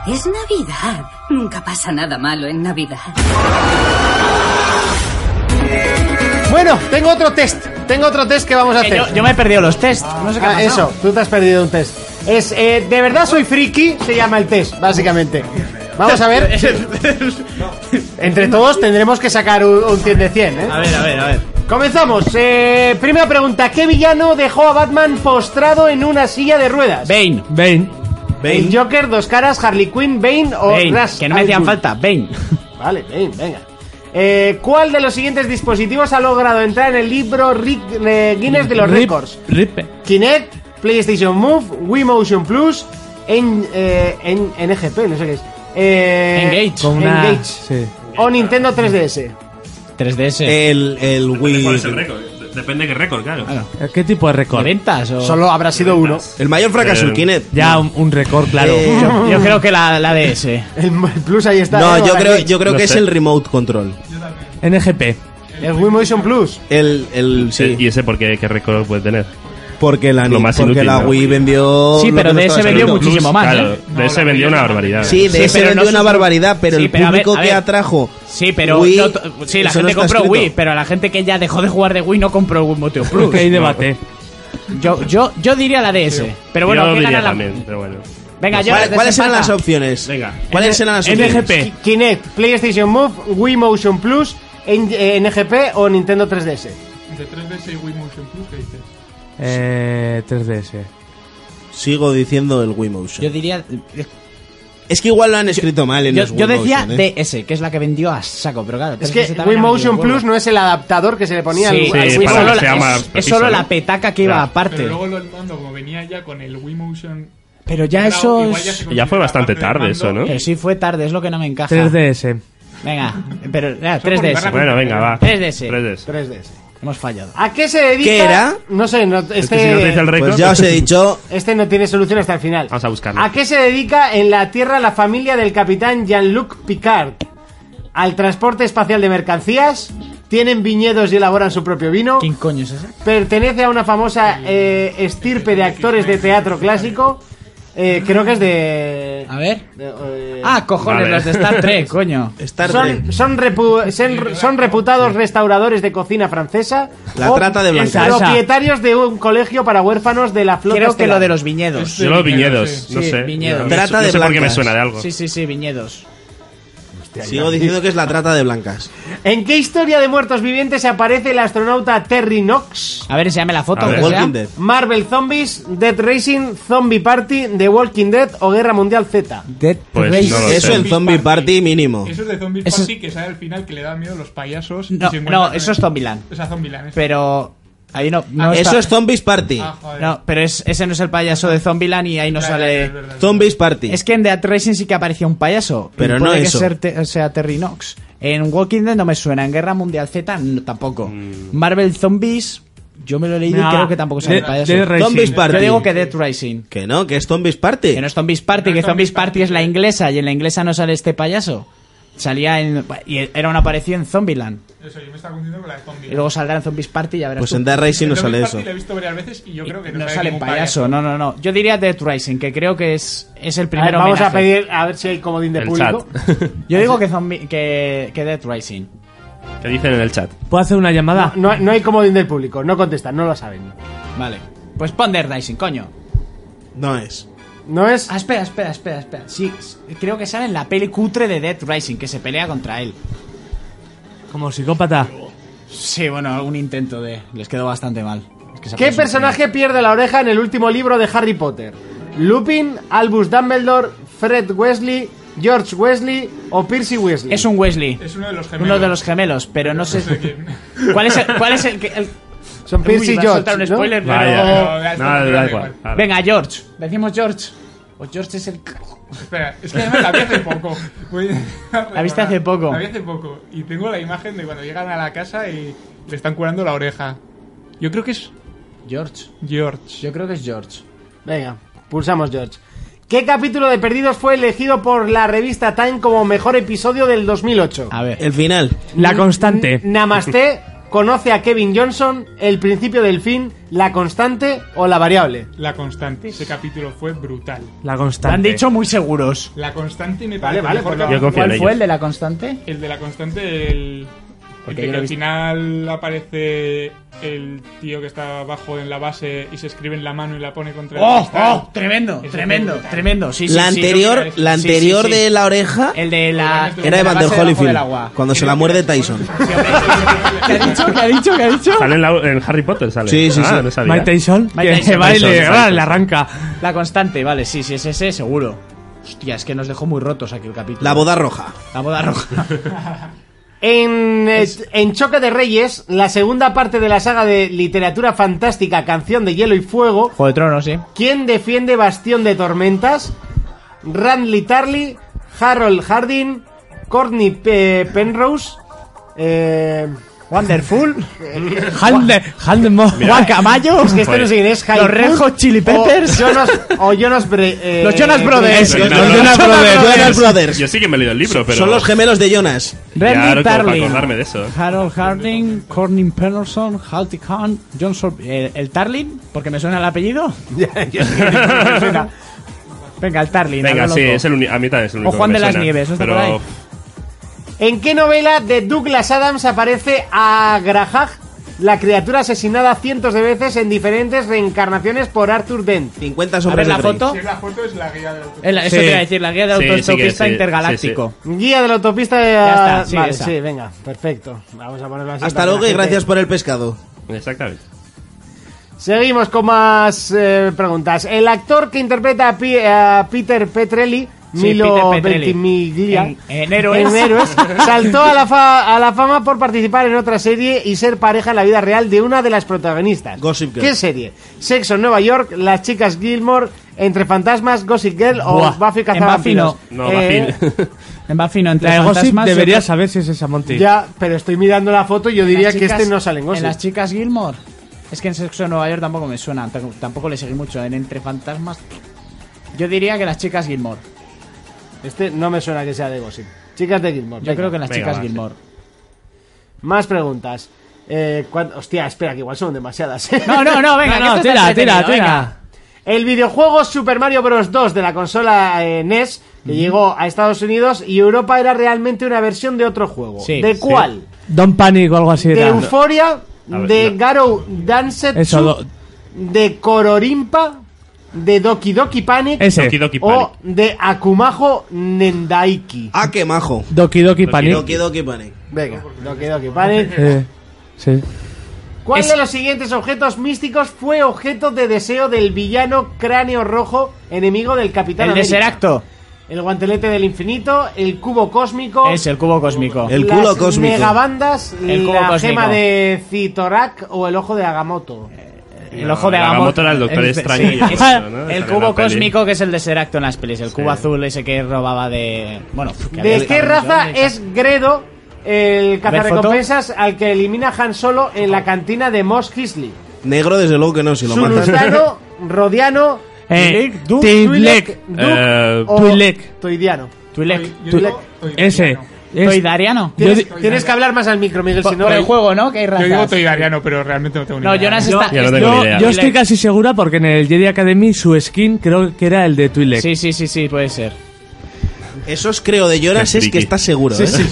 Es Navidad. Nunca pasa nada malo en Navidad. Bueno, tengo otro test. Tengo otro test que vamos a hacer. Eh, yo- yo me he perdido los test. No sé qué ha Ah, pasado. eso, tú te has perdido un test. Es eh, de verdad soy friki, se llama el test, básicamente. Vamos a ver. Entre todos tendremos que sacar un, un 100 de 100, ¿eh? A ver, a ver, a ver. Comenzamos. Eh, primera pregunta. ¿Qué villano dejó a Batman postrado en una silla de ruedas? Bane. Bane. El Joker, Dos Caras, Harley Quinn, Bane o Bane, Ra's que no me hacían al Ghul. falta. Bane. Vale, Bane, venga. Eh, ¿Cuál de los siguientes dispositivos ha logrado entrar en el libro Rick- eh, Guinness de los Rip, récords? rip. Kinect, PlayStation Move, Wii Motion Plus, en, eh, en- NGP, no sé qué es. Eh, Engage. Con una- Engage. sí. O Nintendo 3DS. 3DS. El, el Wii. ¿Cuál es el récord? Depende de qué récord, claro. ¿Qué tipo de récord? ventas o- Solo habrá sido uno. El mayor fracaso, Eh, el Kinect. Ya, un, un récord, claro. Eh, Yo- Yo creo que la, la DS. El, el Plus ahí está. No, ¿eh? yo O la creo, Engage. yo creo que es el Remote Control. NGP. El Wii Motion Plus. El, el, sí. ¿Y ese por qué, qué récord puede tener? Porque la, Lo ni- más porque inútil, la ¿no? Wii vendió. Sí, lo pero que no de estaba ese vendió escrito. muchísimo más, Claro, ¿eh? de ese vendió una barbaridad. Sí, de Sí, ese pero vendió no una se- barbaridad, pero Sí, el pero a ver, público a que ver. atrajo. Sí, pero Wii, no to- sí, la eso no gente está compró escrito. Wii, pero la gente que ya dejó de jugar de Wii no compró Wii Motion Plus. Creo que hay debate. Yo, yo, yo diría la DS. Pero bueno, yo ¿qué diría gana la- también, pero bueno. Venga, yo. ¿Cuál- ¿Cuáles eran desempata. las opciones? Venga. ¿Cuáles eran las opciones? Ki- Kinect, PlayStation Move, Wii Motion Plus, en- eh, NGP o Nintendo 3DS. Entre 3DS y Wii Motion Plus, ¿qué dices? Eh, 3DS. Sigo diciendo el Wii Motion. Yo diría. Es que igual lo han escrito mal en Yo, los yo Wii decía Motion, ¿eh? DS, que es la que vendió a saco, pero claro. Es 3DS que también Wii ha vendido Motion huevo. Plus no es el adaptador que se le ponía Sí, al, al sí, Wii para Motion. que se llama Es- es solo pizza, la ¿no? petaca que iba Ya. aparte. Pero luego lo del mando, como venía ya con el Wii Motion. Pero ya eso igual es- se Ya fue bastante parte del tarde eso, ¿no? Pero sí fue tarde, es lo que no me encaja. 3DS. Venga, pero ya, por ganas. 3DS. Bueno, venga, va. 3DS. 3DS. 3DS. Hemos fallado. ¿A qué se dedica? ¿Qué era? No sé, no, este, si no te dice el récord- Pues ya os he dicho. Este no tiene solución hasta el final. Vamos a buscarlo. ¿A qué se dedica en la Tierra la familia del capitán Jean-Luc Picard? ¿Al transporte espacial de mercancías? ¿Tienen viñedos y elaboran su propio vino? ¿Quién coño es ese? ¿Pertenece a una famosa eh, estirpe de actores de teatro clásico? Eh, creo que es de... A ver. eh, Ah, cojones, Vale. los de Star Trek, coño. Star Trek. Son, son, repu- sen- son reputados restauradores de cocina francesa. La o trata de blancas. Propietarios de un colegio para huérfanos de la flota. Creo que estelar. lo de los viñedos. Yo los viñedos, no Sí, sé. viñedos. No sé- no sé por qué me suena de algo. Sí, sí, sí, viñedos. Sigo diciendo que es la trata de blancas. ¿En qué historia de muertos vivientes aparece el astronauta Terry Knox? A ver, enséñame la foto. A aunque ver. sea. Walking Dead. Marvel Zombies, Dead Racing, Zombie Party, The Walking Dead o Guerra Mundial Z. Pues Race. no lo Eso sé. en Zombie Party mínimo. Eso es de Zombie Eso es- Party que sale al final que le da miedo a los payasos. y No, se encuentra no, con eso el- es Zombieland. Esa Zombieland. esa. Pero. Ahí no. no Ah, Eso está- es Zombies Party. Ah, joder. No, pero es- ese no es el payaso de Zombieland y ahí no sale. Zombies Party. Es que en Dead Racing sí que aparecía un payaso. Pero Puede no que eso. ser te- sea Terry Knox. En Walking Dead no me suena. En Guerra Mundial Z no, tampoco. Marvel Zombies. Yo me lo he leído y Nah, creo que tampoco sale Dead- el payaso. Dead Racing. Zombies Party. Yo digo que Dead Racing. Que no, que es Zombies Party. Que no es Zombies Party, que Zombies Party es la inglesa y en la inglesa no sale este payaso. Salía en. Y era una aparecida en Zombieland. Eso, yo me estaba confundiendo con la de Zombie. Y luego saldrá en Zombies Party y ya verás. Pues tú. en Dead Racing no Zombie sale Party eso. la he visto varias veces y yo creo que no, No sale ningún payaso, no, no, no. Yo diría Dead Rising, que creo que es, es el A ver, primero. vamos a pedir a ver si hay comodín de público. Yo digo que, zombi- que, que Dead Rising. Te dicen en el chat. ¿Puedo hacer una llamada? No, no hay comodín del público, no contestan, no lo saben. Vale. Pues Ponder Rising, coño. No es. ¿No es? Ah, espera, espera, espera, espera. Sí, s- creo que sale en la peli cutre de Dead Rising, que se pelea contra él. Como psicópata. Sí, bueno, un intento de. Les quedó bastante mal. Es que esa ¿Qué persona- personaje pierde la oreja en el último libro de Harry Potter? ¿Lupin, Albus Dumbledore, Fred Wesley, George Wesley o Percy Wesley? Es un Wesley. Es uno de los gemelos. Uno de los gemelos, pero no sé. ¿Cuál es el, cuál es el que.? el- Son Percy Uy, y va a George. soltar un ¿no? spoiler, pero- Vaya. No, da igual, da igual. Venga, George. Decimos George. O George es el. Espera, es que además la vi hace poco. Voy a La viste hace poco. La vi hace poco. Y tengo la imagen de cuando llegan a la casa y le están curando la oreja. Yo creo que es George. George. Yo creo que es George. Venga, pulsamos George. ¿Qué capítulo de Perdidos fue elegido por la revista Time como mejor episodio del 2008? A ver. El final. La eh. Mm, constante. Namaste, conoce a Kevin Johnson, el principio del fin, la constante o la variable. La constante. Ese capítulo fue brutal. La Lo constante. han dicho muy seguros. La constante me Vale, parece vale, pues mejor porque- que la- Yo confío ¿Cuál fue el de la constante? El de la constante, el. el Porque de yo lo que he al visto. final aparece el tío que está abajo en la base y se escribe en la mano y la pone contra el ¡Oh! cristal. ¡Oh! Tremendo, Eso tremendo, fue brutal. tremendo. Sí, sí, la sí, anterior, creo que la sí, anterior sí, sí. de la oreja El de la. era de Van la base der debajo del Holyfield. agua. Cuando se la muerde Tyson. ¿Qué ha dicho? ¿Qué ha dicho? ¿Qué ha dicho? Sale en, la- en Harry Potter, sale. Sí, sí, Ah, sí. no sabía. Mike Tyson. Mike Que Tyson, se va y Tyson, le, Tyson. le arranca. La constante, vale, sí, sí, es ese, seguro. Hostia, es que nos dejó muy rotos aquí el capítulo. La boda roja. La boda roja. En, eh, en Choque de Reyes, la segunda parte de la saga de literatura fantástica Canción de Hielo y Fuego, Juego de Tronos, sí. ¿quién defiende Bastión de Tormentas? Randley Tarly, Harold Hardin, Courtney Pe- Penrose, eh, Wonderful. Hande, Handemo. Mira. Juan Camayo. es que este no sé quién es, High Los Court Red Hot Chili o Peppers. Jonas, o Jonas Bre- eh, Los Jonas Brothers. Los Los Jonas Jonas Brothers. Jonas Brothers. Yo sí que me he leído el libro, pero. Son los gemelos de Jonas. Claro, Randy como para Tarling. acordarme de ¿eh? eso. Harold Harding, Corning Peterson, Halty Khan, John Sor eh, ¿El Tarling? Porque me suena el apellido. Venga, el Tarling. Venga, hablo sí, loco. es el uni- a mí también es el único. O Juan que me de las suena, Nieves, ¿no está pero por ahí? ¿En qué novela de Douglas Adams aparece a Grahag, la criatura asesinada cientos de veces en diferentes reencarnaciones por Arthur Dent? 50 A sobre ver la foto. Si es la foto, es la guía del auto. Es la- Eso Sí. te iba a decir, la guía de Sí, sí que autoestopista sí, intergaláctico. Guía de la autopista de... Ya está, sí, vale, esa. sí, venga, perfecto. Vamos a ponerlo así. Hasta para luego la y gente- gracias por el pescado. Exactamente. Seguimos con más eh, preguntas. El actor que interpreta a, Pi- a Peter Petrelli, Sí, Milo Peter Petrelli. Ventimiglia, En- en Héroes. en Héroes, saltó a la, fa- a la fama por participar en otra serie y ser pareja en la vida real de una de las protagonistas. Gossip Girl. ¿Qué serie? Sexo en Nueva York, Las Chicas Gilmore, Entre Fantasmas, Gossip Girl Buah, o Buffy en Cazavampinos. Buffy No, Eh, Bafín. En Buffy no, entre La de Gossip fantasmas y debería otro- saber si es esa Monty. Ya, pero estoy mirando la foto y yo en diría las que este chicas- no sale en Gossip. las chicas Gilmore. Es que en Sexo en Nueva York tampoco me suena, tam- tampoco le seguí mucho. En Entre Fantasmas. Yo diría que las chicas Gilmore. Este no me suena que sea de Gossip. Chicas de Gilmore. Yo venga. creo que en las venga, chicas va, sí. Gilmore. Más preguntas. Eh, ¿cuán- Hostia, espera, que igual son demasiadas. No, no, no, venga, No, que no, esto está tira, tira, entretenido, tira. El videojuego Super Mario Bros. 2 de la consola eh, NES, que llegó a Estados Unidos y Europa era realmente una versión de otro juego. Sí, ¿De sí. cuál? Don Panic o algo así ¿De era. Euforia? A ver, ¿De no. Garou Dansetsu? Eso, do- ¿De Cororimpa? ¿De Doki Doki Panic? Ese. Doki Oh, Doki ¿O Panic. de Akumajo Nendaiki? Ah, qué majo. Doki Doki ¿Eh? Panic. Doki Doki Panic. Venga, Doki Doki Panic. Eh, sí. ¿Cuál Es- de los siguientes objetos místicos fue objeto de deseo del villano Cráneo Rojo, enemigo del Capitán El de América? Seracto. El guantelete del infinito, el cubo cósmico, Es el cubo cósmico. El las culo cósmico. megabandas, El cubo la cósmico. gema de Citorak o el ojo de Agamotto. Eh, El ojo de La Agamotto Agamotto era el Doctor Extraño sí, y el es- resto, ¿no? El Sale cubo la peli. cósmico que es el de Seracto en las pelis. El cubo azul ese que robaba de... Bueno, que había ¿De qué estado- raza es Gredo, el cazarrecompensas al que elimina Han Solo en la cantina de Mos Eisley? Negro, desde luego que no, si lo matan. Sulustano, Rodiano, Eh, Duke, Twi'lek. Duke Eh, o Twi'lek. Toidiano. Twi'lek. Yo Tú- digo Toidariano. Ese. Es- Toidariano. Yo di- Tienes, tienes que hablar más al micro, Miguel, si no... eh. Por el juego, ¿no? Que hay razas. Yo digo Toidariano, pero realmente no tengo ni No, idea. Jonas Yo- está... Ya no tengo ni idea. yo estoy casi segura porque en el Jedi Academy su skin creo que era el de Twi'lek. Sí, sí, sí, sí, puede ser. Esos creo de lloras Qué es que friki. estás seguro. Sí, ¿eh? sí.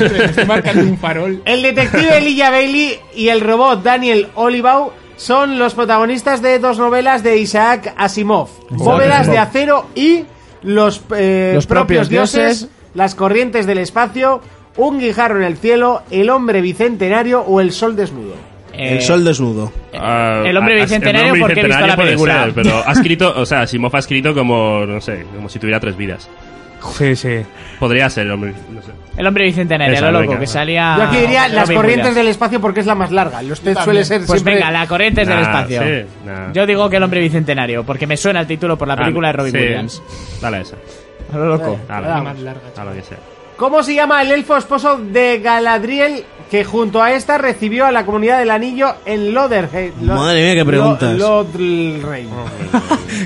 farol. El detective Elijah Bailey y el robot Daniel Olivau son los protagonistas de dos novelas de Isaac Asimov: Bóvedas de Acero y Los, eh, Los propios dioses. Las Corrientes del Espacio, Un Guijarro en el Cielo, El Hombre Bicentenario o El Sol Desnudo. Eh, El sol desnudo. el hombre Ah, as- bicentenario, el hombre porque he visto la puede película. ser, pero ha escrito, o sea, Simov ha escrito como, no sé, como si tuviera tres vidas. Sí, sí. Podría ser el hombre, no sé. El hombre bicentenario, Esa, lo loco, venga. que salía. Yo aquí diría Robin Las Corrientes Williams. del Espacio porque es la más larga. Los test suele También. ser Pues siempre. venga, las corrientes del Nah, espacio. sí, nah. Yo digo que el hombre bicentenario, porque me suena el título por la película Ah, de Robin sí. Williams. Dale a esa. A lo loco. La A la más A lo que sea. ¿Cómo se llama el elfo esposo de Galadriel que junto a esta recibió a la comunidad del anillo en eh, Lotherheim? Madre mía, qué preguntas. Lothlrein.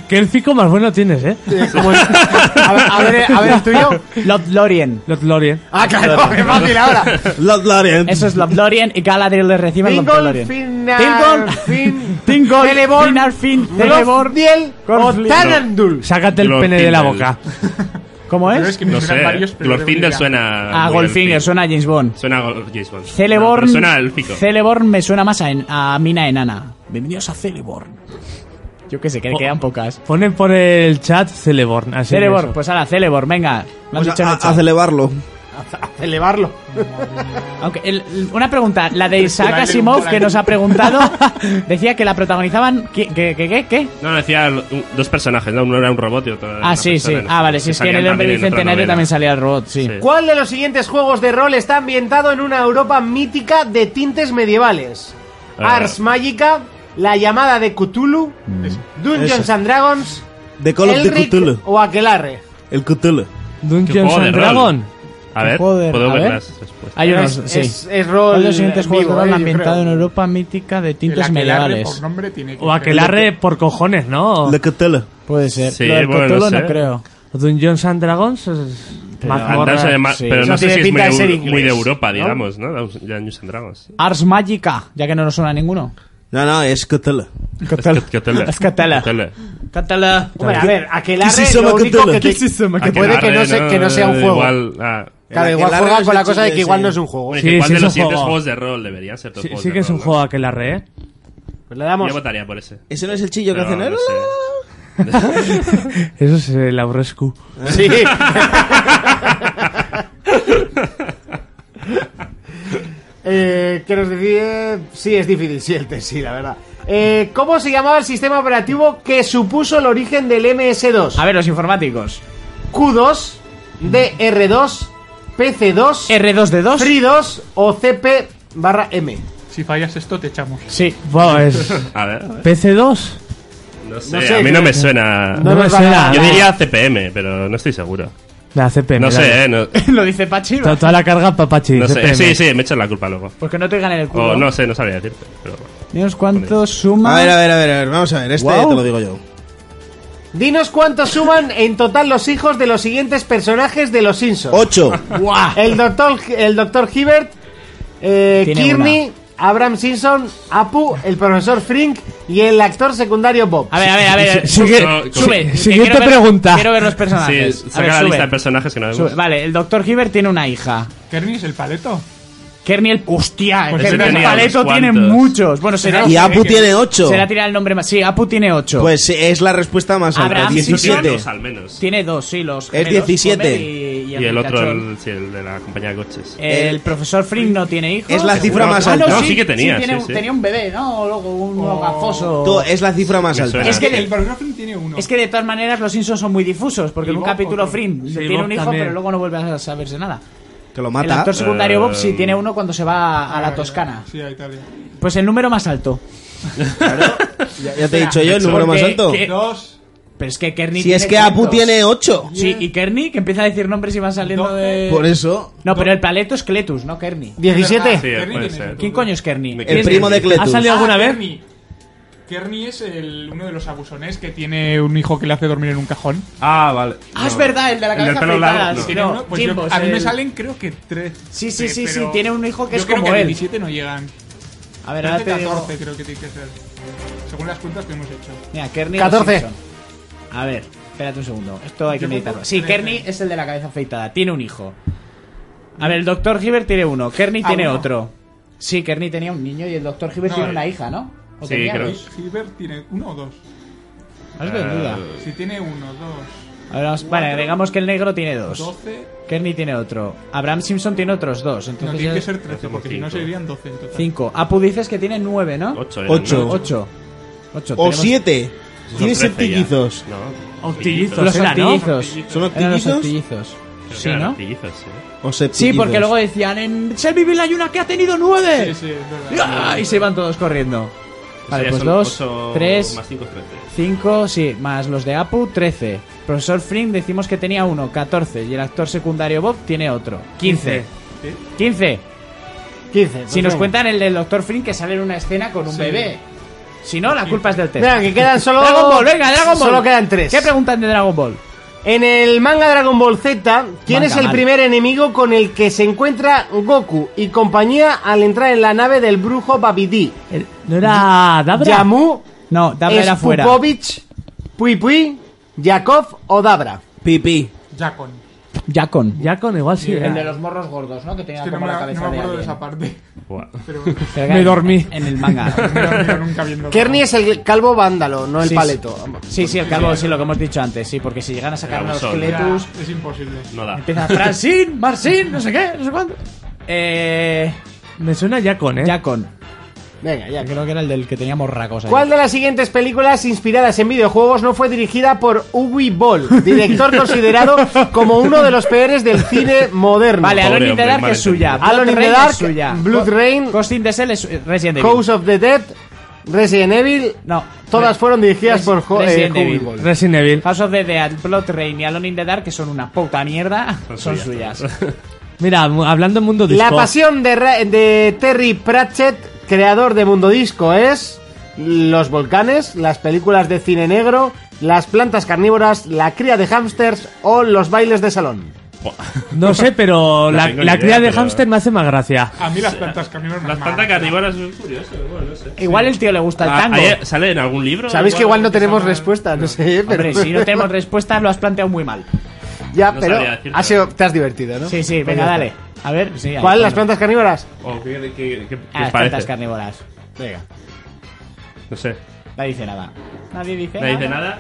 Qué elfico más bueno tienes, ¿eh? A ver, a ver, a ver, el tuyo. Lothlorien. Lothlorien. Ah, claro, qué fácil ahora. Lothlorien. Eso es Lothlorien y Galadriel le recibe el Tingol, Lothlorien. Finnar, Fin, Tingol, Celebor, Finnar, Fin, Celebor, Glorfindel o Tarandul. Sácate el Glorfindel. pene de la boca. ¿Cómo es? no sé. Glorfindel suena. Ah, muy Goldfinger, elfico. suena a James Bond. Suena a Gol- James Bond. Celeborn. No, pero suena élfico. Celeborn me suena más a, en- a Mina Enana. Bienvenidos a Celeborn. Yo qué sé, que le Oh. quedan pocas. Ponen por el chat Celeborn. Así Celeborn, eso. pues ahora, Celeborn, venga. Me han Pues dicho en a, el chat. a celebrarlo. Elevarlo. Aunque el- el- una pregunta, la de Isaac Dale un Asimov por que ahí. nos ha preguntado, decía que la protagonizaban. ¿Qué? ¿Qué? ¿Qué? qué, qué? No, decía l- un- dos personajes, ¿no? Uno era un robot y otro era Ah, una sí, sí. persona, no sé, Ah, vale, sí, es que en salían el hombre también en otra bicentenario novela. también salía el robot, sí. ¿Cuál de los siguientes juegos de rol está ambientado en una Europa mítica de tintes medievales? Ah. Ars Magica, La llamada de Cthulhu, Dungeons Ese. and Dragons, The Call of the Elric Cthulhu. o Aquelarre. El Cthulhu. ¿Qué juego and de rol? Dragon. A ver, Joder, puedo a ver ver. las respuestas. Hay unos, Es- sí. es- es rol ¿Cuál de los siguientes en juegos vivo, de rol eh, yo ambientado creo. en Europa mítica de tintes El aquelarre medievales? por nombre tiene que O aquelarre por cojones, Oh. ¿no? Le Cthulhu. Puede ser. Sí, Lo del bueno, Cthulhu no no sé. creo. Dungeons and Dragons. es- mazmorra. Andarse de ma- sí. Pero Eso no sé tiene si es muy, pinta de ser eu- inglés, muy de Europa, ¿no? digamos, ¿no? Dungeons and Dragons. Ars Magica, ya que no nos suena ninguno. No, no, es Cthulhu. Cthulhu. Cthulhu. Es Cthulhu. Cthulhu. Hombre, a ver, Aquelarre ¿Qué se llama lo único Cthulhu? que, te- ¿Qué se Ah, llama que puede que no, Aquelarre, se- que no sea un juego. Igual, ah. Claro, igual Aquelarre juega no con es la de cosa de que Chile, igual sí. no es un juego. eh. Oye, Sí, que igual sí de es los un juego. siguientes juegos de rol deberían ser todos Sí, juegos sí de que es rol, un juego aquelarre, ¿eh? Pues le damos. Yo votaría por ese. Ese no es el chillo que Pero hace. no sé. Eso es el Aurescu. Sí. Eh, ¿Qué nos decía? Sí, es difícil, sí, el test, sí, la verdad. Eh, ¿Cómo se llamaba el sistema operativo que supuso el origen del MS2? A ver, los informáticos. Q2, DR2, PC2, Eh. R2D2. Free2 o CP barra M. Si fallas esto, te echamos. Sí. Bueno, es. A ver, a ver. PC2. No sé, No sé, a mí yo- no me suena. No me suena. Yo diría CPM, pero no estoy seguro. La CPM. No la- sé, eh. No, lo dice Pachi. to- Toda la carga papachi. no sé. CPM. Sí, sí, me echan la culpa luego. Porque no te ganan el culo. O no sé, no sabría decirte. Pero bueno. Dinos cuántos suman. A ver, a ver, a ver, a ver, vamos a ver. Este Ah. Guau. te lo digo yo. Dinos cuántos suman en total los hijos de los siguientes personajes de los Simpsons. Ocho. Guau. El doctor, el doctor Hibbert, eh, Tiene Kearney, Abraham Simpson, Apu, el profesor Frink y el actor secundario Bob. A ver, a ver, a ver. Sí, sigue- sube, sube. sí, que siguiente quiero ver- pregunta. Quiero ver los personajes. Ah, a Sí, ver, saca la sube, lista de personajes que no sube. vemos. Vale, el Dr. Hibbert tiene una hija. ¿Kerny es el paleto? Kerny el... Hostia, eh. Pues Kerny ese el tenía paleto unos tiene cuantos. muchos. Bueno, será... Y Apu tiene ocho. Será tirar el nombre más... Sí, Apu tiene ocho. Pues sí, es la respuesta más alta. Abraham Simpson. 17. Al menos. Tiene dos, sí, los Es gemelos, 17. Homer Y, y Y el, el otro, picachón. el, sí, el de la compañía de coches. El, profesor Frink no tiene hijos. Es la cifra más Ah, no, alta. No, sí que tenía, tiene sí, un- sí. Tenía un bebé, ¿no? O luego un gafoso. Tú, eh. es la cifra más Me alta. suena. Es que El el- profesor Flynn tiene uno. Es que de todas maneras los Simpsons son muy difusos, porque Y en un Bob capítulo otro. Frim Sí, tiene Bob un hijo, también. pero luego no vuelve a saberse nada. Que lo El mata. actor secundario Bob sí Eh, tiene uno cuando se va a la Toscana. Sí, a Italia. Pues el número más alto. Ya, ya te he dicho yo el número más Porque- alto. Eh, que- Dos. pero es que Kearney Si es tiene que Apu tantos. tiene 8. Sí, y Kearney que empieza a decir nombres y van saliendo Doce. de... Por eso. No, pero el paleto es Cletus, no Kearney. 17. Sí, Kearney puede tiene ser. ¿Quién coño es Kearney? El ¿Quién- primo de Cletus. ¿Ha salido alguna vez? Kerny es el, uno de los abusones que tiene un hijo que le hace dormir en un cajón. Ah, vale. Ah, es verdad, el de la El del cabeza pelo largo, afeitada, no. sí, Tiene no, uno- pues yo- Jimbo, a mí el- me salen creo que tres. Sí, sí, Eh, sí, sí, pero tiene un hijo que yo es creo como que a él. 17 no llegan. A ver, ahora 13, te digo- 14 creo que tiene que ser. Según las cuentas que hemos hecho. Mira, Kearney 14. Simpson. A ver. Espérate un segundo. Esto hay que Yo meditarlo. creo- Sí, Kearney es el de la cabeza afeitada. Tiene un hijo. A ver, el doctor Hibbert tiene uno. Kearney Ah, tiene uno. otro. Sí, Kearney tenía un niño y el doctor Hibbert No, tiene eh. una hija, ¿no? ¿O Sí, tenía creo. dos? Hibbert tiene uno o dos. No es Eh, verdad. Si tiene uno, dos. A ver, vamos- vale, digamos que el negro tiene dos. Doce. Kearney tiene otro. Abraham Simpson tiene otros dos. Entonces No, tiene que es ser trece, porque si no cinco. serían doce en total. Cinco. Apu dices que tiene nueve, ¿no? Ocho eran, Ocho. ¿no? Ocho. Ocho. O Tenemos- siete. Son Tienes trece ya. septillizos. No, Los octillizos. octillizos. ¿Son Eran los octillizos? octillizos. Creo que Sí, eran ¿no? octillizos, sí. O Sí, septillizos. porque luego decían, en Selbyville hay una que ha tenido nueve. Sí, sí, es verdad. Y, ¡ah! y se van todos corriendo. Vale, ya pues son dos, ocho tres, más cinco, trece. cinco, sí, más los de Apu, trece. Profesor Flynn decimos que tenía uno, catorce. Y el actor secundario Bob tiene otro, quince. ¿Sí? Quince. Quince. pues si nos venga. cuentan el del Doctor Flynn que sale en una escena con un Sí. bebé. Si no, la culpa es del test. Venga, que quedan solo. Dragon Ball, venga, Dragon Ball. Solo quedan tres. ¿Qué preguntan de Dragon Ball? En el manga Dragon Ball Z, ¿quién Manga, es el vale. primer enemigo con el que se encuentra Goku y compañía al entrar en la nave del brujo Babidi? ¿No era Dabra? ¿Yamu? No, Dabra era fuera. Spupovich, Pui Pui, Yakov o Dabra? Pipi. Jacon. Jacon. Jacon, igual sí. era. El de los morros gordos, ¿no? Que tenía Es que no como me, la no me cabeza de acuerdo de, alguien. esa parte. Pero Pero Me que- dormí. En el manga. no, nunca viendo. Kearney es el calvo vándalo, no el Sí, paleto. Sí, sí, el calvo, sí, lo que hemos dicho antes, sí, porque si llegan a sacar unos esqueletos, Ya, Es imposible. No da. empieza Francine, Marcin, no sé qué, no sé cuánto. Eh. Me suena Jacon, ¿eh? Jacon. Venga, ya. Creo que era el del que teníamos racos ahí. ¿Cuál de las siguientes películas inspiradas en videojuegos no fue dirigida por Uwe Boll, director considerado como uno de los peores del cine moderno? Vale, Alone in the Dark es suya. Blood Alone in the Rain es Dark, suya. Blood Rain, Ghost in the Shell es eh, Resident Evil. House of the Dead, Resident Evil. No. Todas fueron dirigidas Res- por Jo- eh, Resident Uwe Evil. Boll. Resident Evil. House of the Dead, Blood Rain y Alone in the Dark, que son una puta mierda, Son son suyas. Mira, mu- hablando en mundo disco. La pasión de, Ra- de Terry Pratchett, creador de Mundo Disco, es los volcanes, las películas de cine negro, las plantas carnívoras, la cría de hámsters o los bailes de salón. No sé, pero la, tengo ni la idea, cría de pero- hámster me hace más gracia. A mí las plantas carnívoras Las plantas carnívoras son curiosas, bueno, no sé. Igual el tío le gusta el Ah, tango. ¿ayer ¿Sale en algún libro? Sabéis que igual no tenemos respuesta, no sé, pero... Hombre, si no tenemos respuesta, lo has planteado muy mal. Ya, No pero sabría decirte. ha sido- te has divertido, ¿no? Sí, sí, Pues venga, ya dale. está. A ver, sí. ahí, ¿Cuál? ¿Las bueno. plantas carnívoras? ¿O qué, qué- qué- qué- qué Ah, os las plantas parece? carnívoras. Venga. No sé. Nadie dice nada. Nadie dice ¿No dice nada?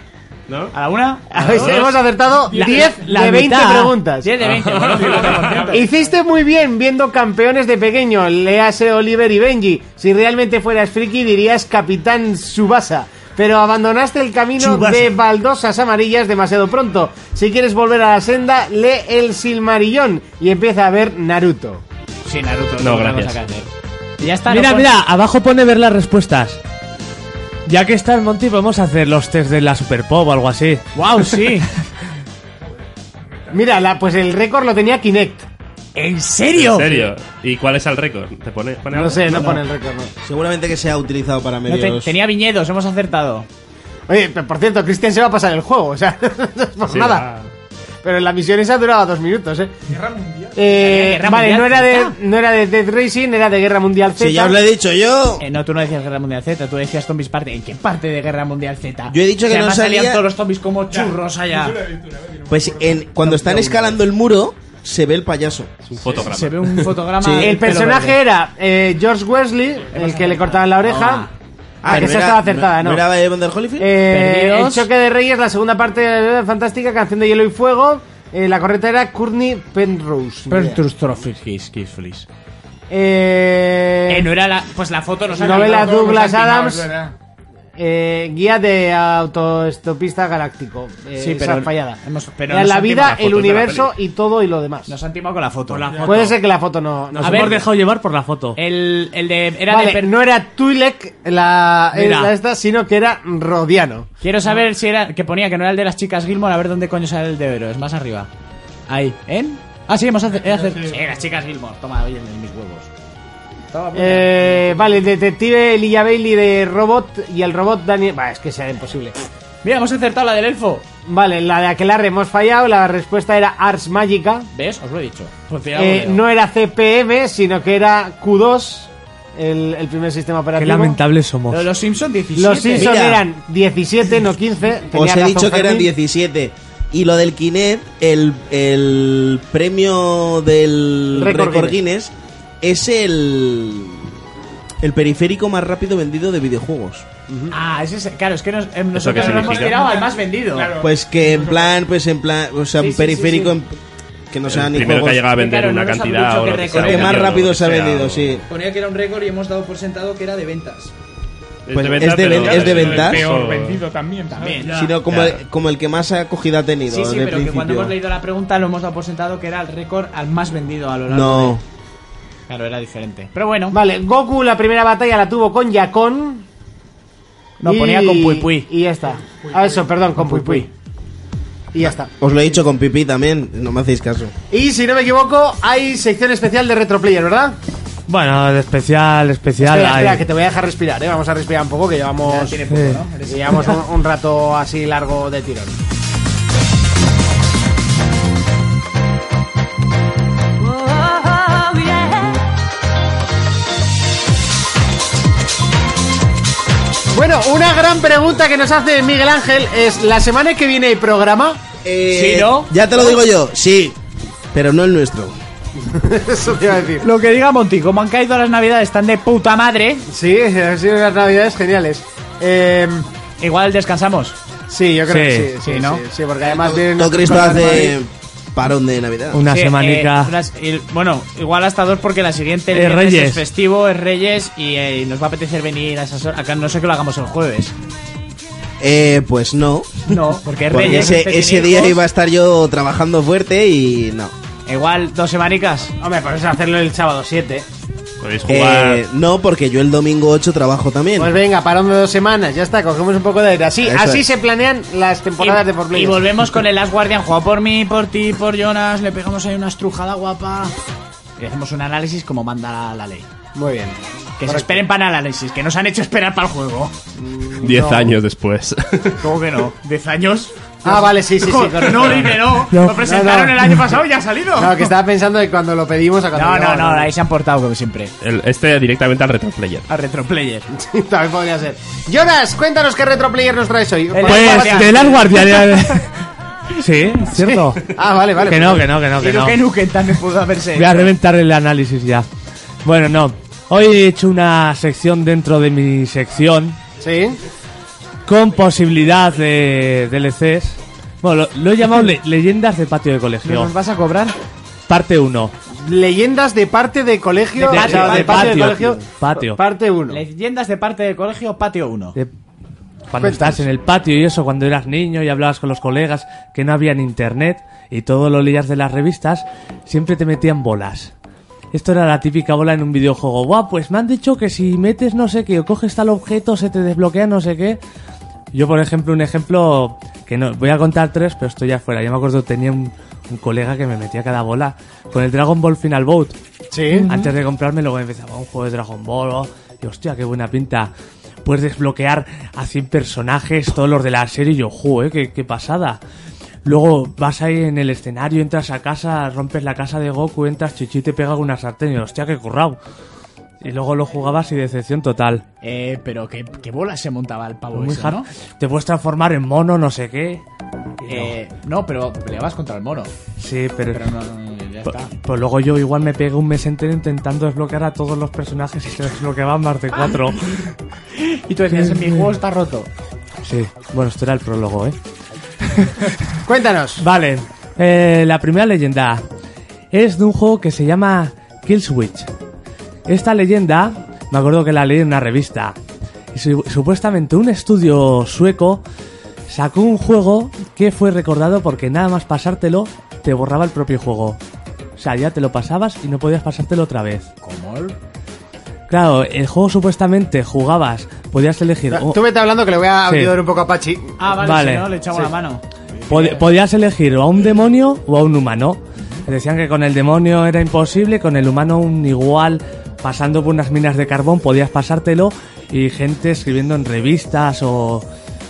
¿no? ¿A la una? A ver, ¿A si dos? hemos acertado Ah, La- 10 la de 20 mitad. preguntas. 10 de 20, bueno, 50%. Hiciste muy bien viendo campeones de pequeño, léase Oliver y Benji. Si realmente fueras friki dirías Capitán Subasa. Pero abandonaste el camino Tsubasa. de baldosas amarillas demasiado pronto. Si quieres volver a la senda, lee El Silmarillón y empieza a ver Naruto. Sí, Naruto. No, una cosa gracias. que hacer. Y ya está. mira, no pon- mira, abajo pone ver las respuestas. Ya que está el Monty, podemos hacer los test de la Super Pop o algo así. Wow, sí. Mira, la- pues el récord lo tenía Kinect. ¿En serio? ¿En serio? ¿Y cuál es el récord? ¿Te pone, pone No algo? sé, no pone el récord. no. Seguramente que se ha utilizado para No, te- medios. tenía viñedos, hemos acertado. Oye, pero por cierto, Cristian se va a pasar el juego, o sea, no es por Sí, nada. ah. Pero la misión esa duraba dos minutos, ¿eh? Guerra mundial. Eh, Guerra vale, Mundial no, era de, Z. no era de Dead Racing, era de Guerra Mundial Z. Si ya os lo he dicho yo. Eh, no, tú no decías Guerra Mundial Z, tú decías Zombies Parte. ¿En qué parte de Guerra Mundial Z? Yo he dicho Si que no además salían salía- todos los zombies como churros allá. Pues en, cuando están escalando el muro, se ve el payaso. Es un fotograma. Se ve un fotograma. Sí. de El pelo personaje verde. era eh, George Wesley, el que le cortaban la oreja. Ah, que no esa era- estaba acertada, no- ¿no? ¿No era Evander Holyfield? Eh, el Perdidos. choque de Reyes, la segunda parte de la fantástica, canción de hielo y fuego. Eh, la correcta era Courtney Penrose. Pertus Trophy Kiss, Kiss, Fleece. Eh, Eh, no era la. Pues la foto no sale. Novela Todos los Douglas antimaos, Adams. ¿verdad? eh, guía de autoestopista galáctico. Eh, Sí, esa pero- fallada. hemos- pero Era nos la han vida, timado las el fotos de la universo y todo y lo demás. Nos han timado con la foto. Puede ser que la foto no. no Nos A hemos ver. Eh, dejado llevar por la foto. El, el de. Era Vale, de per- no era Twi'lek la, Mira. la esta, sino que era Rodiano. Quiero saber si era. Que ponía que no era el de las chicas Gilmore. A ver dónde coño sale el de Oro. Es más arriba. Ahí. ¿En? Ah, sí, hemos acertado. Sí, las chicas Gilmore. Toma, oye, mis huevos. Ah, Eh, vale, el detective Elijah Bailey de Robot y el robot Daniel. Bah, es que será imposible. Mira, hemos acertado la del elfo. Vale, la de Aquelarre hemos fallado. La respuesta era Ars Magica. ¿Ves? Os lo he dicho. Eh, no era CPM, sino que era Q2. el, el primer sistema operativo. lamentables somos. Pero los Simpson 17. Los Simpson Mira. eran 17, no 15. Os tenía he razón dicho que eran Fermín. 17. Y lo del Kinect, el, el premio del Récord Record, Guinness. Guinness. es el, el periférico más rápido vendido de videojuegos. Ah, ese es, claro, es que nos, eh, ¿Eso qué nosotros nos hemos significa? tirado al más vendido. Pues que en plan, pues en plan, o sea, Sí, un sí, periférico sí, en- que no El sea ni primero que juegos- ha llegado a vender Claro, no una nos han cantidad dicho o lo qué que récord. sea, El que un más millón o lo rápido que se ha sea, vendido, o- sí. Ponía que era un récord y hemos dado por sentado que era de ventas. Pues es de, ven- es de ventas. peor vendido también. ¿sabes? Sino como, el, como el que más acogida ha tenido. Sí, sí, de pero que cuando principio. hemos leído la pregunta lo hemos dado por sentado que era el récord al más vendido a lo largo No. de- Claro, era diferente. Pero bueno. Vale, Goku la primera batalla la tuvo con Yakon. No, Y- ponía con Pui Pui. Y ya está. Ah, eso, perdón, con Pui Pui. Y ya está. Os lo he dicho con Pipí también, no me hacéis caso. Y si no me equivoco, hay sección especial de Retroplayer, ¿verdad? Bueno, el especial, especial. espera, espera, hay- que te voy a dejar respirar, ¿eh? Vamos a respirar un poco, que llevamos, poco, ¿no? Sí. llevamos un, un rato así largo de tirón. Bueno, una gran pregunta que nos hace Miguel Ángel es, ¿la semana que viene hay programa? Eh, Ya te lo digo yo, sí. Pero no el nuestro. Eso te iba a decir. Lo que diga Monty, como han caído las navidades tan de puta madre. Sí, han sido unas navidades geniales. Em, Igual descansamos. Sí, yo creo que sí. Sí, ¿no? sí, sí, porque además vienen... Todo Cristo hace parón de Navidad. Una semanica. eh, unas- y- bueno, igual hasta dos porque la siguiente el Es viernes Reyes. es festivo, es Reyes y, eh, y nos va a apetecer venir a esas horas. Acá no sé que lo hagamos el jueves. Eh, pues no. No, porque es Porque Reyes. ese, usted ese tiene día hijos. iba a estar yo trabajando fuerte y no. Igual dos semanicas. Hombre, podéis hacerlo el sábado 7. Podéis jugar. Eh, no, porque yo el domingo 8 trabajo también. Pues venga, parón de dos semanas, ya está, cogemos un poco de aire. Así, Eso así es. se planean las temporadas de por Y Players. volvemos con el Last Guardian, jugado por mí, por ti, por Jonas. Le pegamos ahí una estrujada guapa. Y hacemos un análisis como manda la, la ley. Muy bien. Que se esperen para el análisis, que nos han hecho esperar para el juego. Diez años después. ¿Cómo que no? ¿Diez años? Ah, vale, sí, sí, sí. correcto. No, dime, no. Lo presentaron el año pasado y ya ha salido. No, que estaba pensando de cuando lo pedimos a cuando No, no, llegaba, no, ahí se han portado como siempre. El- este directamente al retroplayer. A retroplayer. eh. Sí, También podría ser. Jonas, cuéntanos qué Retroplayer nos traes hoy. Pues de las guardianes. sí, cierto. Ah, vale, vale. Que no, que no, que no, que no. nuken también pudo haberse. Voy a reventar el análisis ya. Bueno, no. Hoy he hecho una sección dentro de mi sección Sí. con posibilidad de DLCs. Bueno, lo, lo he llamado le- Leyendas de Patio de Colegio. ¿Nos vas a cobrar? Parte 1. Leyendas de parte de colegio. De o sea, patio, de de patio de patio, colegio. tío, patio. Parte 1. Leyendas de parte del colegio, patio 1. De- Cuando estás en el patio y eso, cuando eras niño y hablabas con los colegas, que no habían internet y todo lo leías de las revistas, siempre te metían bolas. Esto era la típica bola en un videojuego. Buah, pues me han dicho que si metes no sé qué o coges tal objeto se te desbloquea no sé qué. Yo, por ejemplo, un ejemplo que no... Voy a contar tres, pero estoy ya fuera. Yo me acuerdo, tenía un, un colega que me metía cada bola con el Dragon Ball Final Boat. Sí. Antes de comprarme luego empezaba un juego de Dragon Ball. oh, y hostia, qué buena pinta. Puedes desbloquear a 100 personajes, todos los de la serie. Y yo, jo, eh, qué, qué pasada. Luego vas ahí en el escenario, entras a casa, rompes la casa de Goku, entras, chichi te pega con una sartén. Y yo, hostia, qué currao. Y luego lo jugabas y decepción total. Eh, pero qué, qué bola se montaba el pavo Muy ese, hard. ¿no? Te puedes transformar en mono, no sé qué. Eh, no, pero peleabas contra el mono. Sí, pero... Pero no, no, no, ya Pues, está. pues luego yo igual me pegué un mes entero intentando desbloquear a todos los personajes y se desbloqueaban más de cuatro. Y tú decías, mi juego está roto. Sí, bueno, esto era el prólogo, ¿eh? Cuéntanos. Vale, eh, la primera leyenda es de un juego que se llama Killswitch. Esta leyenda, me acuerdo que la leí en una revista. Y su- supuestamente un estudio sueco sacó un juego que fue recordado porque nada más pasártelo te borraba el propio juego. O sea, ya te lo pasabas y no podías pasártelo otra vez. ¿Cómo? Claro, el juego supuestamente jugabas, podías elegir... oh, Tú vete hablando que le voy a Sí. ayudar un poco a Pachi. Ah, vale, Vale. si no, le echamos Sí. la mano. Pod- podías elegir o a un demonio o a un humano. Decían que con el demonio era imposible, con el humano un igual, pasando por unas minas de carbón podías pasártelo y gente escribiendo en revistas o,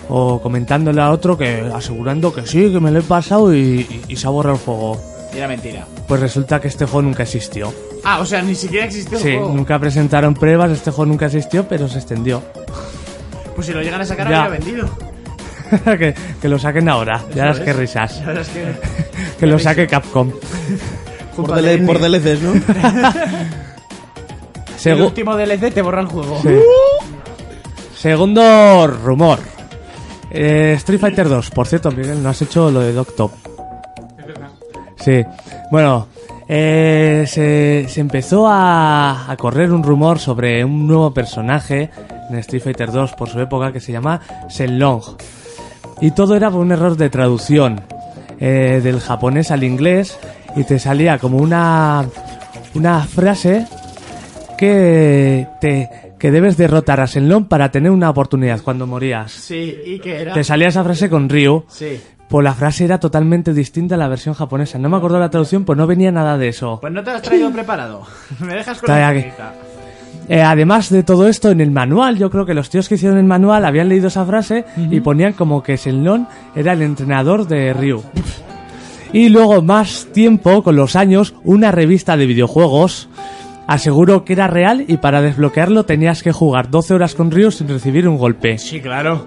o comentándole a otro que asegurando que sí, que me lo he pasado y, y- y se ha borrado el juego. Era mentira. Pues resulta que este juego nunca existió. Ah, o sea, ni siquiera existió el Sí, juego. nunca presentaron pruebas, este juego nunca existió, pero se extendió. Pues si lo llegan a sacar, Ya. habría vendido. que, que lo saquen ahora, ya las ¿Sabes? que risas. Ya verás que- Que lo saque Capcom. Por, dele- por DLCs, ¿no? El Segu- último DLC te borra el juego. Sí. Segundo rumor. Eh, Street Fighter 2. Por cierto, Miguel, no has hecho lo de Doc Top. Sí. Bueno, eh, se, se empezó a, a correr un rumor sobre un nuevo personaje en Street Fighter 2 por su época que se llama Shenlong. Y todo era por un error de traducción eh, del japonés al inglés y te salía como una, una frase que te que debes derrotar a Shenlong para tener una oportunidad cuando morías. Sí, ¿y qué era? Te salía esa frase con Ryu. Sí. Pues la frase era totalmente distinta a la versión japonesa. No me acuerdo la traducción, pues no venía nada de eso. Pues no te lo has traído preparado. Me dejas con Trae la aquí. sonrisa. Eh, además de todo esto, en el manual, yo creo que los tíos que hicieron el manual habían leído esa frase y ponían como que Shenlong era el entrenador de Ryu. Y luego, más tiempo, con los años, una revista de videojuegos aseguró que era real y para desbloquearlo tenías que jugar 12 horas con Ryu sin recibir un golpe. Sí, claro.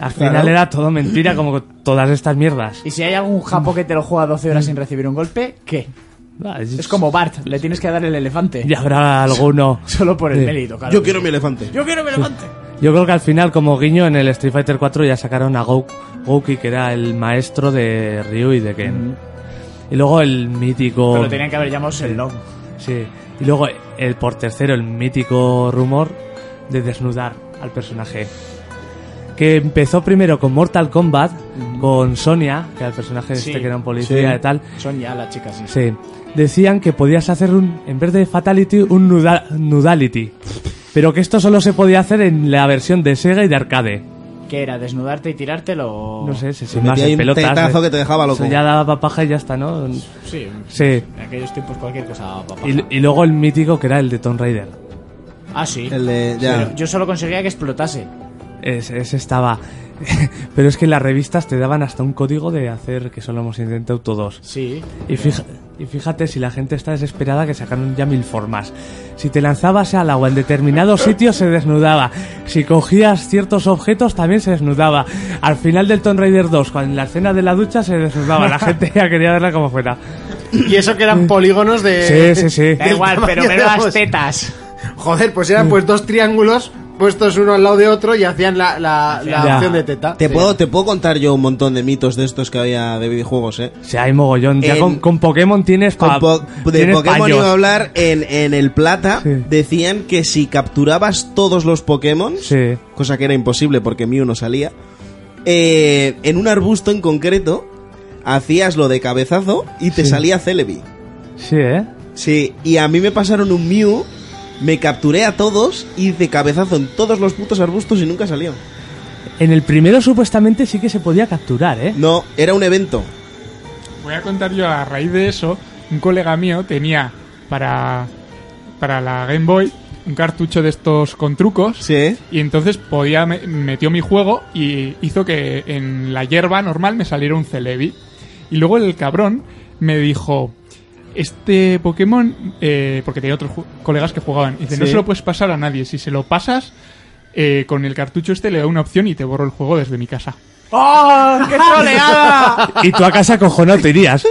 Al final Claro. era todo mentira, como todas estas mierdas. Y si hay algún japo que te lo juega 12 horas sin recibir un golpe, ¿qué? Es como Bart, le tienes que dar el elefante. Y habrá alguno. Solo por el Sí. mérito, claro. Yo quiero mi elefante. Yo quiero mi elefante. Yo creo que al final, como guiño, en el Street Fighter 4 ya sacaron a Gou- Gouki, que era el maestro de Ryu y de Ken. Y luego el mítico. Pero lo tenían que haber llamado Shenlong. Sí. Y luego, el por tercero, el mítico rumor de desnudar al personaje. Que empezó primero con Mortal Kombat, con Sonia, que era el personaje Sí, este que era un policía sí. y tal. Son ya las chicas, sí. Sí. Decían que podías hacer un, en vez de Fatality, un nuda- Nudality. Pero que esto solo se podía hacer en la versión de Sega y de arcade. ¿Qué era? ¿Desnudarte y tirártelo? o- No sé, se metía más ahí en un pelotas. tetazo ¿eh? que te dejaba loco. Eso ya daba papaja y ya está, ¿no? Sí. Sí. En aquellos tiempos cualquier cosa, papá. Y, y luego el mítico que era el de Tomb Raider. Ah, sí. El de- ya. Pero yo solo conseguía que explotase. Ese, ese estaba. Pero es que las revistas te daban hasta un código de hacer que solo hemos intentado todos. Sí. Y, fija- y fíjate si la gente está desesperada que sacaron ya mil formas. Si te lanzabas al agua en determinado sitio se desnudaba. Si cogías ciertos objetos también se desnudaba. Al final del Tomb Raider 2, cuando en la escena de la ducha se desnudaba. La gente ya quería verla como fuera. Y eso que eran polígonos de. Sí, sí, sí. del tamaño de ambos. tetas. Joder, pues eran pues dos triángulos puestos uno al lado de otro y hacían la, la, la Ya. opción de teta. Te, Sí. puedo, te puedo contar yo un montón de mitos de estos que había de videojuegos, ¿eh? Sí, hay mogollón. Ya En- con, con Pokémon tienes Con pa- po- de Ah, tienes Pokémon paños. iba a hablar en, en el Plata. Decían que si capturabas todos los Pokémon, cosa que era imposible porque Mew no salía, eh, en un arbusto en concreto hacías lo de cabezazo y te Sí. salía Celebi. Sí, ¿eh? Sí, y a mí me pasaron un Mew, me capturé a todos, hice cabezazo en todos los putos arbustos y nunca salió. En el primero supuestamente sí que se podía capturar, ¿eh? No, era un evento. Voy a contar yo a raíz de eso. Un colega mío tenía para, para la Game Boy un cartucho de estos con trucos. Sí. Y entonces podía me- metió mi juego y hizo que en la hierba normal me saliera un Celebi. Y luego el cabrón me dijo. Este Pokémon, eh, porque tenía otros ju- colegas que jugaban, y dice: No Sí. se lo puedes pasar a nadie. Si se lo pasas, eh, con el cartucho este le doy una opción y te borro el juego desde mi casa. ¡Oh, qué troleada! Y tú a casa cojonado te irías.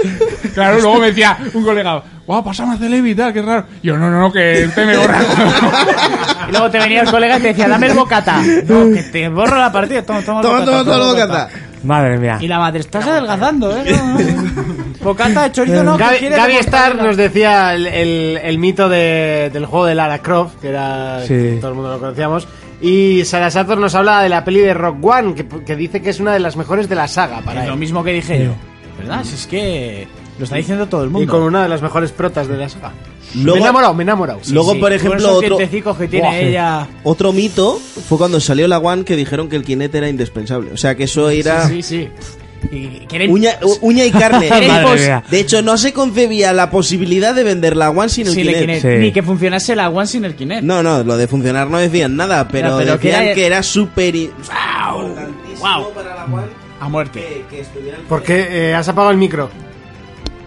Claro, luego me decía un colega, guau, pasamos a Celebi y tal, qué raro. Yo, no, no, no, que te me borra. Y luego te venía el colega y te decía, dame el bocata. No, que te borro la partida. Toma, toma, el Toma, bocata, toma, toma, el bocata. Madre mía. Y la madre, estás adelgazando, ¿eh? No, no. Bocata de chorizo no, que Gaby, quiere Gaby que- Star nos decía el, el- el mito de- del juego de Lara Croft, que era Sí. que todo el mundo lo conocíamos. Y Sarah Sator nos habla de la peli de Rock One, que, que dice que es una de las mejores de la saga. Para Es lo él. mismo que dije yo. ¿Verdad? Si es que lo está diciendo todo el mundo. Y con una de las mejores protas de la saga. me Luego- he enamorado, me he enamorado. Luego, por ejemplo, otro, que tiene Buah. ella. otro mito fue cuando salió la One que dijeron que el Kinect era indispensable. O sea, que eso era Sí, sí. Y que era- uña, u- uña y carne. Madre Era impos- mía. de hecho, no se concebía la posibilidad de vender la One sin el sin el Kinect. Kinect. Ni que funcionase la One sin el Kinect. No, no, lo de funcionar no decían nada, pero, No, pero que decían era- que era súper... i- ¡Wow! A muerte. Porque eh, has apagado el micro.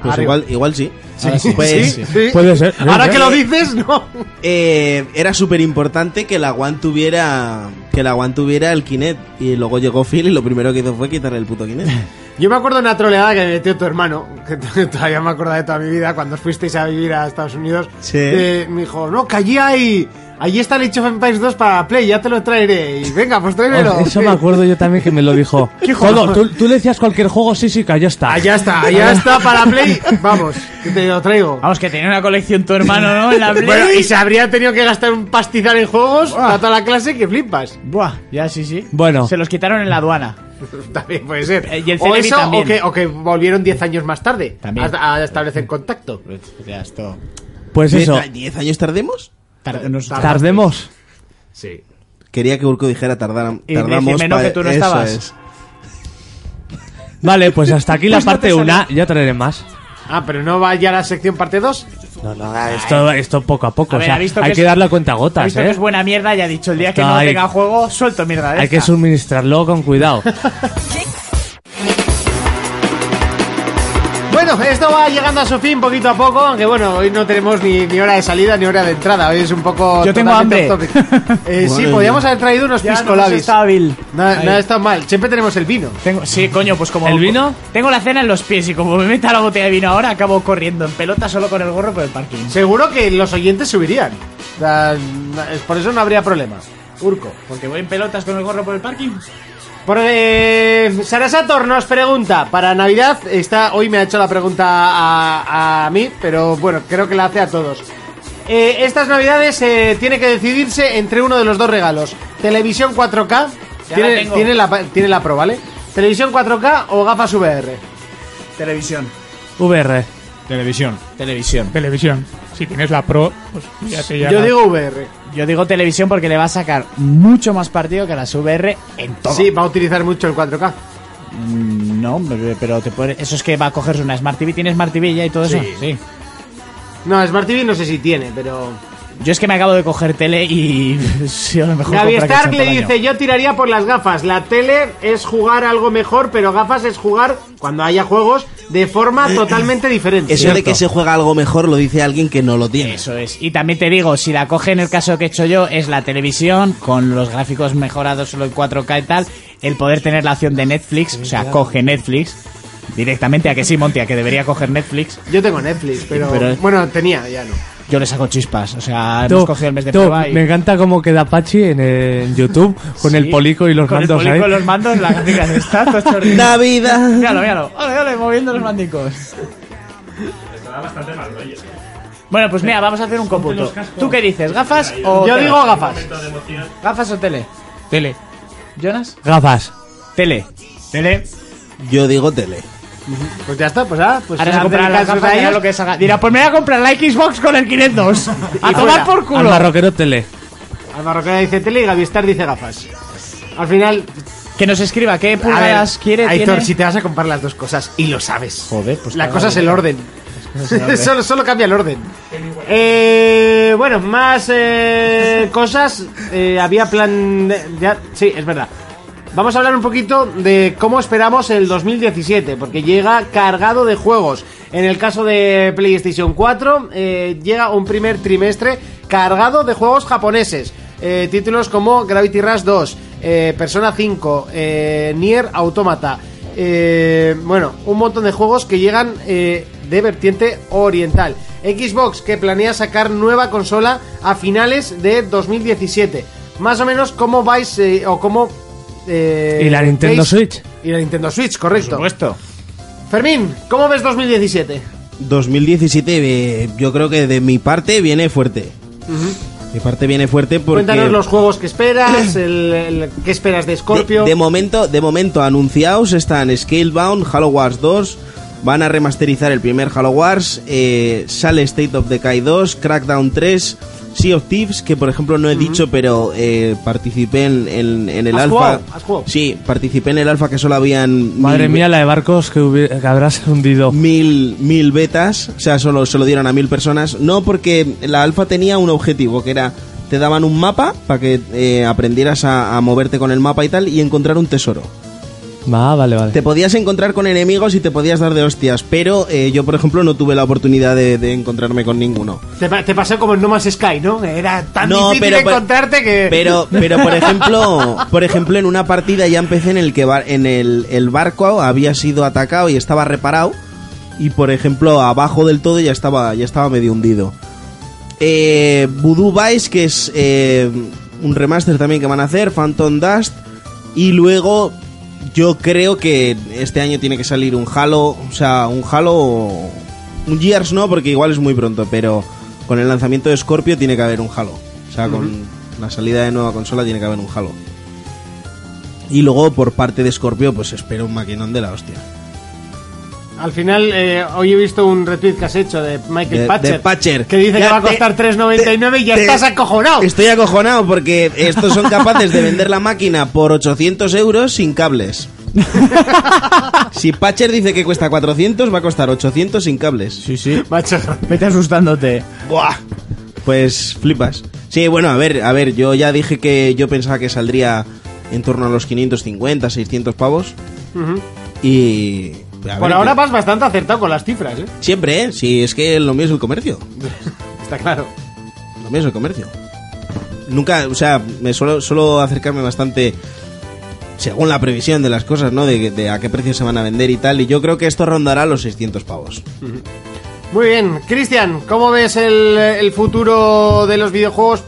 Pues Arriba. igual, igual sí. Pues Sí, Ahora sí, sí. Puede ser, puede Ahora ser. que lo dices, no. Eh, era súper importante que la One tuviera que la One tuviera el Kinect y luego llegó Phil y lo primero que hizo fue quitarle el puto Kinect. Yo me acuerdo de una troleada que me metió tu hermano, que t- todavía me acuerdo de toda mi vida, cuando os fuisteis a vivir a Estados Unidos. Sí. eh, me dijo, no, que allí hay. Allí está el Age of Empires 2 para Play, ya te lo traeré. Y venga, pues tráemelo. Eso me acuerdo yo también que me lo dijo. ¿Qué juego? Todo, tú, tú le decías cualquier juego, sí, sí, que allá está. Allá está, allá está para Play. Vamos, que te lo traigo. Vamos, que tenía una colección tu hermano, ¿no? En la Play. Ah, Bueno, y se habría tenido que gastar un pastizal en juegos a toda la clase que flipas. Buah, ya sí, sí. Bueno. Se los quitaron en la aduana. También puede ser. Eh, y el o Celebi eso, también. o que, o que volvieron 10 años más tarde También. A, a establecer contacto. Ya, esto. Pues eso. ¿10 años tardemos? Tardemos. Sí. Quería que Urco dijera tardar, Y tardamos. decirme, no, que tú no eso estabas. es. Vale, pues hasta aquí la Pues no te parte sale. 1. Ya traeré más. Ah, pero no va ya la sección parte 2. No, no, esto, esto poco a poco. A ver, o sea, ha visto hay que que, es- darle a cuenta Ha gotas, visto que ¿eh? es buena mierda y ha dicho, el día que Está no ahí. tenga juego, suelto mierda de Hay que esta. suministrarlo con cuidado. Bueno, esto va llegando a su fin poquito a poco, aunque bueno, hoy no tenemos ni, ni hora de salida ni hora de entrada. Hoy es un poco. Yo tengo totalmente hambre. off topic. Eh, sí, Madre podríamos mía. haber traído unos Ya nos pisco labis. está hábil. Nada, Ahí. nada está mal. Siempre tenemos el vino. Tengo, sí, coño, pues como... ¿El vino? Tengo la cena en los pies y como me meta la botella de vino ahora, acabo corriendo en pelota solo con el gorro por el parking. Seguro que los oyentes subirían. O sea, na- es- por eso no habría problema. Urco. Porque voy en pelotas con el gorro por el parking. Por, eh, Sara Sator nos pregunta, para Navidad, está, hoy me ha hecho la pregunta a, a mí, pero bueno, creo que la hace a todos. Eh, estas Navidades eh, tiene que decidirse entre uno de los dos regalos. Televisión 4K, Ya tiene la tengo. tiene la, pa- tiene la pro, ¿vale? Televisión 4K o gafas VR. Televisión. VR. Televisión. Televisión. Televisión. Si tienes la Pro, pues fíjate ya. VR. Yo digo televisión porque le va a sacar mucho más partido que a las VR en todo. Sí, va a utilizar mucho el 4K. Mm, No, hombre, pero te puede- eso es que va a cogerse una Smart TV. ¿Tiene Smart TV ya y todo eso? Sí. No, Smart TV no sé si tiene, pero... Yo es que me acabo de coger tele y... sí, a lo mejor Gaby compra que Stark sea le todo el año. dice, yo tiraría por las gafas. La tele es jugar algo mejor, pero gafas es jugar, cuando haya juegos, de Eh, forma totalmente diferente. Eso de que se juega algo mejor lo dice alguien que no lo tiene. Eso es. Y también te digo, si la coge en el caso que he hecho yo, es la televisión, con los gráficos mejorados solo en 4K y tal, el poder tener la opción de Netflix, o sea, coge Netflix directamente, a que sí, Monty, a que debería coger Netflix. Yo tengo Netflix, pero, Pero- eh. Bueno, tenía, ya no. Yo le saco chispas, o sea, Tú, hemos cogido el mes de tú, prueba y... Me encanta cómo queda Pachi en, eh, en YouTube con Sí, el polico y los con el mandos polico ahí. y los mandos, la gráfica de está, todo chorrido. Navidad. Míralo, míralo. Ole, ole, moviendo los mandicos. Bueno, pues mira, vamos a hacer un cómputo. ¿Tú qué dices, gafas o Yo tele? digo gafas. ¿Gafas o tele? Tele. ¿Jonas? Gafas. Tele. Tele. Yo digo tele. Pues ya está, pues ah, pues Ahora se hacen comprará las caso gafas de y hará ellos. lo que se haga. Dirá, pues me voy a comprar la Xbox con el Kinect 2. A Y fuera. tomar por Al culo. barroquero tele. Álvaro Cala dice tele y Gaby Star dice gafas. Al final... Que nos escriba qué A ver, pulgadas quiere, Aitor, tiene. si te vas a comprar las dos cosas y lo sabes. Joder, pues La cada cosa es el día. orden. el orden. solo, solo cambia el orden. Eh, bueno, más eh, cosas. Eh, había plan. de- ya- sí, es verdad. Vamos a hablar un poquito de cómo esperamos el 2017, porque llega cargado de juegos. En el caso de PlayStation 4, eh, llega un primer trimestre cargado de juegos japoneses. Eh, títulos como Gravity Rush 2, eh, Persona 5, eh, Nier Automata. eh, bueno, un montón de juegos que llegan eh, de vertiente oriental. Xbox que planea sacar nueva consola a finales de 2017. Más o menos cómo vais eh, o cómo... eh, ¿Y la Nintendo veis- Switch? Y la Nintendo Switch, correcto. Por supuesto. Fermín, ¿cómo ves 2017? 2017, eh, yo creo que de mi parte viene fuerte. Mi parte viene fuerte porque. Cuéntanos los juegos que esperas, el, el- qué esperas de Scorpio. De, de momento, de momento anunciados están Scalebound, Halo Wars 2, van a remasterizar el primer Halo Wars, eh, sale State of Decay 2, Crackdown 3, Sea of Thieves, que por ejemplo no he dicho, pero eh, participé en, en- en el ¿Has alfa. jugado? ¿Has jugado? Sí, participé en el alfa que solo habían Madre mil- mía, la de barcos que, hubi- que habrás hundido. mil, mil betas, o sea, solo se lo dieron a mil personas. No, porque la alfa tenía un objetivo, que era, te daban un mapa para que eh, aprendieras a, a moverte con el mapa y tal, y encontrar un tesoro. Ah, vale, vale. Te podías encontrar con enemigos y te podías dar de hostias, pero eh, yo, por ejemplo, no tuve la oportunidad de, de encontrarme con ninguno. Te, pa- te pasó como en No Man's Sky, ¿no? Era tan No, difícil pero- pues, encontrarte que... Pero, pero por ejemplo, por ejemplo, en una partida ya empecé en el que bar- en el, el barco había sido atacado y estaba reparado. Y por ejemplo, abajo del todo ya estaba, ya estaba medio hundido. Eh, Voodoo Vice, que es eh, un remaster también que van a hacer, Phantom Dust. Y luego, yo creo que este año tiene que salir un Halo. O sea, un Halo. o- Un Gears no, porque igual es muy pronto, pero con el lanzamiento de Scorpio tiene que haber un Halo. O sea, con la salida de nueva consola tiene que haber un Halo. Y luego, por parte de Scorpio, pues espero un maquinón de la hostia. Al final, eh, hoy he visto un retweet que has hecho de Michael De- Patcher, de Patcher. Que dice Ya que va a te- costar 3.99 y ya te- estás acojonado. Estoy acojonado porque estos son capaces de vender la máquina por 800 euros sin cables. si Patcher dice que cuesta 400, va a costar 800 sin cables. Sí, sí. Macho, vete asustándote. Buah. Pues flipas. Sí, bueno, a ver, a ver, yo ya dije que yo pensaba que saldría en torno a los 550, 600 pavos. Ujú. Y... a Por ver, ahora que- vas bastante acertado con las cifras, ¿eh? Siempre, ¿eh? Si es que lo mío es el comercio. Está claro. Lo mío es el comercio. Nunca, o sea, me suelo, suelo acercarme bastante según la previsión de las cosas, ¿no? De, de a qué precio se van a vender y tal. Y yo creo que esto rondará los 600 pavos. Muy bien. Cristian, ¿cómo ves el, el futuro de los videojuegos?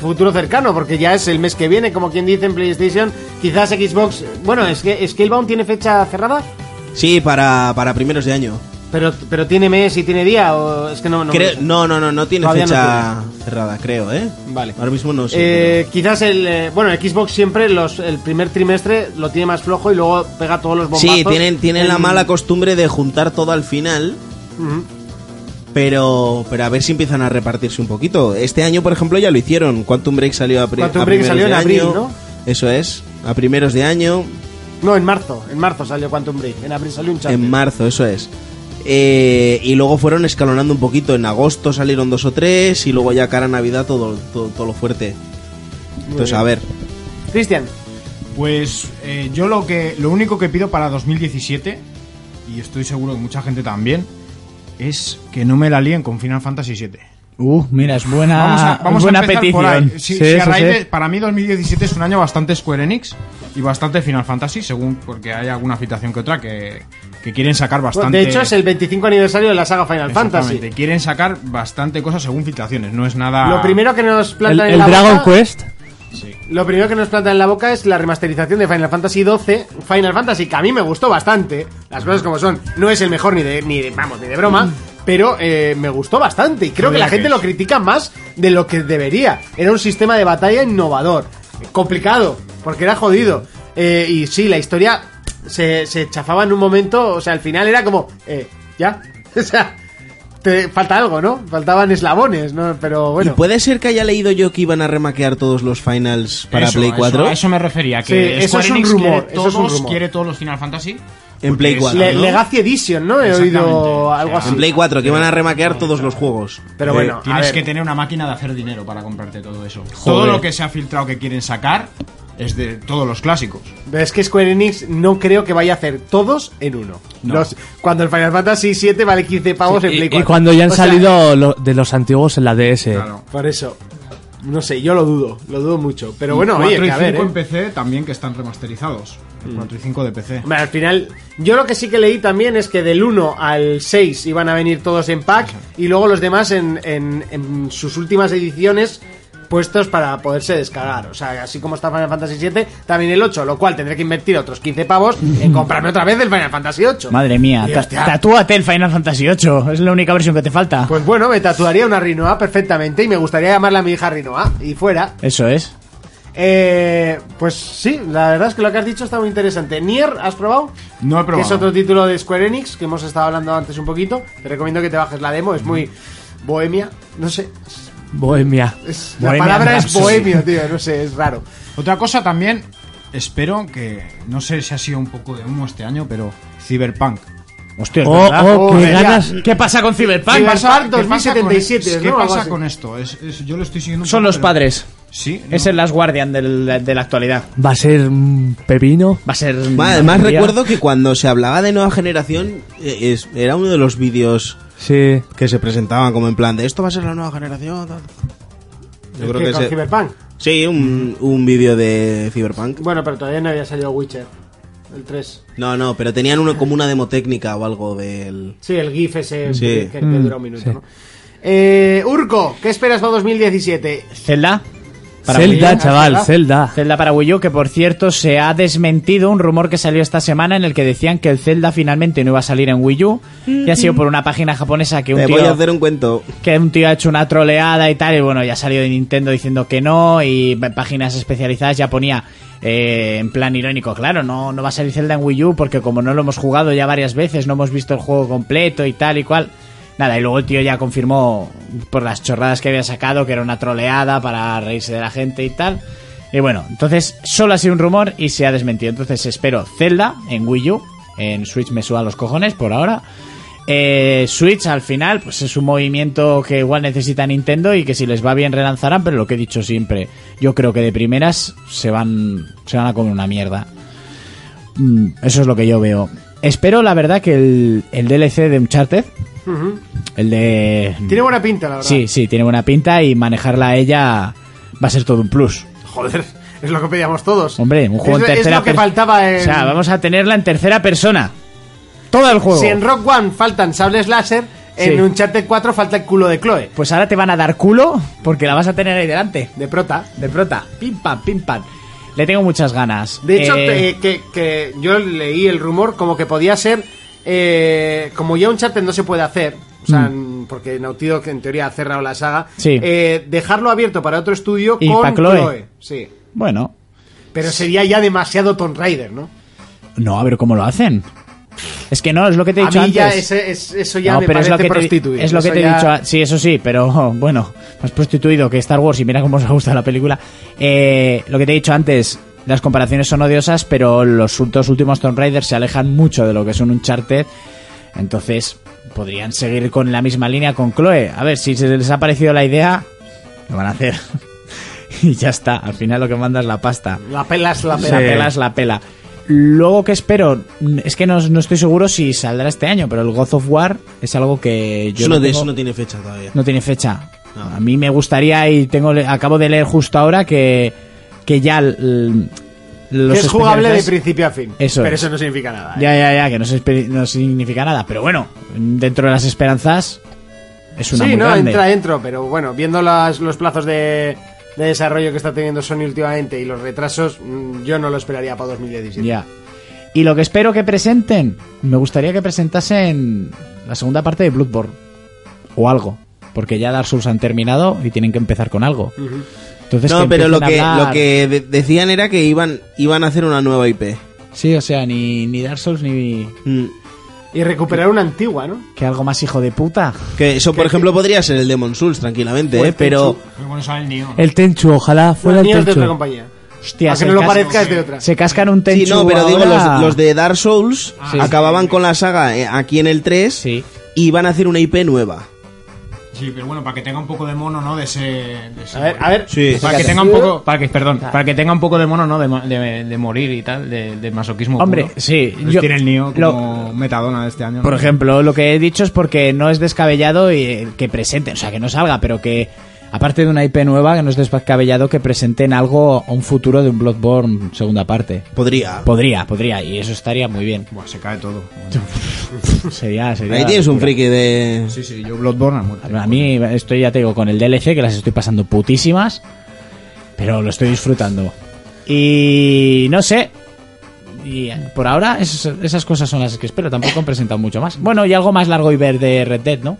Futuro cercano, porque ya es el mes que viene, como quien dice en PlayStation. Quizás Xbox... Bueno, es que Scalebound tiene fecha cerrada, Sí, para, para primeros de año. pero, pero tiene mes y tiene día. O es que no... no Creo- no, no, no, no tiene Todavía no fecha cerrada, creo, ¿eh? Vale. Ahora mismo no sé. Eh, quizás el eh, bueno el Xbox siempre los el primer trimestre lo tiene más flojo y luego pega todos los pero- bombazos Sí, tienen, tienen la en- mala costumbre de juntar todo al final. Ujú. Pero, pero a ver si empiezan a repartirse un poquito. Este año, por ejemplo, ya lo hicieron. Quantum Break salió a, pri- Quantum a Break primeros salió en de abril, año. ¿no? Eso es, a primeros de año. no en marzo en marzo salió Quantum Break en abril salió un chat En marzo, eso es. Eh, y luego fueron escalonando un poquito. En agosto salieron dos o tres y luego ya cara a Navidad todo, todo, todo lo fuerte. Entonces, bien. a ver. Cristian Pues eh, yo lo que lo único que pido para 2017 y estoy seguro que mucha gente también es que no me la líen con Final Fantasy VII. Uh, mira, es buena, Vamos a, vamos a buena empezar petición. por ahí. Sí, Sí, sí, a sí, raíz sí. de- para mí 2017 es un año bastante Square Enix y bastante Final Fantasy, según porque hay alguna filtración que otra que, que quieren sacar bastante. de hecho es el 25 aniversario de la saga Final Fantasy Exactamente, Ah. Quieren sacar bastante cosas según filtraciones, no es nada. Lo primero que nos plantan en la boca, Lo primero que nos plantan en la boca es la remasterización de Final Fantasy XII. Final Fantasy, que a mí me gustó bastante. Las cosas como son. No es el mejor ni de, ni de- vamos, ni de broma. Pero eh, me gustó bastante. Y creo que Joder, la que gente es. lo critica más de lo que debería. Era un sistema de batalla innovador. Complicado. Porque era jodido. Eh, y sí, la historia se, se chafaba en un momento. O sea, al final era como... eh, ya. O sea... Te, falta algo, ¿no? Faltaban eslabones, ¿no? Pero bueno. ¿Y puede ser que haya leído yo que iban a remaquear todos los finals para Eso, Play eso, 4? a eso me refería, Sí, que eso Square es un Enix rumor, quiere eso es un todos- rumor. quiere todos los Final Fantasy. En Play porque es- 4. Le- ¿no? Legacy Edition, ¿no? He Exactamente, oído o sea, algo así. En Play 4, que iban a remaquear todos los juegos. Pero Eh, bueno, Tienes a ver. que tener una máquina de hacer dinero para comprarte todo eso. Todo lo que se ha filtrado que quieren sacar es de todos los clásicos. Pero es que Square Enix no creo que vaya a hacer todos en uno. No. Los- cuando el Final Fantasy VII vale 15 pavos en Play Y, 4. y cuando ya han O sea, salido lo- de los antiguos en la DS. Por eso. No sé, yo lo dudo, lo dudo mucho. Pero Y bueno, oye, 4 y que a ver. 5 ¿eh? Mm. en PC también que están remasterizados. El 4 y 5 de PC. Hombre, al final, yo lo que sí que leí también es que del 1 al 6 iban a venir todos en pack y luego los demás en, en- en sus últimas ediciones puestos para poderse descargar. O sea, así como está Final Fantasy VII, también el 8, lo cual tendré que invertir otros 15 pavos en comprarme otra vez el Final Fantasy VIII. Madre Eh, mía, Y ta- hostia. tatúate el Final Fantasy VIII. Es la única versión que te falta. Pues bueno, me tatuaría una Rinoa perfectamente y me gustaría llamarla a mi hija Rinoa y fuera. Eso es. Eh, pues sí, la verdad es que lo que has dicho está muy interesante. Nier, ¿has probado? No he Que es probado. otro título de Square Enix que hemos estado hablando antes un poquito. Te recomiendo que te bajes la demo, es muy bohemia. No sé, Bohemia. es- la palabra es bohemio, tío, no sé, es raro. Otra cosa también, espero que. No sé si ha sido un poco de humo este año, pero. Cyberpunk. Hostia, es Oh, verdad. oh, qué Joder, ganas. ¿Qué pasa con Cyberpunk? ¿Qué pasa- Cyberpunk qué pasa con- 2077, ¿Qué ¿no? Algo pasa así. con esto? Es- es- yo lo estoy siguiendo. un Son poco, los pero- padres. Sí. Es el Last Guardian del- de la actualidad. Va a ser un pepino. Va a ser. Ma- Eh, Además recuerdo que cuando se hablaba de nueva generación eh, es- era uno de los vídeos que se presentaban como en plan de esto va a ser la nueva generación. tal". Yo creo ¿Qué, que con se- Cyberpunk? Sí, un, un vídeo de Cyberpunk. Bueno, pero todavía no había salido Witcher. El 3. No, no, pero tenían uno como una demo técnica o algo del... Sí, el GIF ese Sí. que, que Mm, duró un minuto, ¿no? Eh, Urco, ¿qué esperas para 2017? Zelda. Zelda, chaval, Zelda. Zelda para Wii U, que por cierto se ha desmentido un rumor que salió esta semana en el que decían que el Zelda finalmente no iba a salir en Wii U. Y ha sido por una página japonesa que un Mm. Te tío... voy a hacer un cuento. que un tío ha hecho una troleada y tal, y bueno, ya salió de Nintendo diciendo que no, y p- páginas especializadas ya ponía eh, en plan irónico, claro, no, no va a salir Zelda en Wii U porque como no lo hemos jugado ya varias veces, no hemos visto el juego completo y tal y cual. Nada, y luego el tío ya confirmó por las chorradas que había sacado que era una troleada para reírse de la gente y tal. Y bueno, entonces solo ha sido un rumor y se ha desmentido. Entonces espero Zelda en Wii U. En Switch me suda los cojones por ahora. Eh, Switch al final, pues es un movimiento que igual necesita Nintendo y que si les va bien relanzarán, pero lo que he dicho siempre, yo creo que de primeras se van, se van a comer una mierda. Mm, Eso es lo que yo veo. Espero, la verdad, que el, el DLC de Uncharted, Ujú. el de... Tiene buena pinta, la verdad. Sí, sí, tiene buena pinta y manejarla a ella va a ser todo un plus. Joder, es lo que pedíamos todos. Hombre, un juego es, en es tercera lo que per- faltaba en... O sea, vamos a tenerla en tercera persona. Todo el juego. Si en Rock One faltan sables láser, Sí. en Uncharted 4 falta el culo de Chloe. Pues ahora te van a dar culo porque la vas a tener ahí delante. De prota. De prota. Pim pam, pim pam. Le tengo muchas ganas. De hecho, Eh, te- que, que yo leí el rumor como que podía ser. eh, como ya Uncharted no se puede hacer, o sea, n- porque Naughty Dog en teoría ha cerrado la saga, Mm. Sí. eh, dejarlo abierto para otro estudio Y con pa' Chloe. Sí. Bueno, Pero sería ya demasiado Tomb Raider, ¿no? no, a ver cómo lo hacen. Es que no, es lo que te he A dicho mí antes. ya ese- es- eso ya no, me pero es parece lo que prostituir. te, es lo que Eso te he ya- dicho. a- Sí, eso sí, pero bueno, más prostituido que Star Wars y mira cómo os ha gustado la película. Eh, lo que te he dicho antes, las comparaciones son odiosas, pero los dos últimos Tomb Raider se alejan mucho de lo que son un charter. Entonces, podrían seguir con la misma línea con Chloe. A ver, si se les ha parecido la idea, lo van a hacer. y ya está, al final lo que manda es la pasta. La pelas, la La pelas. pela es la pela. Luego que espero, Mm, es que no, no estoy seguro si saldrá este año, pero el God of War es algo que yo Eso no, tengo- eso no tiene fecha todavía. no tiene fecha. A mí me gustaría y tengo acabo de leer justo ahora que, que ya l- los que es jugable de especialistas- principio a fin. Eso pero es. eso no significa nada. ¿eh? Ya, ya, ya, que no, se espe- no significa nada, pero bueno, dentro de las esperanzas es una sí, muy no, grande. entra dentro, pero bueno, viendo las- los plazos de, de desarrollo que está teniendo Sony últimamente y los retrasos, mm, yo no lo esperaría para 2017. Ya. Y lo que espero que presenten, me gustaría que presentasen la segunda parte de Bloodborne. O algo. Porque ya Dark Souls han terminado y tienen que empezar con algo. Entonces, no, pero lo empiecen que, a hablar- lo que de- decían era que iban, iban a hacer una nueva Mm. IP. Sí, o sea, ni, ni Dark Souls ni... Y recuperar una antigua, ¿no? Que algo más hijo de puta. Que eso, por ejemplo, podría ser el Demon Souls, tranquilamente, ¿eh? Pero... bueno, sale el Neo. Eh. El Tenchu, ojalá fuera Los el niños de Tenchu. otra compañía. Hostia, A se que no lo cas- parezca es de otra. Se cascan un Sí, tenchu no, pero digo, ahora. los, los de Dark Souls Sí. acababan con la saga eh, aquí en el 3 y van a hacer una IP nueva. Sí, pero bueno, para que tenga un poco de mono, ¿no? De ese. de ese- A ver, a ver. Sí. Para que tenga un poco. Para que, perdón, para que tenga un poco de mono, ¿no? De, ma- de- de morir y tal, de, de masoquismo. Hombre, puro. sí, Pues yo- tiene el Neo lo- como metadona de este año. ¿no? Por ejemplo, lo que he dicho es porque no es descabellado y eh, que presenten, o sea, que no salga, pero que aparte de una IP nueva, que no es descabellado que presenten algo a un futuro de un Bloodborne segunda parte. Podría. Podría, podría, y eso estaría muy bien. Buah, se cae todo. sería, sería. Ahí tienes un locura. friki de... Sí, sí, yo Bloodborne a muerte. A mí estoy, ya te digo, con el DLC, que las estoy pasando putísimas, pero lo estoy disfrutando. Y no sé. Y eh, por ahora es- esas cosas son las que espero. Tampoco han presentado mucho más. Bueno, y algo más largo y ver de Red Dead, ¿no?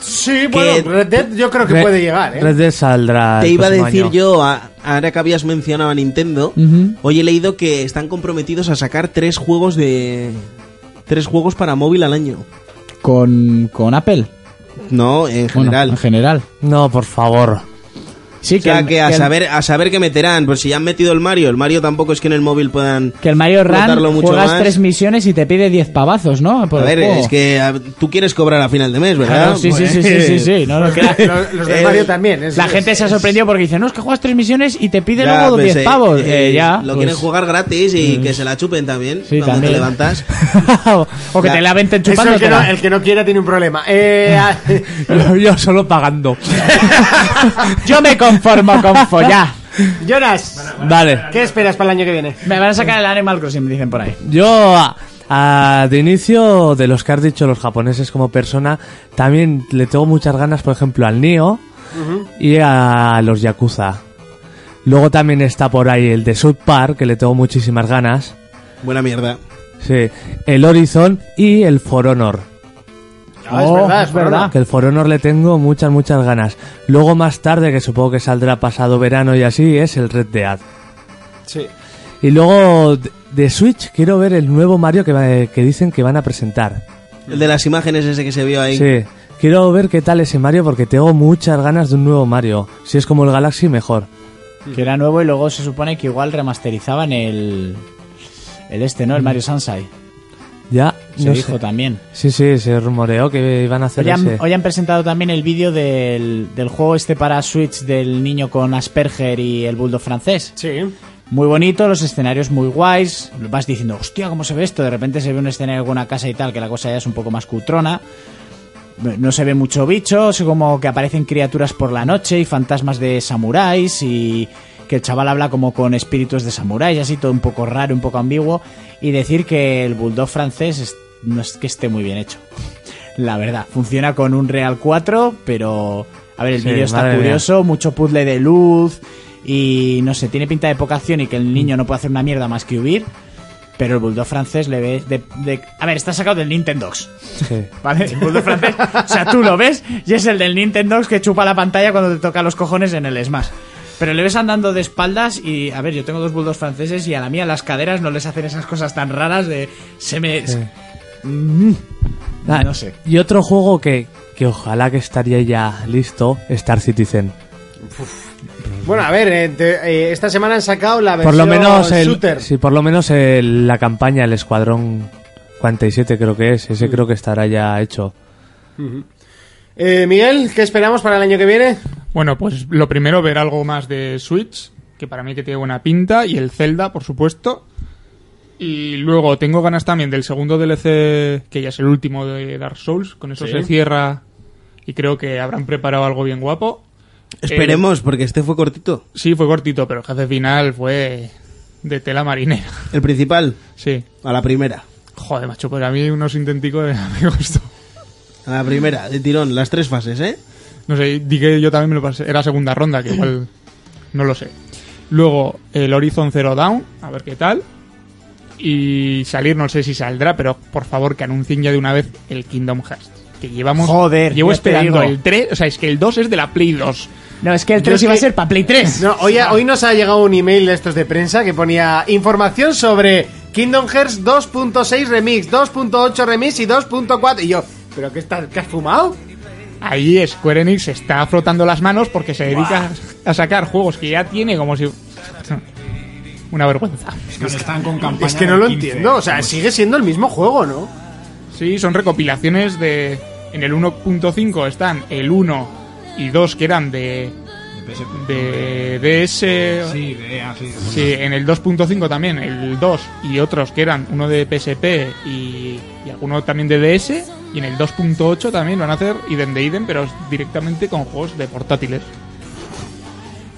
Sí, bueno, Red Dead yo creo que Re- puede llegar, ¿eh? Red Dead saldrá. Te el iba a próximo decir año. yo, a- ahora que habías mencionado a Nintendo, hoy he leído que están comprometidos a sacar tres juegos de... Tres juegos para móvil al año. Con, con Apple. No, en Bueno, general. en general. No, por favor. Sí, que, que el- que a, que el- saber, a saber qué meterán. Pues si ya han metido el Mario, el Mario tampoco es que en el móvil puedan. Que el Mario Run Rotarlo mucho juegas más. tres misiones y te pide 10 pavazos, ¿no? A Por el ver, juego. es que a- tú quieres cobrar a final de mes, ¿verdad? Pues, Claro, sí, sí, sí, sí, sí, sí. No, no, que la- Los- los del Mario también, es- Eh, la gente se ha sorprendido porque dice, no, es que juegas tres misiones y te pide Ya, luego pues, 10 eh, pavos. eh, Eh, ya, Lo pues, Mm. quieren jugar gratis y que se la chupen también Sí, cuando también. te levantas. o que Ya. te la venten Eso chupando. el que no- el que no quiera tiene un problema. Eh, a- Yo solo pagando. Yo me conformo con follar. Jonas, Vale. ¿qué esperas para el año que viene? Me van a sacar el Animal Crossing, me dicen por ahí. Yo, a- a- de inicio de los que has dicho los japoneses como persona, también le tengo muchas ganas, por ejemplo, al Nio y a los Yakuza. Luego también está por ahí el de South Park, que le tengo muchísimas ganas. Buena mierda. Sí, el Horizon y el For Honor. Oh, Ah, es verdad, es verdad. Que el For Honor le tengo muchas, muchas ganas. Luego más tarde, que supongo que saldrá pasado verano y así, es el Red Dead. Sí. Y luego de- de Switch quiero ver el nuevo Mario que, va- que dicen que van a presentar. El de las imágenes ese que se vio ahí. Sí, quiero ver qué tal ese Mario porque tengo muchas ganas de un nuevo Mario. Si es como el Galaxy, mejor. Que era nuevo y luego se supone que igual remasterizaban el. El este, ¿no? El Mario Sansai. Ya, Se Mm. no dijo sé. también. Sí, sí, se rumoreó que iban a hacer Hoy han, ese. hoy han presentado también el vídeo del, del juego este para Switch del niño con Asperger y el bulldog francés. Sí. Muy bonito, los escenarios muy guays. Vas diciendo, hostia, ¿cómo se ve esto? De repente se ve un escenario en una casa y tal, que la cosa ya es un poco más cutrona. No se ve mucho bicho, es como que aparecen criaturas por la noche y fantasmas de samuráis y que el chaval habla como con espíritus de samuráis, así todo un poco raro, un poco ambiguo. Y decir que el bulldog francés es- no es que esté muy bien hecho. La verdad, funciona con un Real 4, pero... A ver, el Sí, vídeo está madre mía. curioso, mucho puzzle de luz y no sé, tiene pinta de poca acción y que Mm. el niño no puede hacer una mierda más que huir. Pero el bulldog francés le ve de, de- A ver, está sacado del Nintendox. Sí. ¿Vale? El bulldog francés. O sea, tú lo ves y es el del Nintendox que chupa la pantalla cuando te toca los cojones en el Smash. Pero le ves andando de espaldas y, a ver, yo tengo dos bulldogs franceses y a la mía las caderas no les hacen esas cosas tan raras de... Se me... Sí. Mm. Ah, no sé. Y otro juego que, que ojalá que estaría ya listo, Star Citizen. Bueno, a ver, eh, te- eh, esta semana han sacado la Por versión lo menos el, shooter. sí, por lo menos el- la campaña, el escuadrón 47 creo que es, ese creo que estará ya hecho. Ujú. Eh, Miguel, ¿qué esperamos para el año que viene? Bueno, pues lo primero ver algo más de Switch, que para mí que tiene buena pinta, y el Zelda, por supuesto. Y luego tengo ganas también del segundo DLC, que ya es el último de Dark Souls, con eso Sí. se cierra y creo que habrán preparado algo bien guapo. Esperemos, porque este fue cortito. Sí, fue cortito, pero el jefe final fue de tela marinera. El principal. Sí. A la primera. Joder, macho, pues a mí unos intenticos de- me gustó. A la primera, de tirón, las tres fases, ¿eh? No sé, di que yo también me lo pasé. Era segunda ronda, que igual no lo sé. Luego el Horizon Zero Down, a ver qué tal. Y salir, no sé si saldrá, pero por favor que anuncien ya de una vez el Kingdom Hearts. Que llevamos. Joder, llevo ya te esperando digo. el 3. O sea, es que el 2 es de la Play 2. No, es que el Yo 3 es iba que- a ser para Play 3. No, hoy, hoy nos ha llegado un email de estos de prensa que ponía información sobre Kingdom Hearts 2.6 Remix, 2.8 Remix y 2.4. Y yo, ¿pero qué, estás, qué has fumado? Ahí Square Enix se está frotando las manos porque se dedica a sacar juegos que ya tiene como si. Una vergüenza. Están con campaña Es que no del lo 15. entiendo, o sea, sigue siendo el mismo juego, ¿no? Sí, son recopilaciones de. En el 1.5 están el 1 y 2 que eran de. De, DS. Sí, de EA, sí. Sí, en el 2.5 también, el 2 y otros que eran uno de PSP y, y alguno también de DS. Y en el 2.8 también van a hacer Idem de Idem, pero directamente con juegos de portátiles.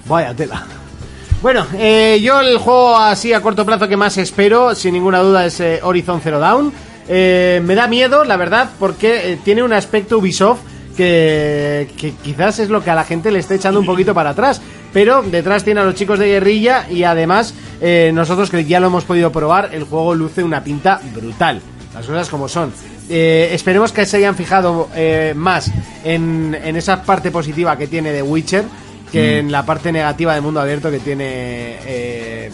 Vaya tela. Bueno, eh, yo el juego así a corto plazo que más espero, sin ninguna duda, es eh, Horizon Zero Dawn. Eh, me da miedo, la verdad, porque eh, tiene un aspecto Ubisoft que, que quizás es lo que a la gente le está echando un poquito para atrás. Pero detrás tiene a los chicos de guerrilla y además eh, nosotros que ya lo hemos podido probar, el juego luce una pinta brutal. Las cosas como son. Eh, esperemos que se hayan fijado eh, más en, en esa parte positiva que tiene de Witcher que en la parte negativa de mundo abierto que tiene eh,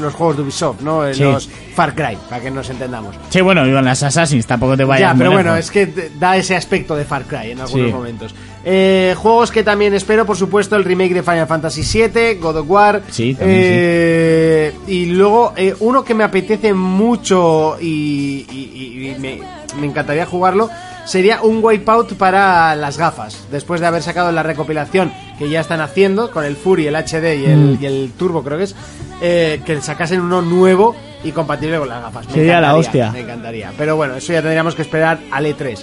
los juegos de Ubisoft, ¿no? Eh, Sí. Los Far Cry, para que nos entendamos. Sí, bueno, y con las Assassins tampoco te vayas ya, muy pero lejos. bueno, es que te- da ese aspecto de Far Cry en algunos Sí. momentos. Eh, juegos que también espero, por supuesto, el remake de Final Fantasy VII, God of War. Sí, también, eh, Y luego, eh, uno que me apetece mucho y, y- y- y me, me encantaría jugarlo, sería un Wipeout para las gafas. Después de haber sacado la recopilación que ya están haciendo con el Fury, el HD y el, Mm. y el Turbo, creo que es, eh, que sacasen uno nuevo y compatible con las gafas. Me Sería la encantaría, hostia. Me encantaría. Pero bueno, eso ya tendríamos que esperar al E3.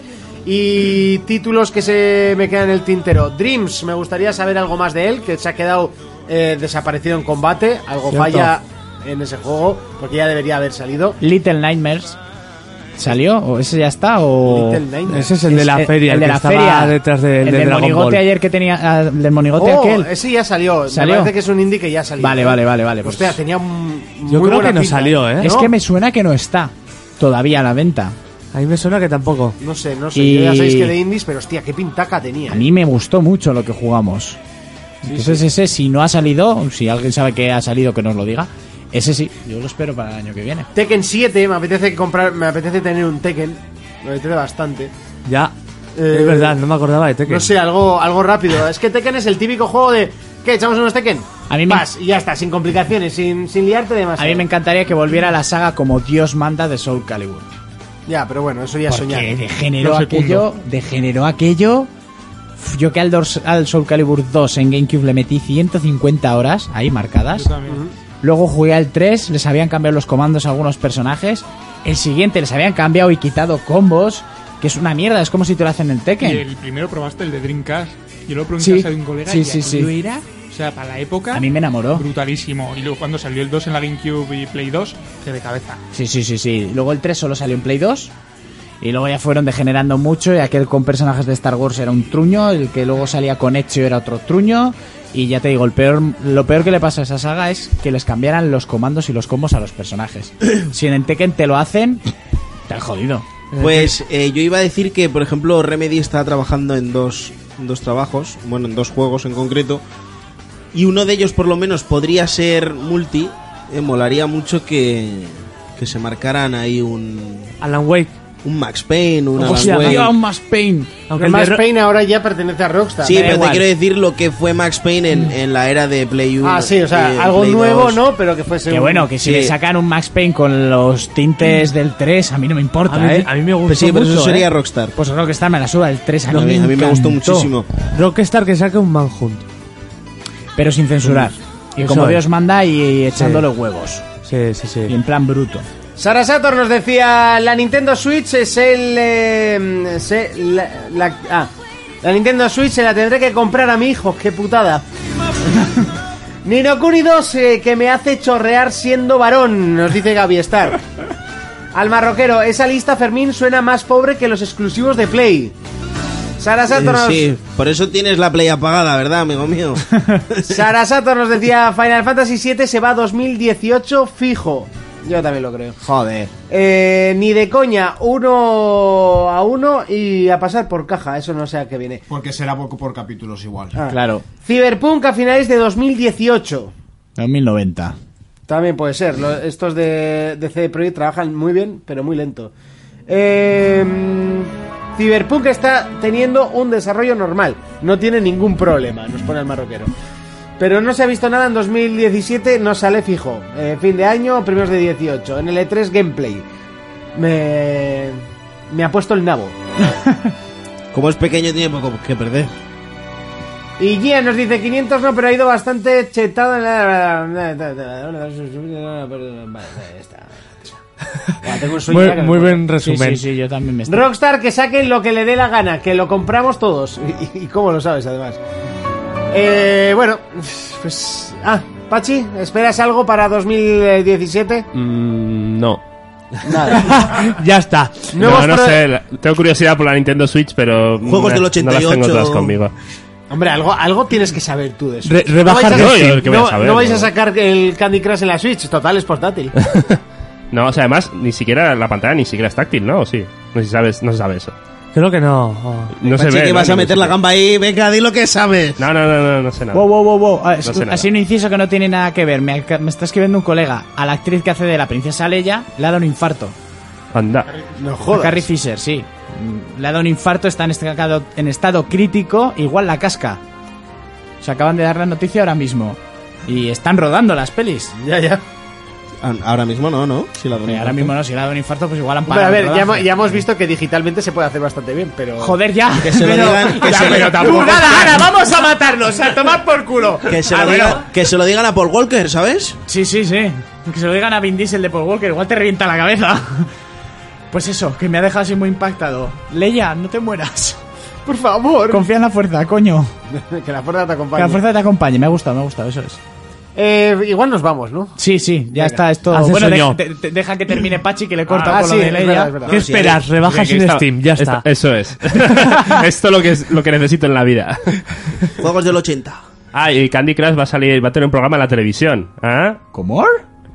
Y títulos que se me quedan en el tintero. Dreams, me gustaría saber algo más de él, que se ha quedado eh, desaparecido en combate. Algo Cierto. falla en ese juego, porque ya debería haber salido. Little Nightmares. ¿Salió? ¿O ese ya está? ¿O... eh, Little Nightmares. Ese es el de la feria, El el de que la estaba feria. detrás del- el del del Dragon monigote Ball. ayer que tenía. ah, El del monigote Oh, aquel. ese ya salió. ¿Salió? Me parece que es un indie que ya salió. Vale, vale, vale, vale. pues- Hostia, tenía un. Yo muy creo buena que no pinta, salió, ¿eh? Es ¿No? que me suena que no está todavía a la venta. A mí me suena que tampoco. No sé, no sé. Y- Yo ya sabéis que de indies, pero hostia, qué pintaca tenía. A mí me gustó mucho lo que jugamos. Entonces ese, si no ha salido, si alguien sabe que ha salido, que nos lo diga. Ese sí, yo lo espero para el año que viene. ¿eh? Tekken 7, me apetece comprar, me apetece tener un Tekken. Me apetece bastante. Ya. Eh, es verdad, no me acordaba de Tekken. No sé, algo, algo rápido. Es que Tekken es el típico juego de. ¿Qué? ¿Echamos unos Tekken? A mí me- Más, y ya está, sin complicaciones, sin, sin liarte A demasiado. mí me encantaría que volviera la saga como Dios manda de Soul Calibur. Ya, pero bueno, eso ya Porque soñar. ¿eh? Degeneró aquello, degeneró aquello. Uf, Yo que al, Dors- al Soul Calibur 2 en GameCube le metí 150 horas ahí marcadas. Luego jugué al 3, les habían cambiado los comandos a algunos personajes. El siguiente les habían cambiado y quitado combos, que es una mierda, es como si te lo hacen en Tekken. Y el primero probaste el de Dreamcast. Yo lo probé en Sí, casa de un colega sí, y sí, sí. aquello era, o sea, para la época, A mí me enamoró. brutalísimo. Y luego cuando salió el 2 en la GameCube y Play 2, que de cabeza. Sí, sí, sí, sí. Luego el 3 solo salió en Play 2. Y luego ya fueron degenerando mucho. Y aquel con personajes de Star Wars era un truño. El que luego salía con Ezio era otro truño. Y ya te digo, el peor, lo peor que le pasa a esa saga es que les cambiaran los comandos y los combos a los personajes. si en Tekken te lo hacen, te han jodido. Pues eh, yo iba a decir que, por ejemplo, Remedy está trabajando en dos, en dos trabajos, bueno, en dos juegos en concreto, y uno de ellos por lo menos podría ser multi, eh, molaría mucho que, que se marcaran ahí un... Alan Wake. Un Max Payne, un Hostia, Alan Wake. tío, un Max Payne. Aunque el el de Max Ro- Payne ahora ya pertenece a Rockstar. Sí, Me da pero te igual. quiero decir lo que fue Max Payne en, en la era de Play 1. Ah, sí, o sea, eh, algo Play nuevo, 2. ¿no? Pero que fuese. Que un- bueno, que si le sacan un Max Payne con los tintes del 3, a mí no me importa, A mí- ¿eh? a mí me gustó Pues sí, pero eso mucho, sería ¿eh? Rockstar. Pues Rockstar me la suda el 3 a, No, mí, a mí me gustó encantó. muchísimo. Rockstar que saque un Manhunt. Pero sin censurar. Y Eso como es. Dios manda y echando Sí. los huevos. Sí, sí, sí. Y en plan bruto. Sara Sator nos decía: La Nintendo Switch es el. eh, es el- la, la- ah, la Nintendo Switch se la tendré que comprar a mi hijo, qué putada. Nino Kuni 2, eh, que me hace chorrear siendo varón, nos dice Gaby Star. Al marroquero, esa lista Fermín suena más pobre que los exclusivos de Play. Sara Sator Eh, nos, sí, por eso tienes la Play apagada, ¿verdad, amigo mío? Sara Sator nos decía Final Fantasy VII se va a 2018 fijo. Yo también lo creo. Joder. Eh, ni de coña, uno a uno y a pasar por caja, eso no sé a qué viene. Porque será poco por capítulos igual. Ah. Claro. Cyberpunk a finales de 2018. 2090. También puede ser. Lo- estos de, de CD Projekt trabajan muy bien, pero muy lento. Eh, Cyberpunk está teniendo un desarrollo normal. No tiene ningún problema, nos pone el marroquero. Pero no se ha visto nada en 2017, no sale fijo. Eh, fin de año, primeros de 18. En el E3 gameplay. Me, me ha puesto el nabo. Como es pequeño, tiene poco que perder. Y Gia nos dice 500 no, pero ha ido bastante chetado. Vale, ahí está. Buah, tengo un sueño Muy, ya que me muy muero. buen resumen. Sí, sí, yo también me estoy... Rockstar que saquen lo que le dé la gana, que lo compramos todos. ¿Y, y cómo lo sabes además? Eh, bueno, pues... Ah, Pachi, ¿esperas algo para 2017? Mm, no. ya está. No, Nuevos no, pro- sé. la- Tengo curiosidad por la Nintendo Switch, pero. Juegos eh, del No las 88. tengo todas conmigo. Hombre, algo, algo tienes que saber tú de eso. Re- rebajar no vais, de- a, No, yo que voy a no- saber, no vais no. a sacar el Candy Crush en la Switch, total, es portátil. No, o sea, además, ni siquiera la pantalla ni siquiera es táctil, ¿no? ¿O Sí. No se, sabe, no se sabe eso. Creo que no. Oh. No se Pachi, ve. que ¿no? vas a Ni meter la siquiera. gamba ahí, venga, di lo que sabes. No, no, no, no, no sé nada. Wow, wow, wow, wow. Ah, sé nada. Así un inciso que no tiene nada que ver. Me, ac- me está escribiendo un colega. A la actriz que hace de la princesa Leia le ha dado un infarto. Anda. No A Carrie Fisher, sí. mm, le ha dado un infarto, está en este estado, en estado crítico, igual la casca. Se acaban de dar la noticia ahora mismo. Y están rodando las pelis. Ya, ya. Ah, Ahora mismo no, ¿no? Si la ahora mismo no, si le ha dado un infarto, pues igual han Hombre, a parado. ver, el ya, hemos- rodaje. ya hemos visto que digitalmente se puede hacer bastante bien, pero. Joder, ya. Que se lo Pero- digan- que Ya, se lo- pero tampoco- Tú nada, ahora vamos a matarlos, a tomar por culo. Que se, Ah, lo bueno. diga- que se lo digan a Paul Walker, ¿sabes? Sí, sí, sí. Que se lo digan a Vin Diesel de Paul Walker, igual te revienta la cabeza. Pues eso, que me ha dejado así muy impactado. Leia, no te mueras. Por favor. Confía en la fuerza, coño. que la fuerza te Que acompañe. la fuerza te acompañe. Me ha gustado, me ha gustado, eso es. Eh, igual nos vamos, ¿no? Sí, sí, ya está, esto. Hace bueno, sueño. de- de- de- deja que termine Pachi que le corta Ah, por sí, lo de es Leia. verdad, es verdad. ¿Qué esperas? Rebajas en Steam, ya está. eso es. Esto es lo que, es, lo que necesito en la vida. Juegos del 80. Ah, y Candy Crush va a salir, va a tener un programa en la televisión. ¿Ah? ¿Cómo?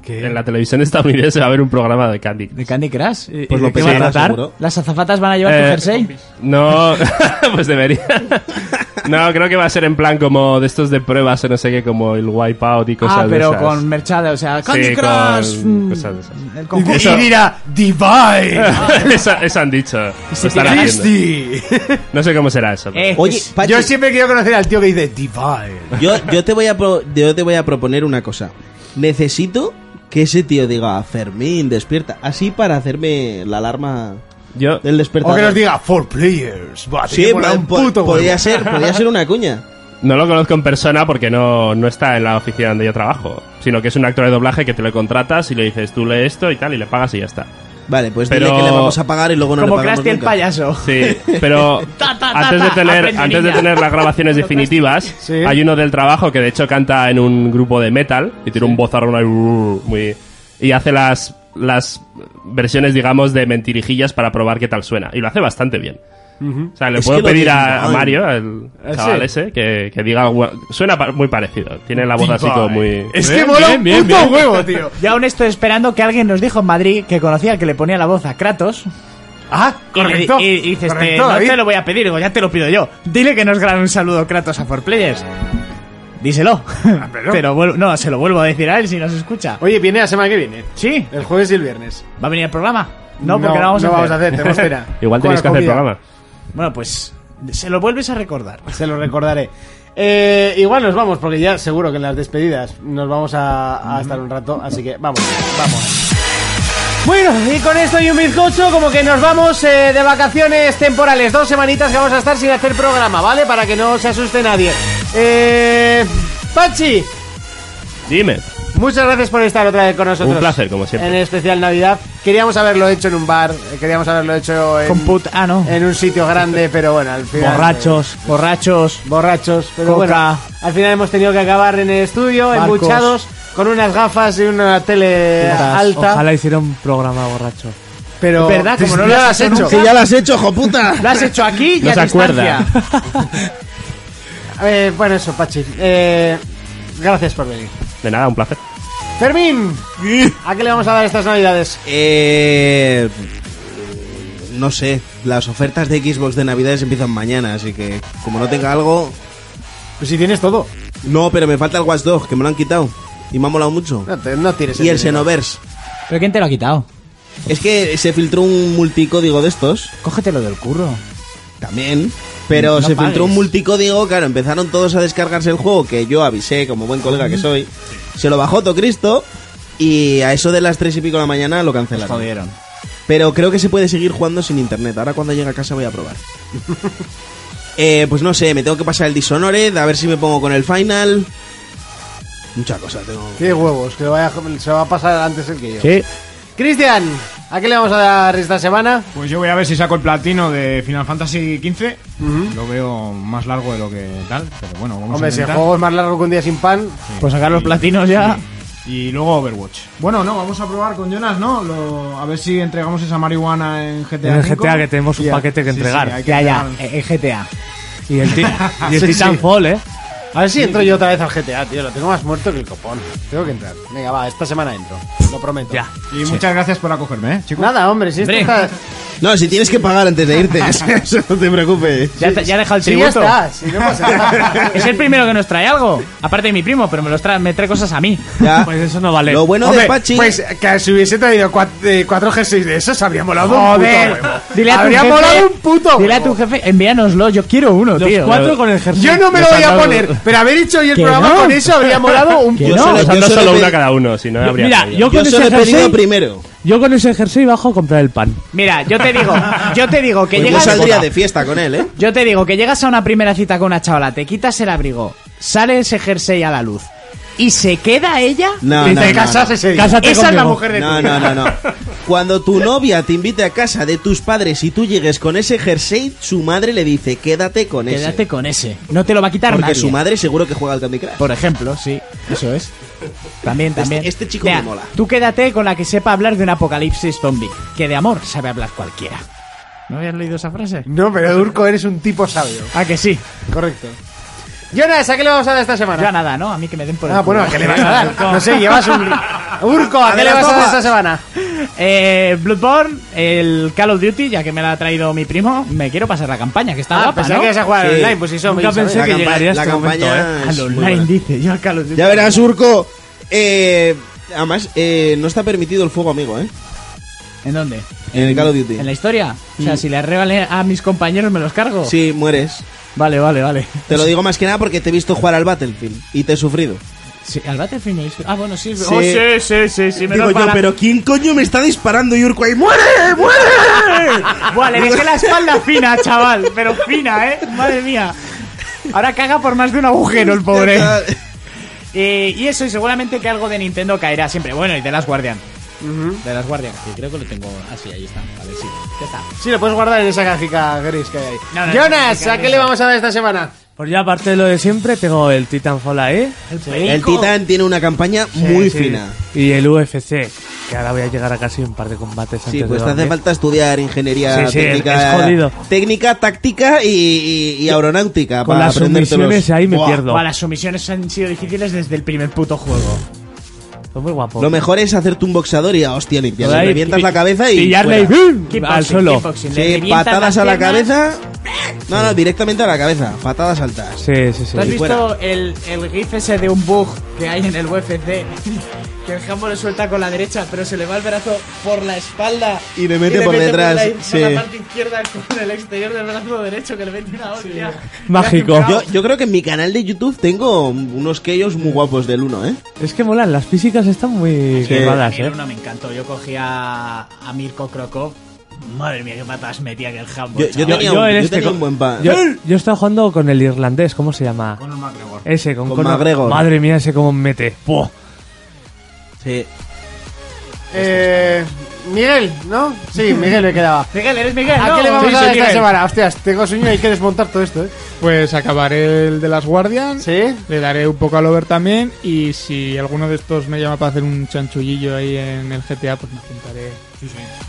En la televisión estadounidense va a haber un programa de Candy Crush. ¿De Candy Crush? Pues lo Eh, ¿Qué va a pensarás, tratar? seguro. ¿Las azafatas van a llevar Eh, tu jersey? No, pues debería. No, creo que va a ser en plan como de estos de pruebas o no sé qué, como el Wipeout y cosas Ah, pero de esas. con merchada, o sea, Candy Sí, Crush. con mm, cosas de esas. el concurso. Eso- Divine. eso, eso han dicho. se Lo están tira- haciendo. No sé cómo será eso. Eh. pero- Este yo siempre quiero conocer al tío que dice Divine. Yo, yo, te voy a pro- yo te voy a proponer una cosa. Necesito que ese tío diga, Fermín, despierta. Así para hacerme la alarma yo, del despertador. O que nos diga Four Players. Buah, Sí, tío, mola po- un po- puto huevo. podría ser, podría ser una cuña. No lo conozco en persona porque no, no está en la oficina donde yo trabajo, sino que es un actor de doblaje que te lo contratas y le dices tú lee esto y tal y le pagas y ya está. Vale, pues Pero- dile que le vamos a pagar y luego no Como le pagamos Krusty el nunca. payaso. Sí, pero Ta, ta, ta, antes de ta, tener, aprende, antes de niña. tener las grabaciones definitivas, hay uno del trabajo que de hecho canta en un grupo de metal y tiene un vozarrón ahí, uh, muy y hace las las versiones digamos de mentirijillas para probar qué tal suena y lo hace bastante bien. O sea, le Es puedo que lo pedir tiene a, a mal. Mario, al ¿Ese? chaval ese, que, que diga. algo- Suena pa- muy parecido. Tiene la voz así como muy. Es Bien, que mola bien, un bien, puto bien. huevo, tío. Yo aún estoy esperando que alguien nos dijo en Madrid que conocía al que le ponía la voz a Kratos. Ah, correcto. Y, y dices, correcto, te- no David. te lo voy a pedir, digo, ya te lo pido yo. Dile que nos grabe un saludo Kratos a 4Players. Díselo. pero- Ah, Pero vuelvo- no, se lo vuelvo a decir a él si nos escucha. Oye, viene la semana que viene. Sí. El jueves y el viernes. ¿Va a venir el programa? No, porque no vamos a hacer. tenemos cena. Igual tenéis que Con la hacer el comida. programa. Bueno, pues se lo vuelves a recordar. Se lo recordaré. Eh, igual nos vamos, porque ya seguro que en las despedidas nos vamos a, a estar un rato, así que vamos, vamos. Bueno, y con esto y un bizcocho, como que nos vamos eh, de vacaciones temporales. Dos semanitas que vamos a estar sin hacer programa, ¿vale? Para que no se asuste nadie. Eh, Pachi, Dime. muchas gracias por estar otra vez con nosotros. Un placer, como siempre. En especial Navidad. Queríamos haberlo hecho en un bar, eh, queríamos haberlo hecho en, Con put- ah, no. en un sitio grande, pero bueno, al final. eh, Borrachos, borrachos. borrachos, pero Coca. bueno, al final hemos tenido que acabar en el estudio, Barcos. embuchados, con unas gafas y una tele Putas, alta. Ojalá hiciera un programa borracho. Pero ¿Verdad? Como no lo has hecho. Que ya lo has hecho, hijo puta. Lo has hecho aquí y No a se acuerda. distancia. Eh, bueno, eso, Pachi. Eh, gracias por venir. De nada, un placer. Fermín, ¿a qué le vamos a dar estas navidades? Eh, no sé, las ofertas de Xbox de Navidades empiezan mañana, así que como no tenga algo... Pues si tienes todo. No, pero me falta el Watch Dogs, que me lo han quitado. Y me ha molado mucho. No, te- no tienes Y el dinero. Xenoverse. ¿Pero quién te lo ha quitado? Es que se filtró un multicódigo de estos. Cógetelo del curro. También. Pero No se pagues. filtró un multicódigo, claro, empezaron todos a descargarse el juego, que yo avisé, como buen colega que soy. Se lo bajó Tocristo y a eso de las tres y pico de la mañana lo cancelaron. jodieron. Pero creo que se puede seguir jugando sin internet. Ahora cuando llegue a casa voy a probar. Eh, pues no sé, me tengo que pasar el Dishonored, a ver si me pongo con el final. Mucha cosa tengo. Qué huevos, que vaya- se va a pasar antes el que yo. Cristian, ¿a qué le vamos a dar esta semana? Pues yo voy a ver si saco el platino de Final Fantasy XV. Lo veo más largo de lo que tal, pero bueno, vamos Hombre, a si el intentar. juego es más largo que un día sin pan, Pues sacar los platinos ya. Y luego Overwatch. Bueno, no, vamos a probar con Jonas, ¿no? Lo- a ver si entregamos esa marihuana en GTA. En el V. GTA que tenemos un Ya. paquete que Sí, sí, entregar. hay que Ya, ya, entregar. eh, eh, GTA. Y el, ti- y el Sí, sí. Titanfall, ¿eh? A ver si entro yo otra vez al GTA, tío. Lo tengo más muerto que el copón. Tengo que entrar. Venga, va, esta semana entro. Lo prometo. Ya. Y muchas gracias por acogerme, ¿eh, chicos? Nada, hombre, si esto Hombre. está... No, si tienes que pagar antes de irte, eso no te preocupes. Ya, te- ya deja el Sí, tributo. ya está, sí, no pasa nada. Es el primero que nos trae algo. Aparte de mi primo, pero me, los trae, me trae cosas a mí. Pues eso no vale. Hombre, Pues que si hubiese traído cuatro, eh, cuatro G6 de esos, habría molado un Joder, puto huevo. dile a tu habría jefe- molado un puto Dile a huevo. tu jefe, envíanoslo, yo quiero uno, Los tío. cuatro con el jersey. Yo no me lo voy a poner, pero haber hecho hoy el programa con eso habría molado un Yo no, solo, o sea, yo no solo solo una pe- cada uno, si no Yo- habría. mira, caído. yo con ese jersey, primero. Yo con ese jersey bajo a comprar el pan. Mira, yo te digo, yo te digo que Pues yo llegas saldría de fiesta con él, ¿eh? Yo te digo que llegas a una primera cita con una chavala, te quitas el abrigo, sale ese jersey a la luz y se queda ella. No, no, no, no. Esa es la mujer de tu No, vida. no, no, no. Cuando tu novia te invite a casa de tus padres y tú llegues con ese jersey, su madre le dice, quédate con ese. Quédate con ese. No te lo va a quitar Porque nadie. su madre seguro que juega al Candy Crush. Por ejemplo, sí, eso es. También, también. Este, este chico Mira, me mola. Tú quédate con la que sepa hablar de un apocalipsis zombie, que de amor sabe hablar cualquiera. ¿No habías leído esa frase? No, pero Durco eres un tipo sabio. Ah, que sí. Correcto. Jonas, ¿a qué le vamos a dar esta semana? Yo a nada, ¿no? A mí que me den por el Ah, bueno, ¿a qué le vas a dar? No sé, llevas un... Urco, ¿a qué le vas a dar esta semana? Eh, Bloodborne, el Call of Duty, ya que me la ha traído mi primo, me quiero pasar la campaña, que está Ah, guapa, pensaba ¿no? que ibas a jugar al Sí. online, pues sí, son Nunca pensé La que campa- llegaría la este campaña momento, ¿eh? es Al muy online, buena. dice, yo al Call of Duty. Ya verás, Urco. Eh, además, eh, no está permitido el fuego amigo, ¿eh? ¿En dónde? En el Call of Duty. ¿En la historia? O sea, Mm. si le arreglan a mis compañeros, ¿me los cargo? Sí, mueres. Vale, vale, vale. Te lo digo más que nada porque te he visto jugar al Battlefield y te he sufrido. Sí, al Battlefield me dice- Ah, bueno, sí. Sí. Oh, sí, sí, sí, sí, me Digo lo yo, para- pero ¿quién coño me está disparando? Y Urco ahí, ¡muere, muere! Buah, le dejé la espalda fina, chaval. Pero fina, ¿eh? Madre mía. Ahora caga por más de un agujero el pobre. Eh, y eso, y seguramente que algo de Nintendo caerá siempre. Bueno, y de las Guardian. De las Guardian, que creo que lo tengo así, ahí está. A ver, sí, ya está. Sí, lo puedes guardar en esa cajita gris que hay ahí. No, no, Jonas, no, no, ¿a no, qué no. le vamos a dar esta semana? Pues ya aparte de lo de siempre, tengo el Titanfall ahí. El Titan tiene una campaña Sí, muy sí. fina. Y el UFC, que ahora voy a llegar a casi un par de combates antes Sí, de pues te hace dormir. falta estudiar ingeniería Sí, sí, técnica, es jodido. técnica, táctica y, y- y aeronáutica. Con para las aprendértelos. sumisiones ahí me Buah. pierdo. Buah, las sumisiones han sido difíciles desde el primer puto juego. Son muy guapos. Lo mejor es hacerte un boxador y a hostia limpia. Le Ahí, revientas pi- la cabeza y. pillarle y fuera. ¡bum! Kickboxing, al suelo. kickboxing. Le Sí, revientas patadas las a la piernas. cabeza. No, no, directamente a la cabeza. Patadas altas. Sí, sí, sí. ¿Tú has Y fuera. visto el, el gif ese de un bug que hay en el UFC? Que el jambo lo suelta con la derecha, pero se le va el brazo por la espalda. Y le mete por detrás, la- por la sí. parte izquierda con el exterior del brazo derecho que le mete una hostia. Mágico. Yo, yo creo que en mi canal de YouTube tengo unos Keyos muy guapos del 1, ¿eh? Es que molan, las físicas están muy Sí. curradas, Mira, eh. uno me encantó. Yo cogí a, a Mirko Krokov. Madre mía, qué patas metía que el jambo. Yo- yo chaval. tenía un- en yo este tenía co- un buen pan. Yo, yo estaba jugando con el irlandés, ¿cómo se llama? Con McGregor. Ese, con, Con Conor- McGregor. Madre mía, ese cómo mete. ¡Puah! Sí. Este Eh, Miguel, ¿no? Sí, Miguel me quedaba. Miguel, eres Miguel. ¿A no. qué le vamos Sí, a soy dar esta Miguel. semana? Hostias, tengo sueño y hay que desmontar todo esto, ¿eh? Pues acabaré el de las Guardian. Le daré un poco al over también. Y si alguno de estos me llama para hacer un chanchullillo ahí en el GTA, pues me apuntaré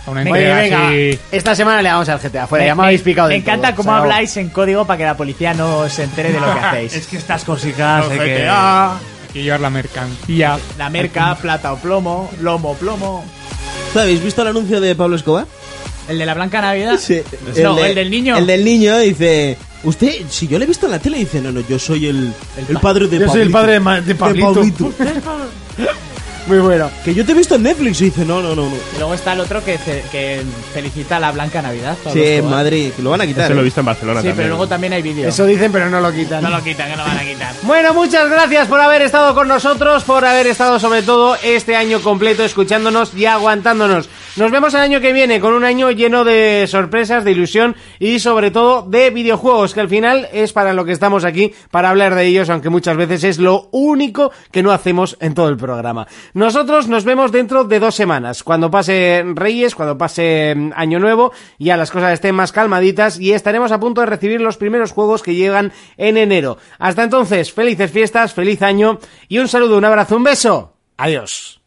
a una Oye, entrega venga, así. esta semana le damos al GTA. Fuera, Me- ya me habéis me- picado Me del todo. encanta Se cómo acabó. habláis en código para que la policía no se entere de lo que hacéis. ah, Es que estas cositas hay que... Hay que llevar la mercancía. La merca, plata o plomo, lomo, plomo. ¿Tú habéis visto el anuncio de Pablo Escobar? ¿El de la Blanca Navidad? Sí. No, de- el del niño. El del niño dice. Usted, si yo le he visto en la tele, dice: No, no, yo soy el, el padre de Yo soy el Pablito". padre de Ma- de Pablito. Muy bueno. Que yo te he visto en Netflix y dice: No, no, no. no. Y luego está el otro que, ce- que felicita a la Blanca Navidad. Pablo Sí, en Escobar. Madrid, que lo van a quitar. Ese ¿eh? lo he visto en Barcelona Sí, pero también. luego también hay vídeos. Eso dicen, pero no lo quitan. No lo quitan, que lo van a quitar. Bueno, muchas gracias por haber estado con nosotros, por haber estado sobre todo este año completo escuchándonos y aguantándonos. Nos vemos el año que viene con un año lleno de sorpresas, de ilusión y sobre todo de videojuegos, que al final es para lo que estamos aquí, para hablar de ellos, aunque muchas veces es lo único que no hacemos en todo el programa. Nosotros nos vemos dentro de dos semanas, cuando pase Reyes, cuando pase mm, Año Nuevo, ya las cosas estén más calmaditas y estaremos a punto de recibir los primeros juegos que llegan en enero. Hasta entonces, felices fiestas, feliz año y un saludo, un abrazo, un beso. Adiós.